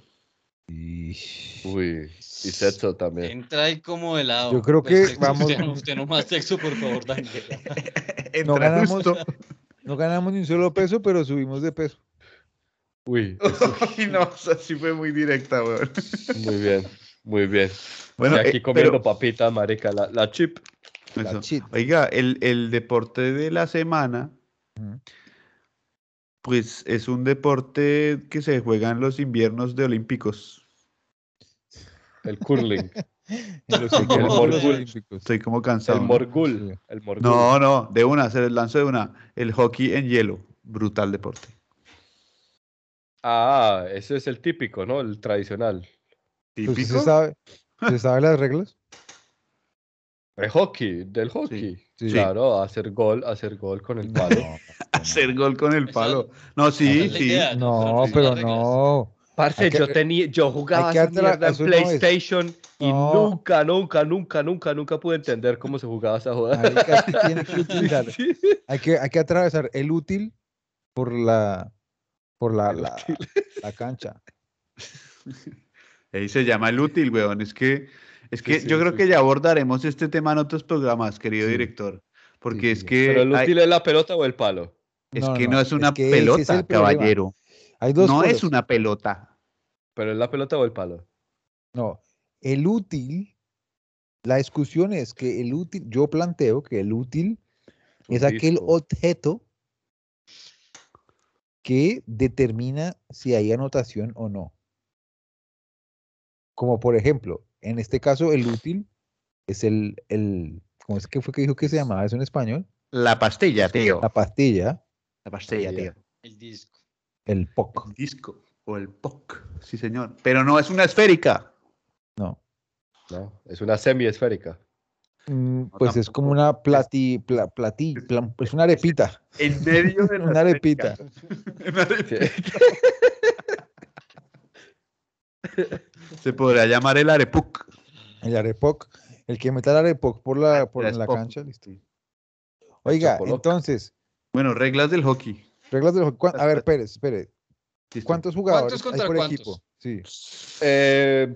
Speaker 1: Uy, y sexo también.
Speaker 3: Entra ahí como helado.
Speaker 2: Yo creo
Speaker 3: Pues,
Speaker 2: que
Speaker 3: sexo,
Speaker 2: vamos-
Speaker 3: Usted, usted no más sexo, por favor, Daniel.
Speaker 2: [LAUGHS]
Speaker 4: Entra
Speaker 2: No ganamos,
Speaker 4: justo. [LAUGHS]
Speaker 2: no ganamos ni un solo peso, pero subimos de peso.
Speaker 1: Uy,
Speaker 4: Ay, no, o sea, sí fue muy
Speaker 2: [LAUGHS]
Speaker 4: directa, weón.
Speaker 1: muy bien, muy bien.
Speaker 4: Bueno,
Speaker 1: y aquí
Speaker 4: eh,
Speaker 1: comiendo
Speaker 4: pero-
Speaker 1: papita, marica, la, la chip.
Speaker 4: [LAUGHS]
Speaker 7: Ah,
Speaker 4: Eso.
Speaker 7: [LAUGHS]
Speaker 2: chit.
Speaker 4: Oiga, el, el deporte de la semana,
Speaker 2: Ujú.
Speaker 4: pues es un deporte que se juega en los inviernos de Olímpicos.
Speaker 1: El
Speaker 4: [LAUGHS]
Speaker 1: curling,
Speaker 2: En los
Speaker 1: El
Speaker 2: Juegos
Speaker 1: morgul.
Speaker 2: Olímpicos.
Speaker 4: Estoy como cansado.
Speaker 1: el
Speaker 4: ¿no?
Speaker 1: morgul, el morgul.
Speaker 4: No, no, de una, se les lanzó de una. El hockey en hielo, brutal deporte.
Speaker 1: Ah, ese es el típico, ¿no? El tradicional.
Speaker 2: ¿Usted
Speaker 4: Típico.
Speaker 2: se sabe, se sabe las [LAUGHS] reglas?
Speaker 1: El hockey, del hockey.
Speaker 2: Sí.
Speaker 1: Claro, hacer gol, hacer gol con el palo.
Speaker 4: Hacer gol con el
Speaker 3: Esa-
Speaker 4: palo. No, sí,
Speaker 3: esa es la
Speaker 4: sí.
Speaker 3: idea,
Speaker 2: No, pero
Speaker 3: las reglas.
Speaker 2: no.
Speaker 1: Parce,
Speaker 2: Hay que
Speaker 1: yo
Speaker 2: re-
Speaker 1: tenía, yo jugaba
Speaker 2: que
Speaker 1: esa
Speaker 2: atra-
Speaker 1: mierda en
Speaker 2: eso no es.
Speaker 1: PlayStation y
Speaker 2: No.
Speaker 1: nunca, nunca, nunca, nunca, nunca pude entender cómo se jugaba esa
Speaker 2: [LAUGHS]
Speaker 1: joda.
Speaker 2: marica, es que tiene que
Speaker 1: [LAUGHS]
Speaker 2: utilizar-
Speaker 1: Sí.
Speaker 2: Hay que, hay que atravesar el útil por la por la, la, la cancha.
Speaker 4: Ahí se llama el útil, weón. Es que, es que
Speaker 1: sí,
Speaker 4: yo creo
Speaker 1: sí.
Speaker 4: que ya abordaremos este tema en otros programas, querido
Speaker 2: Sí.
Speaker 4: director. Porque
Speaker 2: sí,
Speaker 4: es
Speaker 2: sí.
Speaker 4: que
Speaker 1: Pero el
Speaker 4: hay-
Speaker 1: útil es la pelota o el palo.
Speaker 4: es
Speaker 2: No,
Speaker 4: que
Speaker 2: no,
Speaker 4: no, es
Speaker 2: es
Speaker 4: una
Speaker 2: que ese es el
Speaker 4: pelota,
Speaker 2: problema.
Speaker 4: caballero.
Speaker 2: Hay dos
Speaker 4: No es
Speaker 2: cosas.
Speaker 4: una pelota.
Speaker 1: Pero es la pelota o el palo.
Speaker 2: No, el útil, la discusión es que el útil, yo planteo que el útil
Speaker 1: un
Speaker 2: es aquel
Speaker 1: disco.
Speaker 2: objeto que determina si hay anotación o no. Como por ejemplo, en este caso el útil es el, el ¿cómo es que fue que dijo que se llamaba eso en español?
Speaker 4: La pastilla, tío.
Speaker 2: La pastilla,
Speaker 4: La pastilla, tío.
Speaker 3: El disco.
Speaker 2: el POC.
Speaker 4: El disco o el POC. Sí, señor. Pero no es una esférica.
Speaker 2: No.
Speaker 1: No, es una semiesférica.
Speaker 2: Mm, Pues es como
Speaker 4: tampoco.
Speaker 2: una plati, pla- platí, plan- es una arepita,
Speaker 4: En medio de la
Speaker 2: una arepita.
Speaker 4: esférica. Una
Speaker 1: Sí.
Speaker 4: arepita. [LAUGHS] Se podrá llamar el arepuc.
Speaker 2: El arepoc, el que meta el arepoc por la, por
Speaker 4: la
Speaker 2: en la
Speaker 4: Spock.
Speaker 2: cancha, listo. Oiga,
Speaker 1: Chapoloc.
Speaker 2: entonces,
Speaker 4: Bueno, reglas del hockey.
Speaker 2: reglas del juego. A ver,
Speaker 4: Las-
Speaker 2: Pérez, Pérez,
Speaker 4: Listo.
Speaker 2: ¿cuántos jugadores hay
Speaker 3: contra
Speaker 2: por
Speaker 3: cuántos?
Speaker 2: equipo? Sí,
Speaker 1: Eh,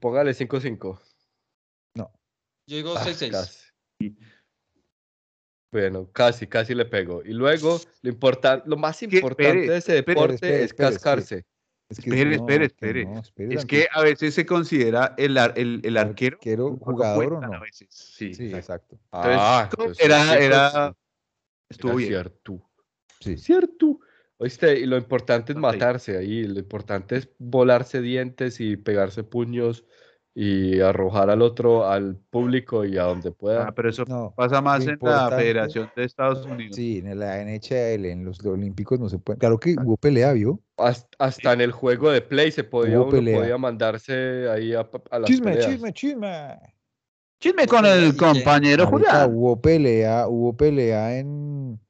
Speaker 1: póngale 5-5.
Speaker 3: Yo digo
Speaker 1: Ah,
Speaker 3: 6-6.
Speaker 1: casi. Bueno, casi, casi le pego. Y luego, lo, importan- lo más importante
Speaker 4: Pérez,
Speaker 1: de ese deporte
Speaker 2: espere,
Speaker 1: es
Speaker 2: espere, espere.
Speaker 1: cascarse.
Speaker 2: es
Speaker 4: Espere, espere,
Speaker 2: que
Speaker 4: espere.
Speaker 2: espere
Speaker 4: Es
Speaker 2: tantito.
Speaker 4: que a veces se considera el, ar- el, el arquero.
Speaker 2: Arquero,
Speaker 4: un
Speaker 2: jugador o
Speaker 4: cuenta
Speaker 2: no.
Speaker 4: A veces. Sí,
Speaker 2: Sí,
Speaker 4: exacto.
Speaker 2: exacto.
Speaker 1: Ah,
Speaker 4: Entonces,
Speaker 1: entonces
Speaker 4: era,
Speaker 1: sí,
Speaker 4: era,
Speaker 1: Era
Speaker 4: estuvo bien.
Speaker 1: cierto.
Speaker 2: Sí.
Speaker 1: Cierto. Oíste, y lo importante es
Speaker 4: Ok.
Speaker 1: matarse ahí, lo importante es volarse dientes y pegarse puños y arrojar al otro, al público y a donde
Speaker 4: Ah,
Speaker 1: pueda.
Speaker 4: pero eso
Speaker 2: No,
Speaker 4: pasa más en la
Speaker 2: importante-
Speaker 4: Federación de Estados Unidos.
Speaker 2: sí, en la NHL, en los Olímpicos no se puede. Claro que hubo pelea, ¿vio?
Speaker 1: Hasta, hasta en el juego de play se podía,
Speaker 2: Hubo
Speaker 1: uno
Speaker 2: pelea.
Speaker 1: podía mandarse ahí a, a las
Speaker 2: Chisme,
Speaker 1: peleas.
Speaker 2: chisme, chisme.
Speaker 4: Chisme con el compañero
Speaker 2: Marica,
Speaker 4: Julián.
Speaker 2: hubo pelea, hubo pelea en,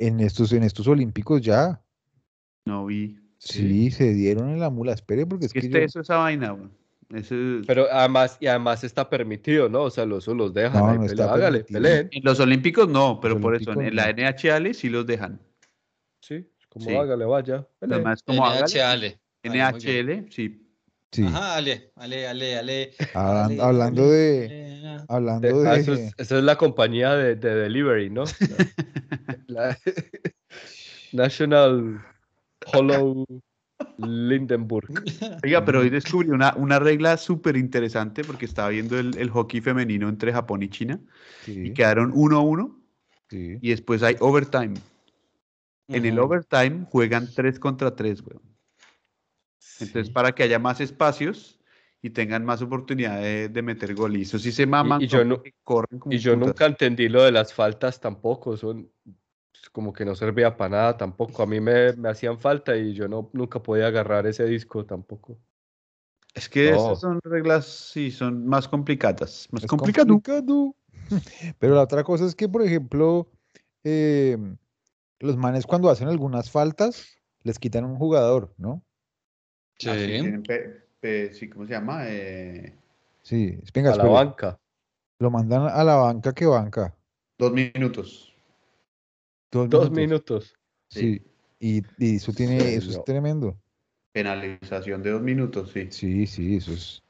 Speaker 2: en estos, en estos Olímpicos ya.
Speaker 4: No vi.
Speaker 2: Sí, se dieron en la mula. Espere, porque es
Speaker 4: ¿Qué
Speaker 2: que
Speaker 4: este es
Speaker 2: yo...
Speaker 4: eso, esa vaina? weón? Eso-
Speaker 1: Pero además, y además está permitido, ¿no? O sea, los, los dejan
Speaker 2: No,
Speaker 1: ahí
Speaker 2: no está
Speaker 1: pelear. Hágale,
Speaker 2: permitido.
Speaker 1: peleen.
Speaker 4: en los Olímpicos no, pero
Speaker 2: Los
Speaker 4: por eso en,
Speaker 2: Olímpicos
Speaker 4: en la
Speaker 2: no.
Speaker 4: NHL sí los dejan.
Speaker 1: Sí, como
Speaker 4: Sí.
Speaker 1: hágale, vaya. peleen.
Speaker 4: Además, como
Speaker 3: NH,
Speaker 4: hágale.
Speaker 3: Ale. Vale, muy bien.
Speaker 4: NHL, sí.
Speaker 2: Sí,
Speaker 3: Ajá, Ale, Ale, Ale, Ale.
Speaker 2: hablan-
Speaker 3: Ale,
Speaker 2: hablando
Speaker 3: Ale,
Speaker 2: de...
Speaker 3: Ale, ah.
Speaker 1: De-
Speaker 2: Hablando de...
Speaker 1: ah, eso
Speaker 2: [LAUGHS]
Speaker 1: es, eso es la compañía de, de delivery,
Speaker 4: [LAUGHS]
Speaker 1: ¿no? La- la- National Hollow Lindenburg.
Speaker 4: Oiga, pero hoy descubrí una, una regla súper interesante porque estaba viendo el, el hockey femenino entre Japón y China
Speaker 1: Sí,
Speaker 4: y quedaron 1-1
Speaker 1: sí.
Speaker 4: y después hay overtime. En el
Speaker 3: Ujú.
Speaker 4: overtime juegan 3 contra 3, weón. Entonces, para que haya más espacios y tengan más oportunidad de, de meter gol. Y eso sí se maman.
Speaker 1: y yo
Speaker 4: como
Speaker 1: no-
Speaker 4: que corren como
Speaker 1: Y yo
Speaker 4: putas.
Speaker 1: nunca entendí lo de las faltas tampoco, son pues, como que no servía para nada tampoco. A mí me, me hacían falta y yo no, nunca podía agarrar ese disco tampoco.
Speaker 4: Es que
Speaker 1: No.
Speaker 4: esas son reglas, sí, son más complicadas. Más
Speaker 2: Es
Speaker 4: complicadas.
Speaker 2: complicado. [LAUGHS] Pero la otra cosa es que, por ejemplo, eh, los manes cuando hacen algunas faltas, les quitan un jugador, ¿no?
Speaker 3: Sí.
Speaker 4: Ah, sí, tienen pe- pe- sí, ¿cómo se llama? Eh,
Speaker 2: Sí, venga,
Speaker 1: A la
Speaker 2: espere,
Speaker 1: banca.
Speaker 2: lo mandan a la banca que banca.
Speaker 4: dos minutos.
Speaker 2: Dos,
Speaker 1: Dos
Speaker 2: minutos.
Speaker 1: minutos.
Speaker 2: Sí. Y, y eso tiene, eso es
Speaker 1: Señor.
Speaker 2: tremendo.
Speaker 4: Penalización de dos minutos, sí.
Speaker 2: Sí, sí, eso es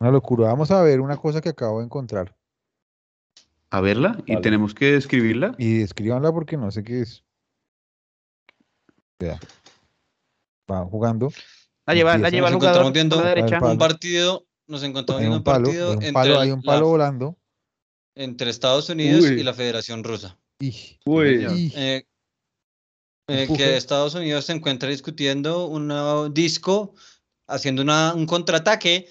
Speaker 2: una locura. Vamos a ver una cosa que acabo de encontrar.
Speaker 4: A verla y
Speaker 1: Vale.
Speaker 4: tenemos que describirla.
Speaker 2: Y escríbanla porque no sé qué es. Vea. Va jugando.
Speaker 6: La lleva, la
Speaker 2: Empieza.
Speaker 6: lleva el
Speaker 3: Nos
Speaker 6: jugador
Speaker 3: encontramos viendo
Speaker 6: por la
Speaker 2: al
Speaker 6: derecha.
Speaker 2: palo.
Speaker 3: Un partido, nos encontramos
Speaker 2: Hay
Speaker 3: en
Speaker 2: un
Speaker 3: un
Speaker 2: palo,
Speaker 3: partido
Speaker 2: hay un
Speaker 3: entre,
Speaker 2: palo, hay un
Speaker 3: la-
Speaker 2: palo volando.
Speaker 3: entre Estados Unidos
Speaker 1: Uy.
Speaker 3: y la Federación Rusa.
Speaker 2: Y,
Speaker 1: Uy,
Speaker 4: señor.
Speaker 2: y-
Speaker 3: Eh, eh,
Speaker 2: Empuje.
Speaker 3: que Estados Unidos se encuentra discutiendo un nuevo disco, haciendo una- un contraataque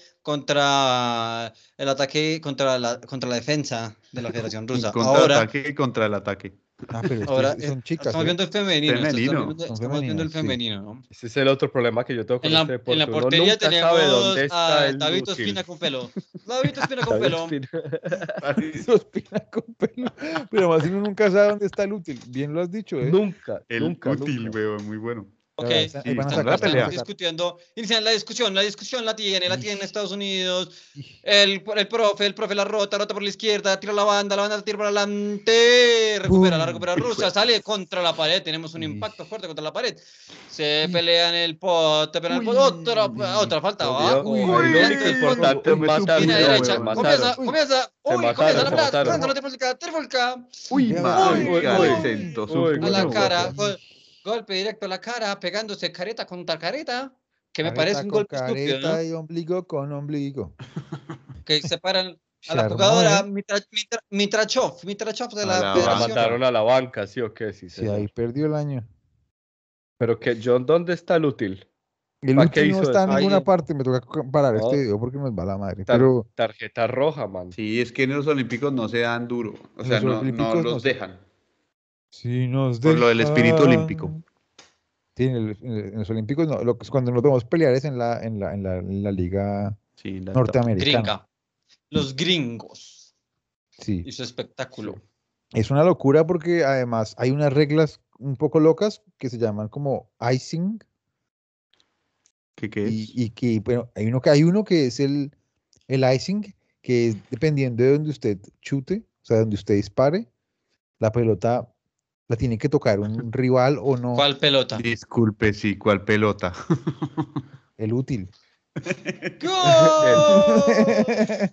Speaker 3: contra el ataque, contra la, contra la defensa de
Speaker 1: [LAUGHS]
Speaker 3: la Federación Rusa.
Speaker 4: Un
Speaker 3: Ahora,
Speaker 4: contraataque y contra el ataque.
Speaker 2: ah, pero esto
Speaker 3: ahora,
Speaker 2: es- son
Speaker 3: eh,
Speaker 2: chicas.
Speaker 3: estamos
Speaker 2: [LAUGHS] ¿eh?
Speaker 3: viendo el femenino. esto-
Speaker 4: Femenino.
Speaker 3: Estamos viendo,
Speaker 2: Son
Speaker 3: estamos viendo el
Speaker 2: femeninas,
Speaker 3: femenino, ¿no?
Speaker 1: ese es el otro problema que yo tengo con
Speaker 3: En la,
Speaker 1: este
Speaker 3: en
Speaker 1: deporte.
Speaker 3: la
Speaker 1: Uno
Speaker 3: portería
Speaker 1: nunca sabe
Speaker 3: tenemos
Speaker 1: dónde está
Speaker 3: a
Speaker 1: el
Speaker 3: David
Speaker 1: útil.
Speaker 3: Ospina con pelo. David Ospina
Speaker 1: [LAUGHS]
Speaker 3: con
Speaker 1: David
Speaker 3: pelo.
Speaker 1: Ospina.
Speaker 2: Los pina con pelo. Pero más uno nunca sabe dónde está el útil. Bien lo has dicho, ¿eh?
Speaker 1: Nunca,
Speaker 4: El
Speaker 1: nunca,
Speaker 4: útil,
Speaker 1: nunca.
Speaker 4: weón, muy bueno.
Speaker 3: Ok,
Speaker 2: Ahí está- ahí
Speaker 4: sí,
Speaker 2: van a
Speaker 4: está
Speaker 3: Están,
Speaker 4: en la
Speaker 2: sacar,
Speaker 4: pelea.
Speaker 2: van a
Speaker 3: están
Speaker 2: sacar.
Speaker 3: discutiendo, inician la discusión, la discusión la tiene, la tiene Estados Unidos,
Speaker 2: Y-
Speaker 3: el, el profe, el profe la rota, rota por la izquierda, tira la banda, la banda la tira para adelante, recupera, la
Speaker 2: Boom.
Speaker 3: recupera Rusia, sale contra la pared, tenemos un impacto fuerte contra la pared, se
Speaker 2: Uy.
Speaker 3: pelean el pot, pelean el pot,
Speaker 2: Uy.
Speaker 3: otra, otra falta
Speaker 1: Uy,
Speaker 2: Ah,
Speaker 3: abajo,
Speaker 1: uy,
Speaker 3: ahí
Speaker 1: lo
Speaker 3: la-
Speaker 1: único
Speaker 3: ahí
Speaker 1: importante es
Speaker 4: me
Speaker 1: matar,
Speaker 3: esquina
Speaker 4: supino,
Speaker 1: Uy,
Speaker 3: derecha,
Speaker 1: se
Speaker 4: weón.
Speaker 3: comienza,
Speaker 1: mataron.
Speaker 3: comienza,
Speaker 1: Se
Speaker 3: uy, comienza
Speaker 1: mataron,
Speaker 3: la
Speaker 1: se
Speaker 3: plaza,
Speaker 1: mataron.
Speaker 3: comienza la trifulca, trifulca,
Speaker 4: Uy,
Speaker 2: Uy,
Speaker 4: marica,
Speaker 1: uy,
Speaker 4: le
Speaker 1: uy,
Speaker 4: sentó su
Speaker 1: uy,
Speaker 3: a la
Speaker 4: puto.
Speaker 3: cara,
Speaker 2: Uy.
Speaker 3: gol- golpe directo a la cara, pegándose careta contra careta, que me
Speaker 2: Careta
Speaker 3: parece un
Speaker 2: con
Speaker 3: golpe estúpido,
Speaker 2: careta
Speaker 3: ¿no?
Speaker 2: y ombligo con ombligo.
Speaker 3: Que separan a
Speaker 2: Se
Speaker 3: la
Speaker 2: armó,
Speaker 3: jugadora
Speaker 2: ¿eh?
Speaker 3: Mitra- Mitra- Mitrachov, Mitrachov de
Speaker 4: A
Speaker 3: la,
Speaker 4: la
Speaker 1: La
Speaker 4: banca.
Speaker 3: Federación.
Speaker 1: mandaron a la banca, sí o qué, sí,
Speaker 2: Sí, ahí
Speaker 1: señor.
Speaker 2: perdió el año.
Speaker 1: Pero que John, ¿dónde está el útil?
Speaker 2: El
Speaker 1: ¿Para qué
Speaker 2: útil no
Speaker 1: hizo
Speaker 2: está en
Speaker 1: eso?
Speaker 2: ninguna
Speaker 3: Ahí-
Speaker 2: parte. Me toca co- parar este
Speaker 1: No.
Speaker 2: video porque nos va la madre.
Speaker 1: Tar-
Speaker 2: Pero
Speaker 1: tarjeta roja, man.
Speaker 4: Sí, es que en los olímpicos no se dan duro. O
Speaker 2: En
Speaker 4: sea,
Speaker 2: los
Speaker 4: no, no
Speaker 2: olímpicos
Speaker 4: los
Speaker 2: no se-
Speaker 4: dejan.
Speaker 2: si nos
Speaker 4: Por lo del espíritu olímpico.
Speaker 2: dejan- Sí, en, el- en el- en los olímpicos no. Lo, que- cuando nos vemos pelear es en la, en la, en la, en la liga
Speaker 4: Sí, la
Speaker 2: norteamericana.
Speaker 3: Gringa. Los gringos
Speaker 2: Sí.
Speaker 3: y su espectáculo.
Speaker 2: Es una locura porque además hay unas reglas un poco locas que se llaman como icing.
Speaker 4: ¿Qué, qué es?
Speaker 2: y, y que bueno, hay uno que hay uno que es el, el icing, que es dependiendo de donde usted chute, o sea, donde usted dispare, la pelota la tiene que tocar un rival o no, [LAUGHS]
Speaker 3: ¿Cuál pelota?
Speaker 4: Disculpe, sí, ¿cuál pelota?
Speaker 2: el útil. [LAUGHS]
Speaker 3: ¡Gol!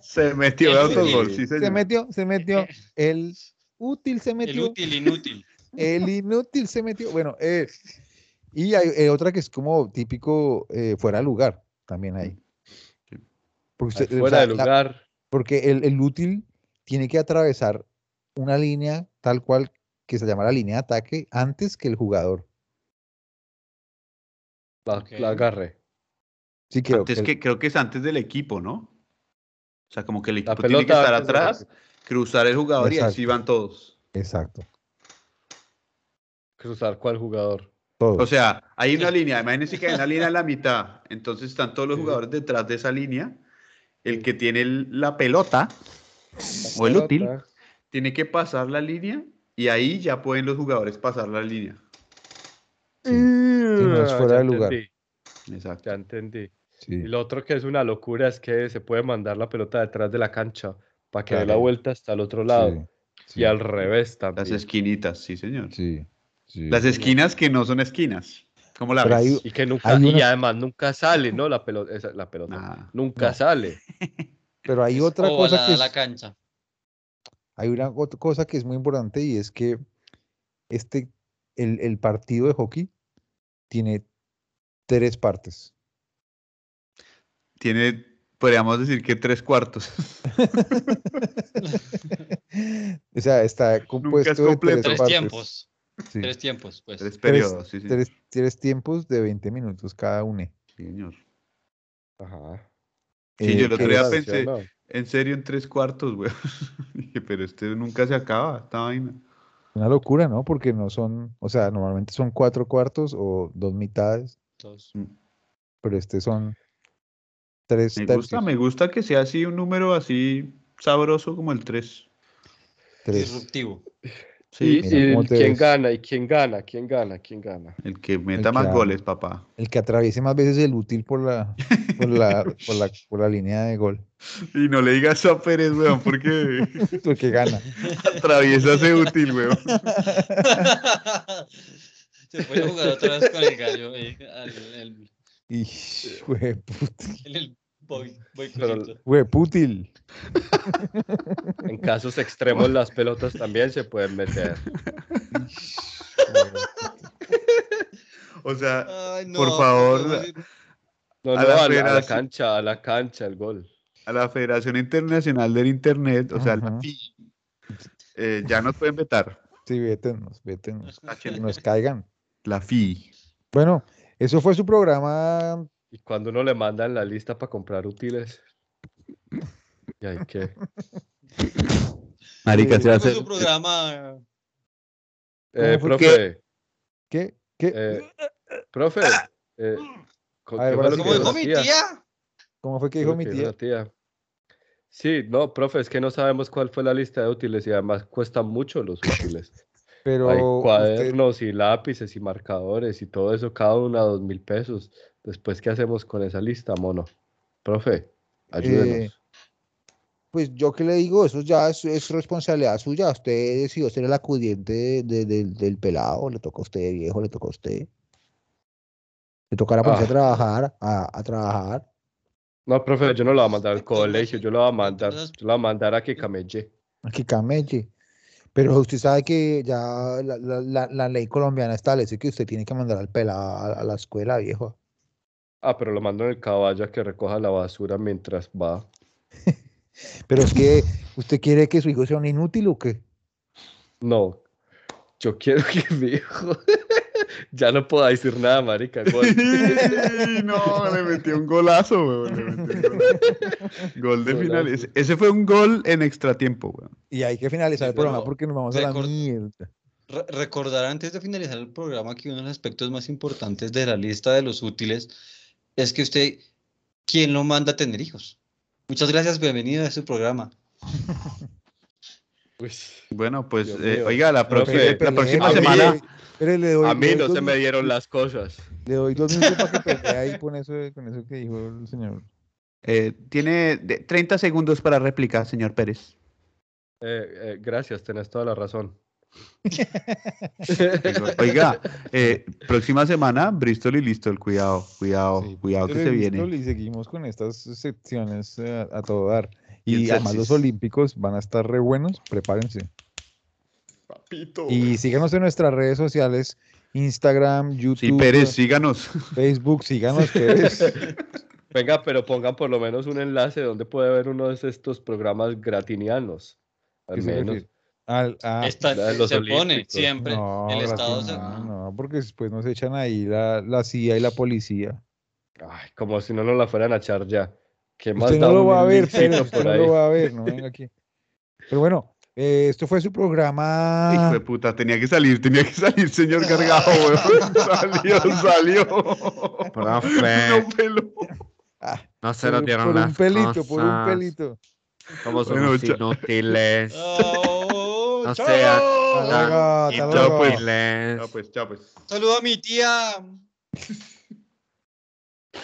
Speaker 4: [LAUGHS] Se metió de
Speaker 3: El útil.
Speaker 4: autogol, sí,
Speaker 2: se
Speaker 4: señor.
Speaker 2: metió, se metió, el útil se
Speaker 3: El
Speaker 2: metió,
Speaker 3: útil, inútil.
Speaker 2: el inútil se metió. Bueno, eh, y hay eh, otra que es como típico eh, fuera de lugar, también hay.
Speaker 4: Sí.
Speaker 2: Porque usted, o
Speaker 1: Ah, Fuera
Speaker 2: sea,
Speaker 1: de
Speaker 2: la-
Speaker 1: lugar.
Speaker 2: Porque el, el útil tiene que atravesar una línea tal cual que se llama la línea de ataque antes que el jugador.
Speaker 1: La,
Speaker 3: Ok.
Speaker 1: la agarre.
Speaker 2: Sí, creo
Speaker 4: Antes
Speaker 2: que-
Speaker 4: que, creo que es antes del equipo, ¿no? O sea, como que el
Speaker 1: La
Speaker 4: equipo tiene que
Speaker 1: pelota
Speaker 4: estar
Speaker 1: antes del
Speaker 4: atrás, cruzar el jugador y así
Speaker 2: Exacto.
Speaker 4: van todos.
Speaker 2: Exacto.
Speaker 1: Cruzar cuál jugador.
Speaker 2: Todo.
Speaker 4: O sea, hay una línea, imagínense que hay una línea en la mitad, entonces están todos los jugadores detrás de esa línea. El que tiene el- la pelota o el útil
Speaker 1: Pelota.
Speaker 4: tiene que pasar la línea y ahí ya pueden los jugadores pasar la línea.
Speaker 2: Sí.
Speaker 6: Mm.
Speaker 2: no es
Speaker 1: Ah,
Speaker 2: fuera
Speaker 1: ya
Speaker 2: de lugar.
Speaker 1: entendí,
Speaker 4: Exacto.
Speaker 1: ya entendí.
Speaker 2: sí.
Speaker 1: Y lo otro que es una locura es que se puede mandar la pelota detrás de la cancha para que dé la
Speaker 2: Claro.
Speaker 1: vuelta hasta el otro lado.
Speaker 2: sí,
Speaker 1: Y al revés
Speaker 4: Las
Speaker 1: también.
Speaker 4: esquinitas, sí, señor.
Speaker 2: sí, sí.
Speaker 4: Las esquinas que no son esquinas. ¿Cómo la
Speaker 2: Pero
Speaker 4: ves?
Speaker 2: hay-
Speaker 1: Y que nunca,
Speaker 2: Hay Ah,
Speaker 1: y
Speaker 2: unas-
Speaker 1: además nunca sale, ¿no? La pelota, esa- la pelota.
Speaker 4: Nada.
Speaker 1: Nunca
Speaker 2: No.
Speaker 1: sale.
Speaker 2: Pero hay [LAUGHS]
Speaker 3: Es
Speaker 2: otra cosa
Speaker 3: ovalada
Speaker 2: que es,
Speaker 3: la cancha.
Speaker 2: hay una otra cosa que es muy importante y es que este el, el partido de hockey tiene Tres partes.
Speaker 4: Tiene, podríamos decir que tres cuartos. [LAUGHS]
Speaker 2: o sea, está
Speaker 4: Nunca es
Speaker 2: compuesto de tres,
Speaker 4: completo. Tres
Speaker 3: Tres
Speaker 2: partes.
Speaker 3: tiempos.
Speaker 2: Sí.
Speaker 3: Tres tiempos, pues.
Speaker 4: Tres periodos, sí, sí.
Speaker 2: Tres, tres tiempos de 20 minutos cada uno.
Speaker 4: Sí, señor.
Speaker 1: Ajá.
Speaker 4: Sí, yo el otro
Speaker 2: Eh, que
Speaker 4: día
Speaker 2: es-
Speaker 4: pensé-
Speaker 1: Funciona.
Speaker 4: En serio, en tres cuartos, güey. [LAUGHS] Dije, pero este nunca se acaba, esta vaina.
Speaker 2: Una locura, ¿no? Porque no son, o sea, normalmente son cuatro cuartos o dos mitades,
Speaker 3: Dos.
Speaker 2: pero este son tres
Speaker 4: Me
Speaker 2: tercios.
Speaker 4: gusta, me gusta que sea así un número así sabroso como el 3.
Speaker 2: Tres. [LAUGHS]
Speaker 3: Disruptivo. [LAUGHS]
Speaker 1: Y,
Speaker 2: mira
Speaker 1: y
Speaker 2: cómo te
Speaker 1: quién
Speaker 2: ves.
Speaker 1: gana, y quién gana, quién gana, quién gana.
Speaker 4: El que meta
Speaker 2: que
Speaker 4: más
Speaker 2: haga.
Speaker 4: goles, papá.
Speaker 2: El que atraviese más veces el útil por la, por la, por la, por la línea de gol. [LAUGHS]
Speaker 4: Y no le digas a Pérez, weón, porque [LAUGHS]
Speaker 2: El que gana.
Speaker 4: atraviesa ese útil, weón.
Speaker 3: Se puede jugar otra vez con el gallo. eh, al- el,
Speaker 2: Y hueput-
Speaker 3: el, el boy, boy
Speaker 1: Pero-
Speaker 3: cosito.
Speaker 2: hueputil.
Speaker 1: En casos extremos las pelotas también se pueden meter.
Speaker 4: O sea,
Speaker 3: Ay,
Speaker 4: Por favor,
Speaker 3: podemos ir-
Speaker 1: No,
Speaker 4: A
Speaker 1: no, a
Speaker 4: la
Speaker 1: la, a la
Speaker 4: federación.
Speaker 1: cancha, a la cancha, el gol.
Speaker 4: a la Federación Internacional del Internet, o sea, la
Speaker 2: Ajá.
Speaker 4: FI, eh, ya nos pueden vetar.
Speaker 2: Sí, vétenos, vétenos. Que
Speaker 3: [LAUGHS]
Speaker 2: nos caigan.
Speaker 4: La FI.
Speaker 2: Bueno, eso fue su programa.
Speaker 1: Y cuando uno le mandan la lista para comprar útiles. Y hay que.
Speaker 4: Marica, se
Speaker 3: Fue
Speaker 4: hace.
Speaker 3: su programa.
Speaker 1: Eh,
Speaker 2: fue que-
Speaker 1: profe,
Speaker 2: ¿Qué? ¿Qué?
Speaker 1: eh, profe. eh, co-
Speaker 2: A ver,
Speaker 1: ¿qué fue
Speaker 2: ahora
Speaker 1: lo que
Speaker 2: sí
Speaker 3: Como
Speaker 1: dijo
Speaker 2: que
Speaker 3: dijo
Speaker 1: la
Speaker 3: mi
Speaker 1: tía?
Speaker 3: tía.
Speaker 2: ¿Cómo fue que
Speaker 1: ¿Qué
Speaker 2: dijo
Speaker 1: fue
Speaker 2: mi
Speaker 1: que
Speaker 2: tía?
Speaker 1: la tía? Sí, no, profe, es que no sabemos cuál fue la lista de útiles y además cuestan mucho los útiles.
Speaker 2: Pero
Speaker 1: Hay
Speaker 2: usted-
Speaker 1: cuadernos y lápices y marcadores y todo eso, cada uno a dos mil pesos. Después, ¿qué hacemos con esa lista, mono? Profe, ayúdenos.
Speaker 2: Eh,
Speaker 7: Pues yo que le digo, eso ya es, es responsabilidad suya. Usted decidió ser el acudiente de- de- del- del pelado, le toca a usted, viejo, le toca a usted. Le tocará ponerse
Speaker 1: Ah.
Speaker 7: a trabajar, a, a trabajar.
Speaker 1: No, profe, yo no la voy a mandar al
Speaker 3: Ay, pero
Speaker 1: colegio,
Speaker 3: profe,
Speaker 1: yo la voy a
Speaker 3: pero
Speaker 1: mandar,
Speaker 3: entonces-
Speaker 1: yo la voy a mandar a que camelle.
Speaker 7: Aquí camelle. Pero usted sabe que
Speaker 2: ah,
Speaker 7: ya la, la- la- la ley colombiana establece que usted tiene que mandar al pelado a, a la escuela, viejo.
Speaker 1: Ah, pero lo mando en el caballo a que recoja la basura mientras va.
Speaker 7: Pero es que, ¿usted quiere que su hijo sea un inútil o qué?
Speaker 1: No, yo quiero [LAUGHS] que mi hijo ya no pueda decir nada, marica. gol.
Speaker 2: [LAUGHS]
Speaker 4: no, le metió un golazo, weón. le metió un golazo. Gol de
Speaker 1: Golazo.
Speaker 4: final. Ese, ese fue un gol en extratiempo, weón.
Speaker 2: Y hay que finalizar el
Speaker 3: pero
Speaker 2: programa porque nos vamos a la
Speaker 3: record-
Speaker 2: mierda.
Speaker 3: Re- Recordar antes de finalizar el programa que uno de los aspectos más importantes de la lista de los útiles es que usted, ¿quién lo manda a tener hijos? Muchas gracias, bienvenido a su programa.
Speaker 1: Uy,
Speaker 4: Bueno, pues,
Speaker 1: Dios
Speaker 4: eh,
Speaker 1: mío.
Speaker 4: oiga, la
Speaker 1: Profe,
Speaker 4: próxima, la
Speaker 2: Pelee,
Speaker 4: próxima
Speaker 1: a mí-
Speaker 4: semana.
Speaker 2: Espere, le doy-
Speaker 1: A
Speaker 2: le
Speaker 1: mí
Speaker 2: doy
Speaker 1: no
Speaker 2: dos
Speaker 1: se me
Speaker 2: minutos-
Speaker 1: dieron las cosas.
Speaker 2: Le doy dos minutos para
Speaker 1: [LAUGHS]
Speaker 2: que pelee ahí con eso, con eso que dijo el señor.
Speaker 4: Eh, tiene de- 30 segundos para réplica, señor Pérez.
Speaker 1: Eh, eh, gracias, tenés toda la
Speaker 2: [LAUGHS]
Speaker 1: razón. [LAUGHS]
Speaker 4: Oiga, eh, próxima semana, Bristol y Listol. Cuidado, cuidado,
Speaker 2: Sí,
Speaker 4: cuidado que
Speaker 2: Pero
Speaker 4: se
Speaker 2: he
Speaker 4: viene.
Speaker 2: visto Y seguimos con estas secciones eh, a, todo dar. Y,
Speaker 4: el
Speaker 2: además los
Speaker 4: sepsis.
Speaker 2: olímpicos van a estar re buenos, prepárense.
Speaker 9: Papito.
Speaker 2: Y síganos en nuestras redes sociales, Instagram, YouTube,
Speaker 4: Sí, Pérez, síganos.
Speaker 2: Facebook, síganos Pérez.
Speaker 1: Venga, pero pongan por lo menos un enlace donde puede ver uno de estos programas gratinianos. Al
Speaker 2: ¿Qué se
Speaker 1: menos.
Speaker 2: refiere? Al- a-
Speaker 3: Está-
Speaker 1: Ah, la de los
Speaker 3: se pone
Speaker 1: olímpicos.
Speaker 3: siempre.
Speaker 2: no,
Speaker 3: el
Speaker 2: gracias,
Speaker 3: Estado se-
Speaker 2: no, no, porque después nos echan ahí la, la CIA y la policía.
Speaker 1: Ay, como si no nos la fueran a echar ya. ¿Qué más
Speaker 2: Usted
Speaker 1: da
Speaker 2: no lo
Speaker 1: un
Speaker 2: va a ver,
Speaker 1: linkcito
Speaker 2: Pérez, usted
Speaker 1: por
Speaker 2: no
Speaker 1: ahí?
Speaker 2: lo va a ver, no venga aquí. Pero bueno, eh, esto fue su
Speaker 4: [LAUGHS] Hijo de
Speaker 2: programa.
Speaker 4: puta, tenía que salir, tenía que salir, señor Cargajo, weón. [LAUGHS] Salió, salió.
Speaker 10: Profe,
Speaker 4: [LAUGHS] No, pelo.
Speaker 2: Ah,
Speaker 10: no se
Speaker 2: por,
Speaker 10: nos dieron
Speaker 2: por
Speaker 10: las
Speaker 2: un pelito, por un
Speaker 10: cosas.
Speaker 2: pelito.
Speaker 10: Somos
Speaker 4: Bueno,
Speaker 10: unos
Speaker 4: cha-
Speaker 10: inútiles.
Speaker 3: Oh,
Speaker 10: No
Speaker 3: chao.
Speaker 10: sea-
Speaker 2: Hasta luego, hasta
Speaker 4: Ah, chao,
Speaker 2: luego.
Speaker 4: pues.
Speaker 10: Inútiles.
Speaker 4: Chao, pues, chao, pues.
Speaker 3: Saludo a mi tía.